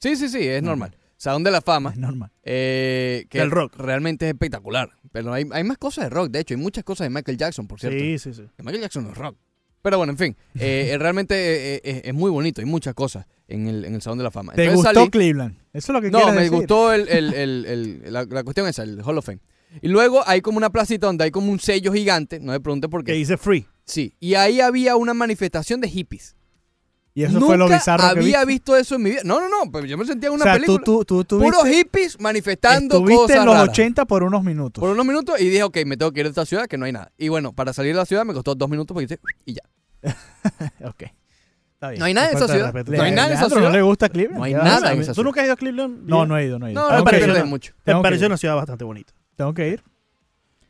Sí, sí, sí, es normal. Salón de la Fama.
Es normal.
eh, que
Del rock.
Realmente es espectacular. Pero hay, hay más cosas de rock, de hecho. Hay muchas cosas de Michael Jackson, por cierto.
Sí, sí, sí.
Que Michael Jackson no es rock. Pero bueno, en fin, eh, eh, realmente eh, eh, eh, es muy bonito, hay muchas cosas en el, en el Salón de la Fama.
¿Te
Entonces
gustó
salí-
Cleveland? Eso es lo que
No,
quieres
me
decir.
gustó el, eh, el- el- el- la, la cuestión esa, el Hall of Fame. Y luego hay como una placita donde hay como un sello gigante, no me pregunte por
Que
qué.
dice free.
Sí, y ahí había una manifestación de hippies.
Y eso
Nunca
fue lo bizarro que
había
viste.
visto eso en mi vida. No, no, no, pero yo me sentía en
O
una
sea, tú,
película.
tú, tú, tú
Puros
viste-
hippies manifestando
estuviste
cosas
en los
raras.
80 por unos minutos.
Por unos minutos y dije, ok, me tengo que ir de esta ciudad que no hay nada. Y bueno, para salir de la ciudad me costó dos minutos porque hice, y ya.
ok. Está bien.
No hay nada en esa
Falta de
ciudad.
respeto.
No hay nada en esa
Alejandro,
ciudad.
¿No le gusta Cleveland?
No hay
Ya,
nada
sabe.
en esa
¿Tú nunca has ido a Cleveland?
No, no he ido, no he ido.
No,
Tengo
me
que ir.
pierdes mucho.
Me
Tengo que
pareció
ir.
una ciudad bastante bonita.
Tengo que ir.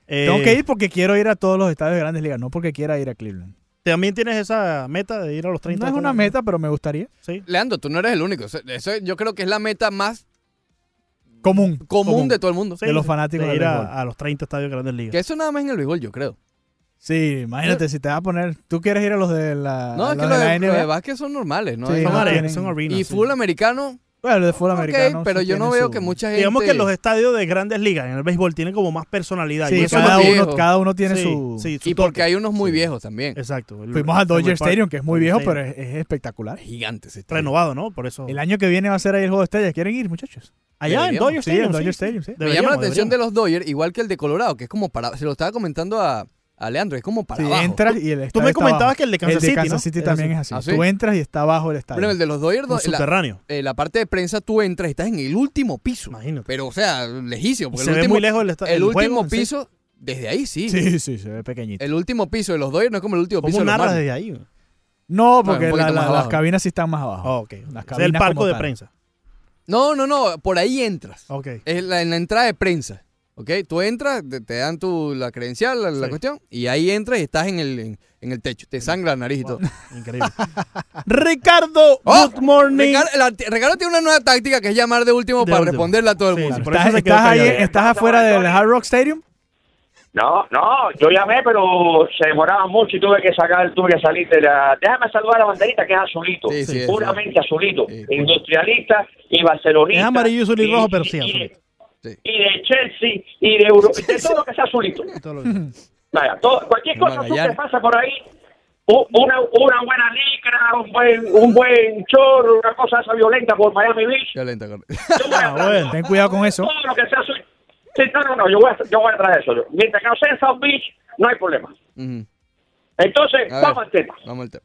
Eh,
Tengo que ir porque quiero ir a todos los estadios de grandes ligas, no porque quiera ir a Cleveland.
También tienes esa meta de ir a los 30.
No es una meta, pero me gustaría.
Leandro, tú no eres el único. Eso- Eso yo creo que es la meta más
Común.
común, de todo el mundo.
de los fanáticos
de
del
ir
béisbol.
a, a los 30 estadios de grandes ligas.
Que eso nada más en el béisbol, yo creo.
Sí, imagínate, si te vas a poner. Tú quieres ir a los de Ah, la.
No,
a
es que
los
los
de la
de, los
NBA.
de básquet son normales, ¿no?
Sí,
Hay-
no
Son, are-
tienen-
son arenas.
y
sí.
fútbol americano,
Bueno, los de fútbol
ok,
americano. sí
pero yo no
tiene
veo
su-
que mucha gente...
Digamos que los estadios de grandes ligas en el béisbol tienen como más personalidad.
Sí,
Y eso
cada
lo-
los
uno,
viejos.
cada uno tiene
sí,
su.
sí, su
Y porque
toque.
hay unos muy
Sí.
viejos también.
Exacto. el-
Fuimos al
el Fenway
Dodger
Park.
Stadium, que es
Fenway
muy viejo,
Stadium.
pero es, es espectacular.
Es gigante ese estadio.
Renovado, ¿no? Por eso.
El año que viene va a ser ahí el juego de estrellas. ¿Quieren ir, muchachos?
Allá en
Deberíamos.
Dodger
Sí,
Stadium.
en Dodger Stadium, sí.
Me llama la
Deberíamos,
atención
deberíamos.
de los Dodgers, igual que el de Colorado, que es como para... Se lo estaba comentando a, a Leandro, es como para
Sí,
abajo.
entras y el estadio
Tú me
está
comentabas
abajo.
que el de Kansas
el
City,
de Kansas
¿no?
City
Es
también
así.
es así.
¿Ah, sí?
Tú entras y está abajo el estadio.
Bueno, el de los Dodgers,
Un
la,
subterráneo.
eh, la parte de prensa tú entras y estás en el último piso.
Imagínate.
Pero, o sea, lejísimo. Porque
Se
el
ve
último,
muy lejos el, esta-
el
el juego
último
en sí.
piso, desde ahí sí. Eh,
Sí, sí, se ve pequeñito.
El último piso de los Dodgers no es como el último piso
¿Cómo
de los
narras
Marlins.
desde ahí? güey?
No,
Bueno,
porque
un poquito
la- la-
más
las
abajo.
cabinas sí están más abajo.
Ah, ok.
Las
O sea, el
cabinas
palco
como
de
tal.
prensa.
No, no, no, por ahí entras.
Ok.
Es la, en la entrada de prensa. ¿Ok? Tú entras, te, te dan tu, la credencial, la, la
Sí.
cuestión, y ahí entras y estás en el, en, en el techo. Te sangra la nariz y todo.
Increíble. Ricardo,
Oh,
good morning.
Ricardo, la- Ricardo tiene una nueva táctica que es llamar de último
De
para
último.
responderle a todo el
Sí,
mundo.
sí, por eso
¿Estás,
se quedó
estás ahí,
callado.
¿Estás afuera del Hard Rock Stadium?
No, no, yo llamé, pero se demoraba mucho y tuve que sacar, tuve que salir de la... Déjame saludar a la banderita que es azulito,
Sí, sí, es,
puramente azulito,
Sí. pues.
industrialista y barcelonista.
Es amarillo, azul y rojo, pero sí,
y de-
azulito.
Sí.
Y de Chelsea, y de Europa, de todo lo que sea azulito.
Todo lo que-
Vaya, todo- cualquier
De
cosa azul que
Magallanes.
pasa por ahí, u- una, una buena licra, un buen, un buen chorro, una cosa esa violenta por Miami Beach.
Violenta, Carlos.
yo voy a
Ah, bueno.
Ten cuidado con eso.
todo lo que sea azul. Sí, no, no, no, yo voy a, yo voy a traer eso. Yo- Mientras que no sea en South Beach, no hay problema.
Ujú.
Entonces,
A ver,
vamos al tema.
Vamos al tema.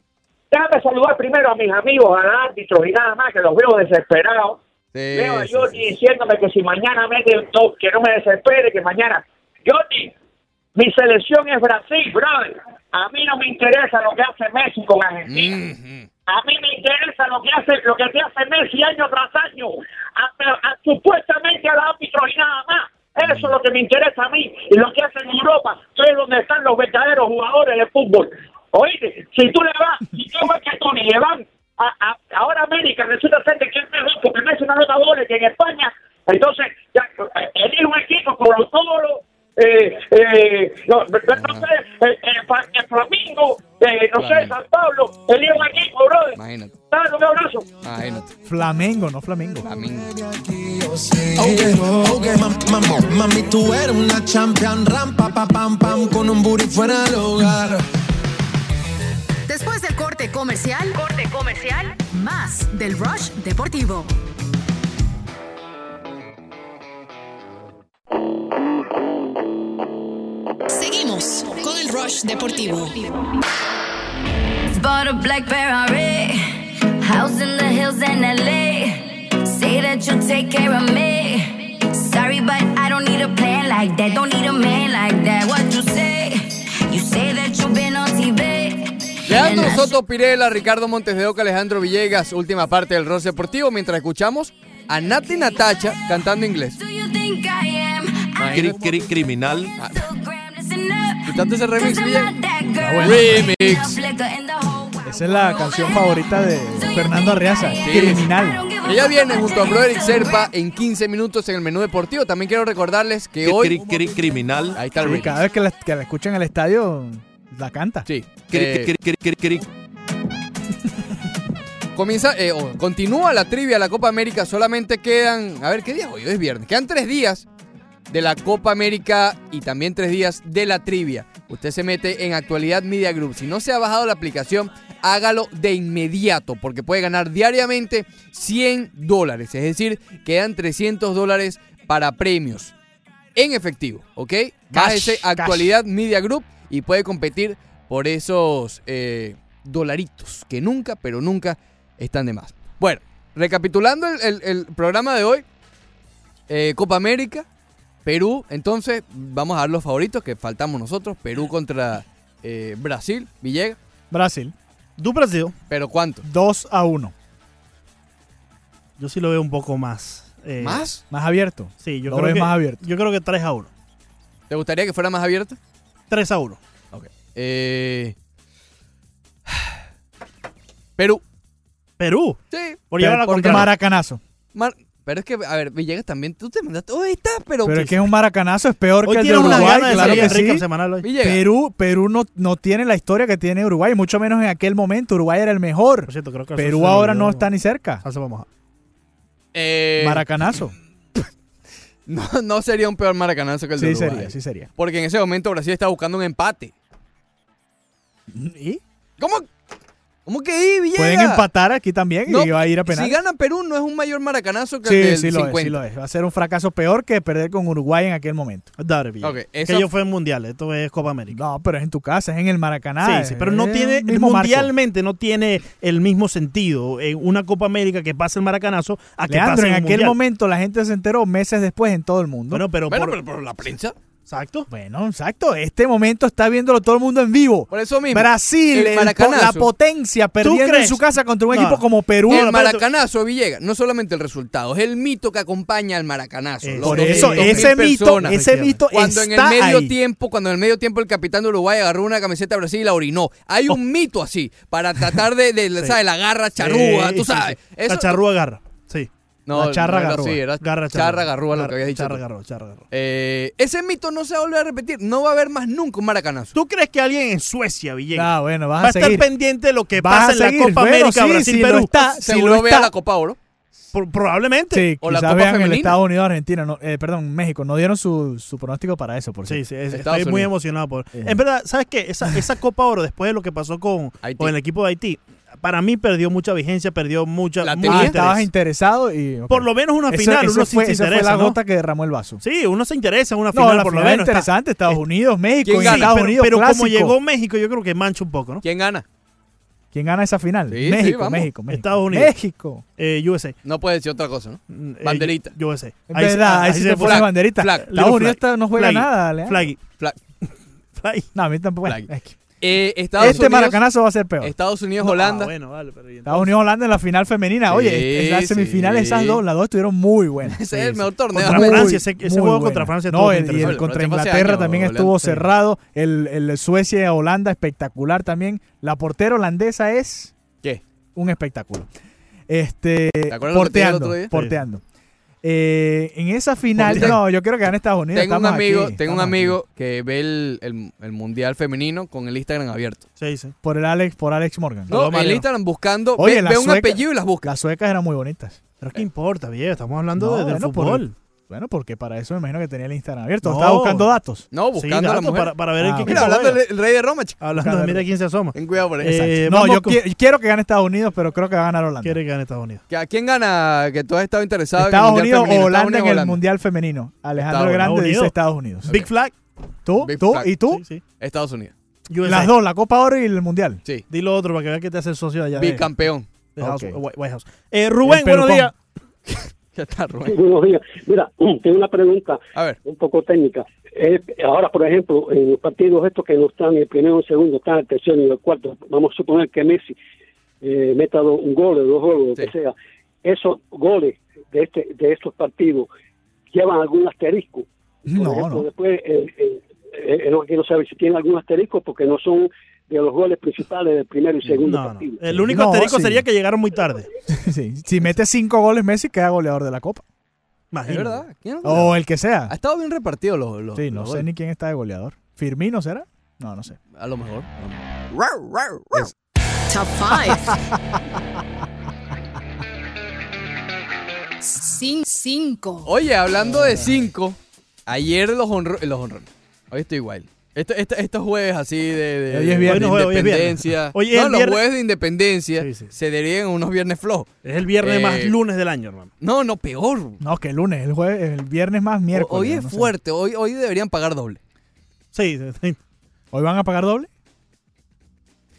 Déjame saludar primero a mis amigos, a los árbitros y nada más, que los veo desesperados.
Sí,
veo a
sí,
Jordi
sí, sí.
diciéndome que si mañana mete el top, que no me desespere, que mañana... Jordi, mi selección es Brasil, brother. A mí no me interesa lo que hace Messi con Argentina.
Ujú.
A mí me interesa lo que hace lo que te hace Messi año tras año, hasta, a- supuestamente al árbitro y nada más. Eso es lo que me interesa a mí y lo que hace en Europa, que es donde están los verdaderos jugadores de fútbol. Oíste, si tú le vas, si tú vas que tú ni le van a, a- ahora a América, resulta ser de que es mejor porque Messi no anota goles que en España, entonces ya, eh, elige un equipo con los toros, eh, eh, no, no, no sé, eh, eh, Fa- eh, Flamingo, eh, no sé,
Flamengo.
San Pablo, elige un equipo, brother.
Imagínate,
Dale un abrazo.
imagínate.
Flamengo, no Flamengo.
Flamingo.
Mami, tú eres una champion. Rampa, pa, pam, pam. Con un booty fuera del hogar.
Después del corte comercial, corte comercial, más del Rush Deportivo.
Seguimos con el Rush Deportivo.
Bought a black Ferrari, house in the hills in LA. Say that you'll take care of me. Sorry, but I don't need a plan like that. Don't need a man like that. What you say? You say that you've been on TV.
Leandro
and I
Soto Pirela, Ricardo Montes de Oca, Alejandro Villegas, última parte del Rose Deportivo, mientras escuchamos a Nati Natacha cantando inglés.
Do you think I am? I
Cri- cri- criminal.
Instagram, listen up.
¿Escuchaste ese remix,
Cause I'm
Villegas?
not that girl.
bueno.
Remix.
Flicker in the whole world.
Esa es la canción favorita de Fernando Arreaza, criminal.
Ella viene junto a Broderick Serpa en 15 minutos en el menú deportivo. También quiero recordarles que
Cri-
hoy.
cri- cri- criminal.
Ahí está el
Y
remix.
cada vez que la, que la escuchan en el estadio, la canta.
Sí.
Cri-
Eh,
cri- cri- cri- cri-
Comienza, eh, o continúa la trivia de la Copa América. Solamente quedan, a ver, ¿qué día es hoy? Hoy es viernes. Quedan tres días de la Copa América y también tres días de la trivia. Usted se mete en Actualidad Media Group. Si no se ha bajado la aplicación, hágalo de inmediato porque puede ganar diariamente 100 dólares. Es decir, quedan 300 dólares para premios en efectivo, ¿ok? Bájese
cash.
Actualidad Media Group y puede competir por esos eh, dolaritos que nunca, pero nunca están de más. Bueno, recapitulando el, el- el programa de hoy, eh, Copa América, Perú, entonces vamos a dar los favoritos que faltamos nosotros, Perú contra eh, Brasil, Villegas,
Brasil.
Du Brasil.
¿Pero cuánto?
2 a 1.
Yo sí lo veo un poco más. eh,
¿Más?
Más abierto.
Sí, yo
Lo
creo
ves
que,
más abierto.
Yo creo que 3 a 1.
¿Te gustaría que fuera más abierto?
3 a 1.
Eh, Perú.
Perú.
Sí.
Por llevar la
Porque
contraria.
maracanazo.
Mar- Pero es que, a ver, Villegas también, tú te mandaste. Oh, ahí está, pero.
Pero es que es un maracanazo, es peor
Hoy
que el de
tiene unas
Uruguay,
ganas de
claro
salir
que
en Rica
sí.
el semanal hoy.
Villegas.
Perú, Perú no, no tiene la historia que tiene Uruguay, mucho menos en aquel momento. Uruguay era el mejor.
Por cierto, creo que
Perú ahora no está ni cerca.
vamos.
Eh,
Maracanazo.
no, no sería un peor maracanazo que el de
Sí
Uruguay.
sería, sí sería.
Porque en ese momento Brasil estaba buscando un empate.
¿Y?
¿Cómo? ¿Cómo que ahí, Villegas?
Pueden empatar aquí también
No,
y va a ir a penal.
Si gana Perú, no es un mayor maracanazo que el
sí, sí
del
lo, es,
50.
sí lo es. Va a ser un fracaso peor que perder con Uruguay en aquel momento.
Ok, eso-
Que yo fue en Mundial, esto es Copa América.
No, pero es en tu casa, es en el Maracaná.
sí, sí, pero no
Ah, es
tiene,
el mismo marco.
mundialmente no tiene el mismo sentido en una Copa América que pase el maracanazo a que
Leandro,
pase
en
un
aquel
mundial.
momento la gente se enteró meses después en todo el mundo.
Bueno, pero,
Bueno,
por-
pero por la prensa.
Exacto.
Bueno, exacto. Este momento está viéndolo todo el mundo en vivo.
Por eso mismo.
Brasil,
el
el po-
maracanazo.
la potencia perdiendo en
crees?
su casa contra un
No.
equipo como Perú.
No,
el
no, pero-
maracanazo, Villegas, no solamente el resultado, es el mito que acompaña al maracanazo.
Eh,
Los
Por
200.000
eso, ese mito,
personas.
ese mito
Cuando
está
en el medio
ahí.
tiempo, cuando en el medio tiempo el capitán de Uruguay agarró una camiseta de Brasil y la orinó. Hay
Oh.
un mito así para tratar de, de, ¿sabes? La garra charrúa,
Sí,
tú
sí,
sabes.
sí.
Eso-
La charrúa garra. Sí.
no,
la charra
no era
garrúa.
así, era
Garra
charra, garrúa lo
Garra-
que habías dicho.
Charra
tú.
garrúa, charra garrúa.
Eh, ese mito no se va a volver a repetir. No va a haber más nunca un maracanazo.
¿Tú crees que alguien en Suecia, Villegas,
Ah, bueno, vas
va a
a seguir.
estar pendiente de lo que
Vas
pasa
a
en la
seguir.
Copa
Bueno,
América
sí,
Brasil
si
Perú?
lo está, si
Seguro
lo
vea la
está.
Copa Oro.
Por- probablemente.
Sí,
O la
quizás
Copa
vean el
Femenina.
Estados Unidos, Argentina, no, eh, perdón, México. No dieron su, su pronóstico para eso, por
Sí,
cierto.
sí, es- estoy
Estados
muy
Unidos.
emocionado por.
Eh.
En verdad, ¿sabes qué? Esa, esa Copa Oro, después de lo que pasó con,
Haití.
con el equipo de Haití, para mí perdió mucha vigencia, perdió mucha.
La
mucho
tenía.
Ah,
interés.
estabas interesado y. ok.
Por lo menos una
Eso-
final,
eso
uno sí
fue,
se
esa
interesa.
fue la
¿no?
gota que derramó el vaso.
Sí, uno se interesa en una
no,
final,
la
por lo
final
menos. está-
interesante. Estados Unidos, México,
¿Quién
en
gana?
Estados
pero
Unidos.
pero como
clásico.
llegó México, yo creo que mancha un poco, ¿no?
¿Quién gana?
¿Quién gana esa final?
Sí, sí,
México,
vamos.
México, México.
Estados Unidos.
México.
Eh, USA.
No puede decir otra cosa, ¿no?
Mm, eh,
Banderita.
yo- USA.
Es verdad, ahí, sí te
puso-
pones
flag,
banderita.
flag,
Estados
little
Unidos
flag,
está- no juega
flaggy,
nada, Leandro.
Flaggy.
Flag.
Flaggy.
No, a mí tampoco. bueno,
Flag.
es que
Eh, Estados
este Eh,
Unidos,
maracanazo va a ser peor.
Estados Unidos,
No, ah,
Holanda.
bueno, vale, pero y entonces-
Estados Unidos, Holanda en la final femenina. Oye,
Sí,
en las semifinales
sí.
esas dos, las dos estuvieron muy buenas.
Ese es el mejor torneo.
Contra
Muy-
Francia, ese- ese
muy
juego
buenas.
contra Francia estuvo
No,
muy
el, y el
interesante.
contra
Francia fue hace
Inglaterra
años,
también
Leandro.
estuvo
Sí.
cerrado. El, el Suecia-Holanda espectacular también. La portera holandesa es
¿Qué?
un espectáculo. Este,
¿Te acuerdas lo que te dije el
porteando,
otro día?
porteando. Eh, en esa final,
Porteando.
no, yo quiero que gane Estados Unidos.
Tengo un
estamos
amigo,
aquí,
tengo un
estamos aquí.
amigo que ve el, el- el mundial femenino con el Instagram abierto.
Sí, sí.
Por el Alex, por Alex Morgan.
No,
Saludos,
el
Mario.
Instagram buscando,
Oye,
ve,
la
ve un
sueca-
apellido y las busca.
Las suecas eran muy bonitas.
Pero ¿qué importa, viejo? Estamos hablando
No,
de- del
bueno, por-
fútbol.
Bueno, porque para eso me imagino que tenía el Instagram abierto.
No.
Estaba buscando datos.
No,
Sí,
buscando a la
dato
mujer.
para, para ver
Ah,
el que
Mira, hablando del rey de Roma, chico.
Hablando de mira quién se asoma.
Ten cuidado por eso.
Eh,
no,
vamos
yo
con-
qui- quiero que gane Estados Unidos, pero creo que va a ganar Holanda.
Quiere que gane Estados Unidos.
¿Que ¿A quién gana que tú has estado interesado
Estados
en el
Unidos
mundial
o
femenino?
Holanda
Estados
en el
Unidos, Holanda.
Mundial Femenino. Alejandro
Estados
Grande
Unidos.
dice Estados Unidos.
Big Flag.
¿Tú?
Big
¿Tú?
flag.
¿Y tú?
Sí,
Estados Unidos.
sí. USA.
Las dos, la Copa Oro y el Mundial.
Sí.
Dilo otro para que veas que te hace socio allá. de-
Bicampeón.
de House-
Ok.
White White House. Eh, Rubén,
El
buenos
Pelucón.
días.
Ya está, Rubén.
Buenos días. Mira, tengo una pregunta
A ver.
un poco técnica. Eh, ahora, por ejemplo, en los partidos estos que no están en el primero, en el segundo, están el tercero y el cuarto, vamos a suponer que Messi eh, meta do- un gol, o dos goles, lo que
Sí.
sea. Esos goles de, este, de estos partidos llevan algún asterisco. Por
No,
ejemplo,
no.
después, eh, eh, eh, eh, no quiero saber si tienen algún asterisco porque no son de los goles principales del primero y segundo
No, no.
partido.
El único
No,
asterisco
sí.
sería que llegaron muy tarde.
Sí. Si mete cinco goles Messi, queda goleador de la Copa.
Es
Imagínate.
verdad. ¿Quién es?
Oh,
O el que
Ha
sea.
estado bien repartido ah, los, los,
Sí, no
los
sé ni quién está de goleador. ¿Firmino será? No, no sé.
goles. A lo mejor.
Top 5.
Sin cinco.
Oye, hablando de cinco, ayer los honrones. Los honrones. Hoy estoy igual. Esto- esto- estos jueves así de, de-
Hoy es viernes.
de
Hoy no juega, hoy es viernes.
independencia.
Hoy es
no,
el
los
viernes.
jueves de independencia
Sí, sí.
se derivan a unos viernes flojos.
Es el viernes
Eh,
más lunes del año, hermano.
No, no, peor.
No, que el lunes, el jueves, el viernes más
O-
miércoles.
hoy es
no sé.
fuerte, hoy, hoy deberían pagar doble.
Sí, sí, sí.
¿Hoy van a pagar doble?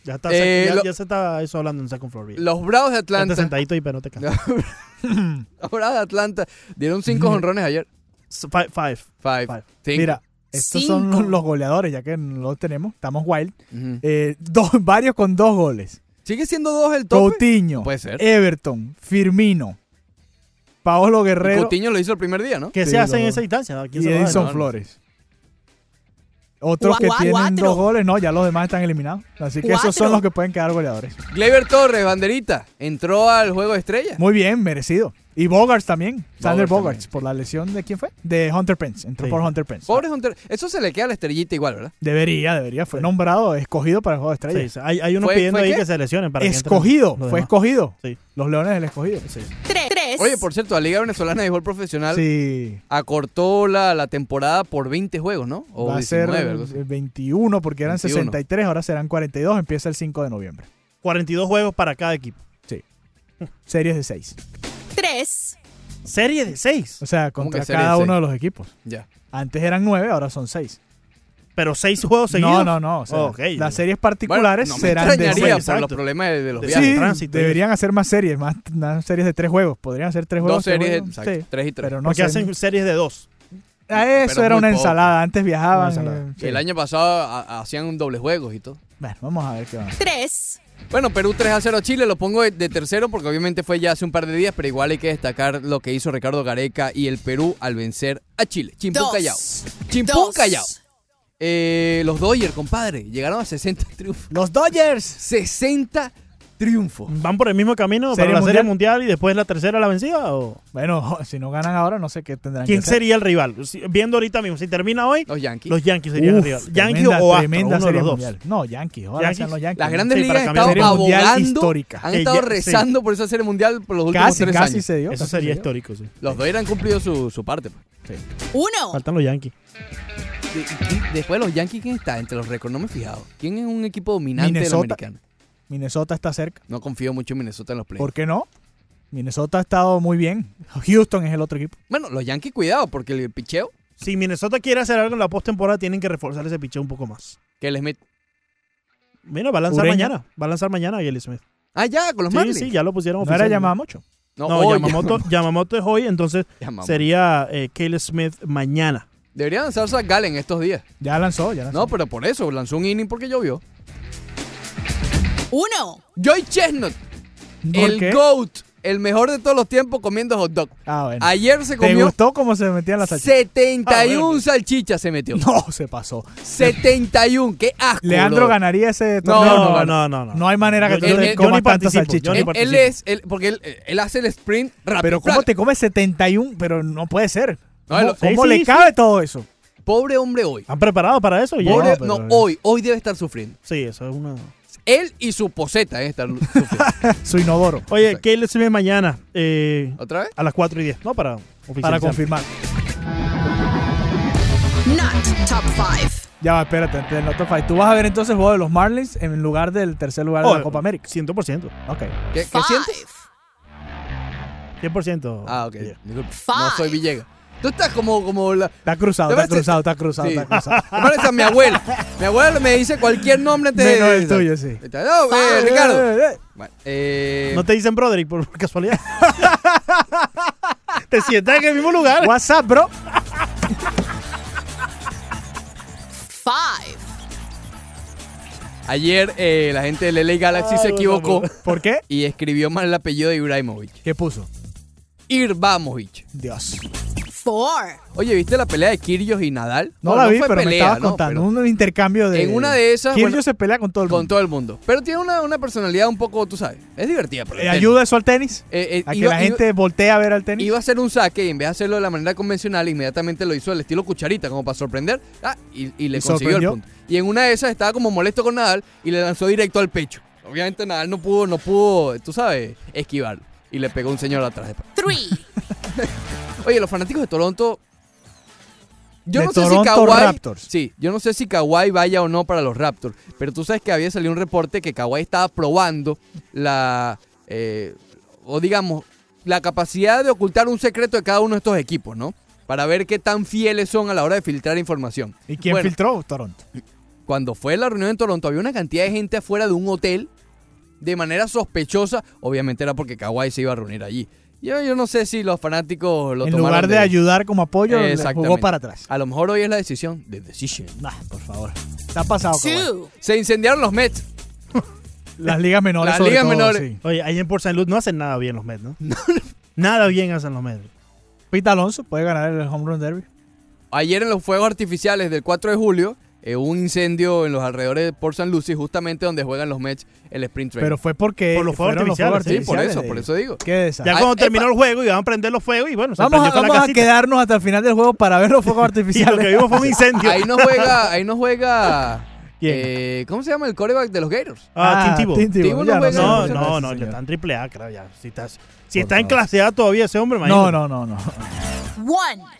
ya, está,
Eh,
ya,
lo-
ya se está eso hablando en Second Floor. Bien.
Los Bravos de
Quédate
Atlanta.
sentadito y pero no te cansas.
los Bravos de Atlanta dieron cinco honrones ayer.
Five. five.
Five.
Five.
Cinco.
Mira, estos son
Cinco.
los- los goleadores, ya que no los tenemos. Estamos wild.
Ujú.
Eh, dos, varios con dos goles.
¿Sigue siendo dos el tope?
Coutinho.
Puede ser.
Everton, Firmino, Paolo Guerrero.
Coutinho lo hizo el primer día, ¿no?
Que se Sí, hace en lo- esa instancia, ¿quién y se lo da? Edison Flores. Otros que
Gua-
tienen
cuatro.
dos goles, no, ya los demás están eliminados. Así que esos
Cuatro.
son los que pueden quedar goleadores.
Gleyber Torres, banderita, entró al juego de estrella.
Muy bien, merecido. Y Bogarts también. Sander
también.
Bogarts, por la lesión de quién fue? De Hunter Pence. Entró por Hunter Pence.
Pobre Hunter. Eso se le queda a la estrellita igual, ¿verdad?
Debería, debería. Fue nombrado, escogido para el juego de estrellas.
Sí, hay- hay unos ¿Fue- pidiendo fue ahí qué? que se lesionen para que entren
escogido,
los demás.
fue escogido. Los Leones del Escogido. Sí.
Oye, por cierto, la Liga Venezolana de Béisbol Profesional acortó la, la temporada por 20 juegos, ¿no? O
Va a ser
19, algo así.
el 21 porque eran
21.
63, ahora serán 42. Empieza el 5 de noviembre.
42 juegos para cada equipo.
Sí. Series de 6.
Tres.
Serie de 6.
O sea,
¿Cómo
contra
que serie
cada
de
uno de
seis?
los equipos.
Ya.
Antes eran 9, ahora son 6.
Pero seis juegos seguidos.
No, no, no. o sea,
Oh, ok.
Las series particulares
Bueno, no me
serán de
extrañaría
seis.
por los problemas de, de los viajes.
Sí, deberían hacer más series, más, más series de tres juegos. Podrían hacer tres
Dos
juegos. tres
series,
juegos,
exacto,
sí.
tres y tres.
Pero no
Porque
sé,
hacen series de dos.
Ah, eso
Pero
era
muy
una
poco.
ensalada. Antes viajaban. eh,
Y el año pasado a- hacían un doble juegos y todo.
Bueno, vamos a ver qué va.
Tres.
Bueno, Perú 3 a 0 a Chile, lo pongo de, de tercero porque obviamente fue ya hace un par de días, pero igual hay que destacar lo que hizo Ricardo Gareca y el Perú al vencer a Chile. Chimpún
Dos.
Callao. Chimpún
Dos.
Callao. Eh, los Dodgers, compadre, llegaron a 60 triunfos.
Los Dodgers.
60 triunfos.
¿Van por el mismo camino para
¿Serie
la Serie
mundial?
Mundial y después la tercera la vencida? ¿O
Bueno, si no ganan ahora, no sé qué tendrán que
¿Quién
hacer.
sería el rival? Si- Viendo ahorita mismo, si termina hoy,
los Yankees,
los Yankees serían
Uf,
el rival. Yankees
tremenda-
o Astro,
tremenda
uno de
serie
los dos.
mundial. No, Yankees. Ahora
Yankees.
sean los Yankees.
Las grandes
Sí, para
ligas han
cambiar.
estado
Serie mundial
abogando,
histórica.
han
Eh,
estado
ya- sí.
rezando por esa serie mundial por los últimos
Casi,
tres
casi
años.
se dio, Eso casi sería se dio. histórico, sí.
Los Dodgers han cumplido su, su parte. pues.
Uno.
Faltan los Yankees.
De- y después los Yankees, ¿quién está entre los récords? No me he fijado. ¿Quién es un equipo dominante del
Minnesota.
americano?
Minnesota está cerca.
No confío mucho en Minnesota en los playoffs.
¿Por qué no? Minnesota ha estado muy bien. Houston es el otro equipo.
Bueno, los Yankees, cuidado, porque el picheo,
Si Minnesota quiere hacer algo en la postemporada, tienen que reforzar ese picheo un poco más.
que les mete.
Mira, va a lanzar
Ureña.
mañana. Va a lanzar mañana a Gilly Smith.
Ah, ya, con los
sí,
Marlins.
sí, ya lo pusieron
¿No era
oficialmente.
Yamamocho?
No,
No,
hoy,
Yamamoto,
Yamamoto.
Yamamoto es hoy, entonces
Yamamoto.
sería eh, Caleb Smith mañana.
Debería lanzar Zach Gallen estos días.
Ya lanzó, ya lanzó.
No, pero por eso, lanzó un inning porque llovió.
Uno.
Joy Chestnut,
¿Por
el
qué?
GOAT, el mejor de todos los tiempos comiendo hot dog.
Ah, bueno.
Ayer se
¿Te
comió
gustó cómo se metían las salchichas? Ah,
71 salchichas, se metió.
No, se pasó.
71, qué asco.
Leandro
brother.
ganaría ese
No,
torneo.
no,
no, no, no.
No hay manera que
Yo-
tú
yo-
te
yo
comas
ni
tantas
participo,
salchichas.
yo ni
Él- Él es, él- porque él, él hace el sprint rápido.
Pero ¿cómo te comes 71? Pero no puede ser.
No,
¿Cómo,
lo-
cómo
Sí,
le
sí,
cabe todo eso?
Pobre hombre hoy.
¿Han preparado para eso? Ya?
Pobre-
No,
no,
pero-
hoy, hoy debe estar sufriendo.
Sí, eso es una...
Él y su poseta deben estar sufriendo.
Su inodoro.
Oye, Caleb Smith mañana. eh,
¿Otra vez?
A las 4 y 10, ¿no? Para oficializar.
Para confirmar.
Not top five.
Ya va, espérate, antes del otro fight. Tú vas a ver entonces el juego de los Marlins en lugar del tercer lugar de
Oh,
la Copa América.
100%.
Ok.
¿Qué, qué sientes?
100%.
Ah, ok. Disculpe, No soy Villegas. Tú estás como, como la.
Está cruzado,
¿Te
está
parece-
cruzado, está cruzado,
Sí.
está cruzado.
Me parece a mi abuela. Mi abuela me dice cualquier nombre antes de-
Menos el tuyo, sí.
Ahí está. No, eh, Ricardo.
Eh, eh, eh.
Bueno, eh,
No te dicen Broderick por casualidad. te sientas en el mismo lugar.
What's up, bro?
Five.
Ayer eh, la gente del LA Galaxy se equivocó
¿Por qué?
y escribió mal el apellido de Ibrahimovic.
¿Qué puso?
Irvamovic.
Dios.
Four.
No
Oye, ¿viste la pelea de Kyrgios y Nadal?
la vi,
fue
pero me
pelea,
estabas
¿no?
contando.
Pero
Un intercambio de.
En una de esas,
Kirchhoff
bueno,
se pelea con todo el
con
mundo.
todo el mundo. Pero tiene una, una personalidad un poco, tú sabes, es divertida. pero
Eh,
tiene-
¿Ayuda eso al tenis?
Eh, eh,
a que
iba-
la
iba-
gente voltee a ver al tenis.
Iba a hacer un saque y en vez de hacerlo de la manera convencional, inmediatamente lo hizo al estilo cucharita, como para sorprender. Ah, y, y le
Y
consiguió el
sorprendió.
punto. Y en una de esas estaba como molesto con Nadal y le lanzó directo al pecho. Obviamente Nadal no pudo, no pudo, tú sabes, esquivarlo. Y le pegó un señor atrás. después.
Three.
Oye, los fanáticos de Toronto. Yo
De
no sé
Toronto
si Kawhi.
Raptors.
Sí, yo no sé si Kawhi vaya o no para los Raptors. Pero tú sabes que había salido un reporte que Kawhi estaba probando la. eh, o digamos, la capacidad de ocultar un secreto de cada uno de estos equipos, ¿no? Para ver qué tan fieles son a la hora de filtrar información.
¿Y quién
Bueno,
filtró? Toronto.
Cuando fue la reunión en Toronto, había una cantidad de gente afuera de un hotel de manera sospechosa. Obviamente era porque Kawhi se iba a reunir allí. Yo, yo no sé si los fanáticos lo
En
tomaron
lugar de
de-
ayudar como apoyo, le
Exactamente.
jugó para atrás.
A lo mejor hoy es la decisión. The decision.
Nah, por favor. Está pasado, Kawhi.
Se incendiaron los Mets.
Las ligas menores. sobre todo, sí.
Oye, ahí en Port St. Louis no hacen nada bien los Mets, ¿no? nada bien hacen los Mets.
Pete Alonso puede ganar el Home Run Derby.
Ayer en los fuegos artificiales del 4 de julio, eh, hubo un incendio en los alrededores de Port St. Lucie, justamente donde juegan los Mets el sprint training.
Pero fue porque. fueron los fuegos
Sí, por
artificiales
eso,
de
por
ellos.
eso digo.
Qué desastre.
Ya cuando terminó el juego iban a prender los fuegos y bueno, se
Vamos, a,
prendió toda la
vamos a
casita.
quedarnos hasta el final del juego para ver los fuegos artificiales.
que vimos fue un incendio.
Ahí no juega, ahí no juega. eh, ¿Cómo se llama el coreback de los Gators?
Ah, Tim Tebow.
Tebow no
ya,
juega.
pues,
no,
sé.
no, no, ya está en triple A, claro, ya. Si, estás- si está en clase A todavía ese hombre,
No, no, no, no.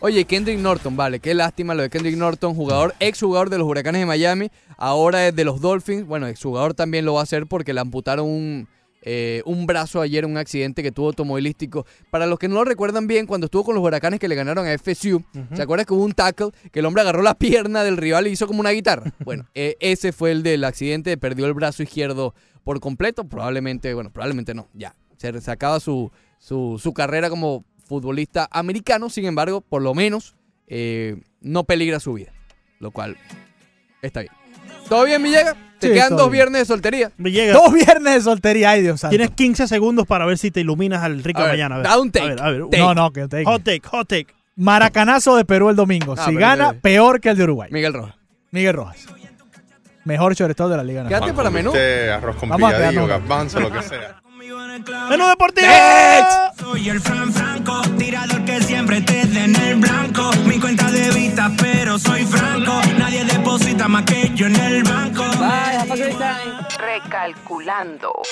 Oye, Kendrick Norton, vale, qué lástima lo de Kendrick Norton, jugador, exjugador de los Huracanes de Miami, ahora es de los Dolphins. Bueno, exjugador también lo va a hacer porque le amputaron un, eh, un brazo ayer en un accidente que tuvo automovilístico. Para los que no lo recuerdan bien, cuando estuvo con los Huracanes que le ganaron a FSU, ¿se acuerdan que hubo un tackle que el hombre agarró la pierna del rival y hizo como una guitarra? Bueno, eh, ese fue el del accidente, perdió el brazo izquierdo por completo, probablemente, bueno, probablemente no, ya. Se se acaba su, su, su carrera como futbolista americano, sin embargo, por lo menos eh, no peligra su vida, lo cual está bien. ¿Todo bien, Villegas? Te
Sí,
quedan
todo
dos
bien.
viernes de soltería.
Villegas.
Dos viernes de soltería, ay Dios santo.
Tienes 15 segundos para ver si te iluminas al rico
A ver,
mañana. a ver.
da un take,
A ver, a ver.
take. No, no, que take.
Hot take, hot take.
Maracanazo de Perú el domingo.
Ah,
si
pero-
gana, peor que el de Uruguay.
Miguel Rojas.
Miguel Rojas. Mejor shortstop de la Liga Nacional.
Quédate para menú.
Arroz con
Vamos a
pilladillo,
quedarnos.
garbanzo, lo que sea.
¡Menú deportivo!
Soy el Fran Franco, tirador que siempre te da en el blanco. Mi cuenta de vista, pero soy franco. Nadie deposita más que yo en el banco.
Recalculando.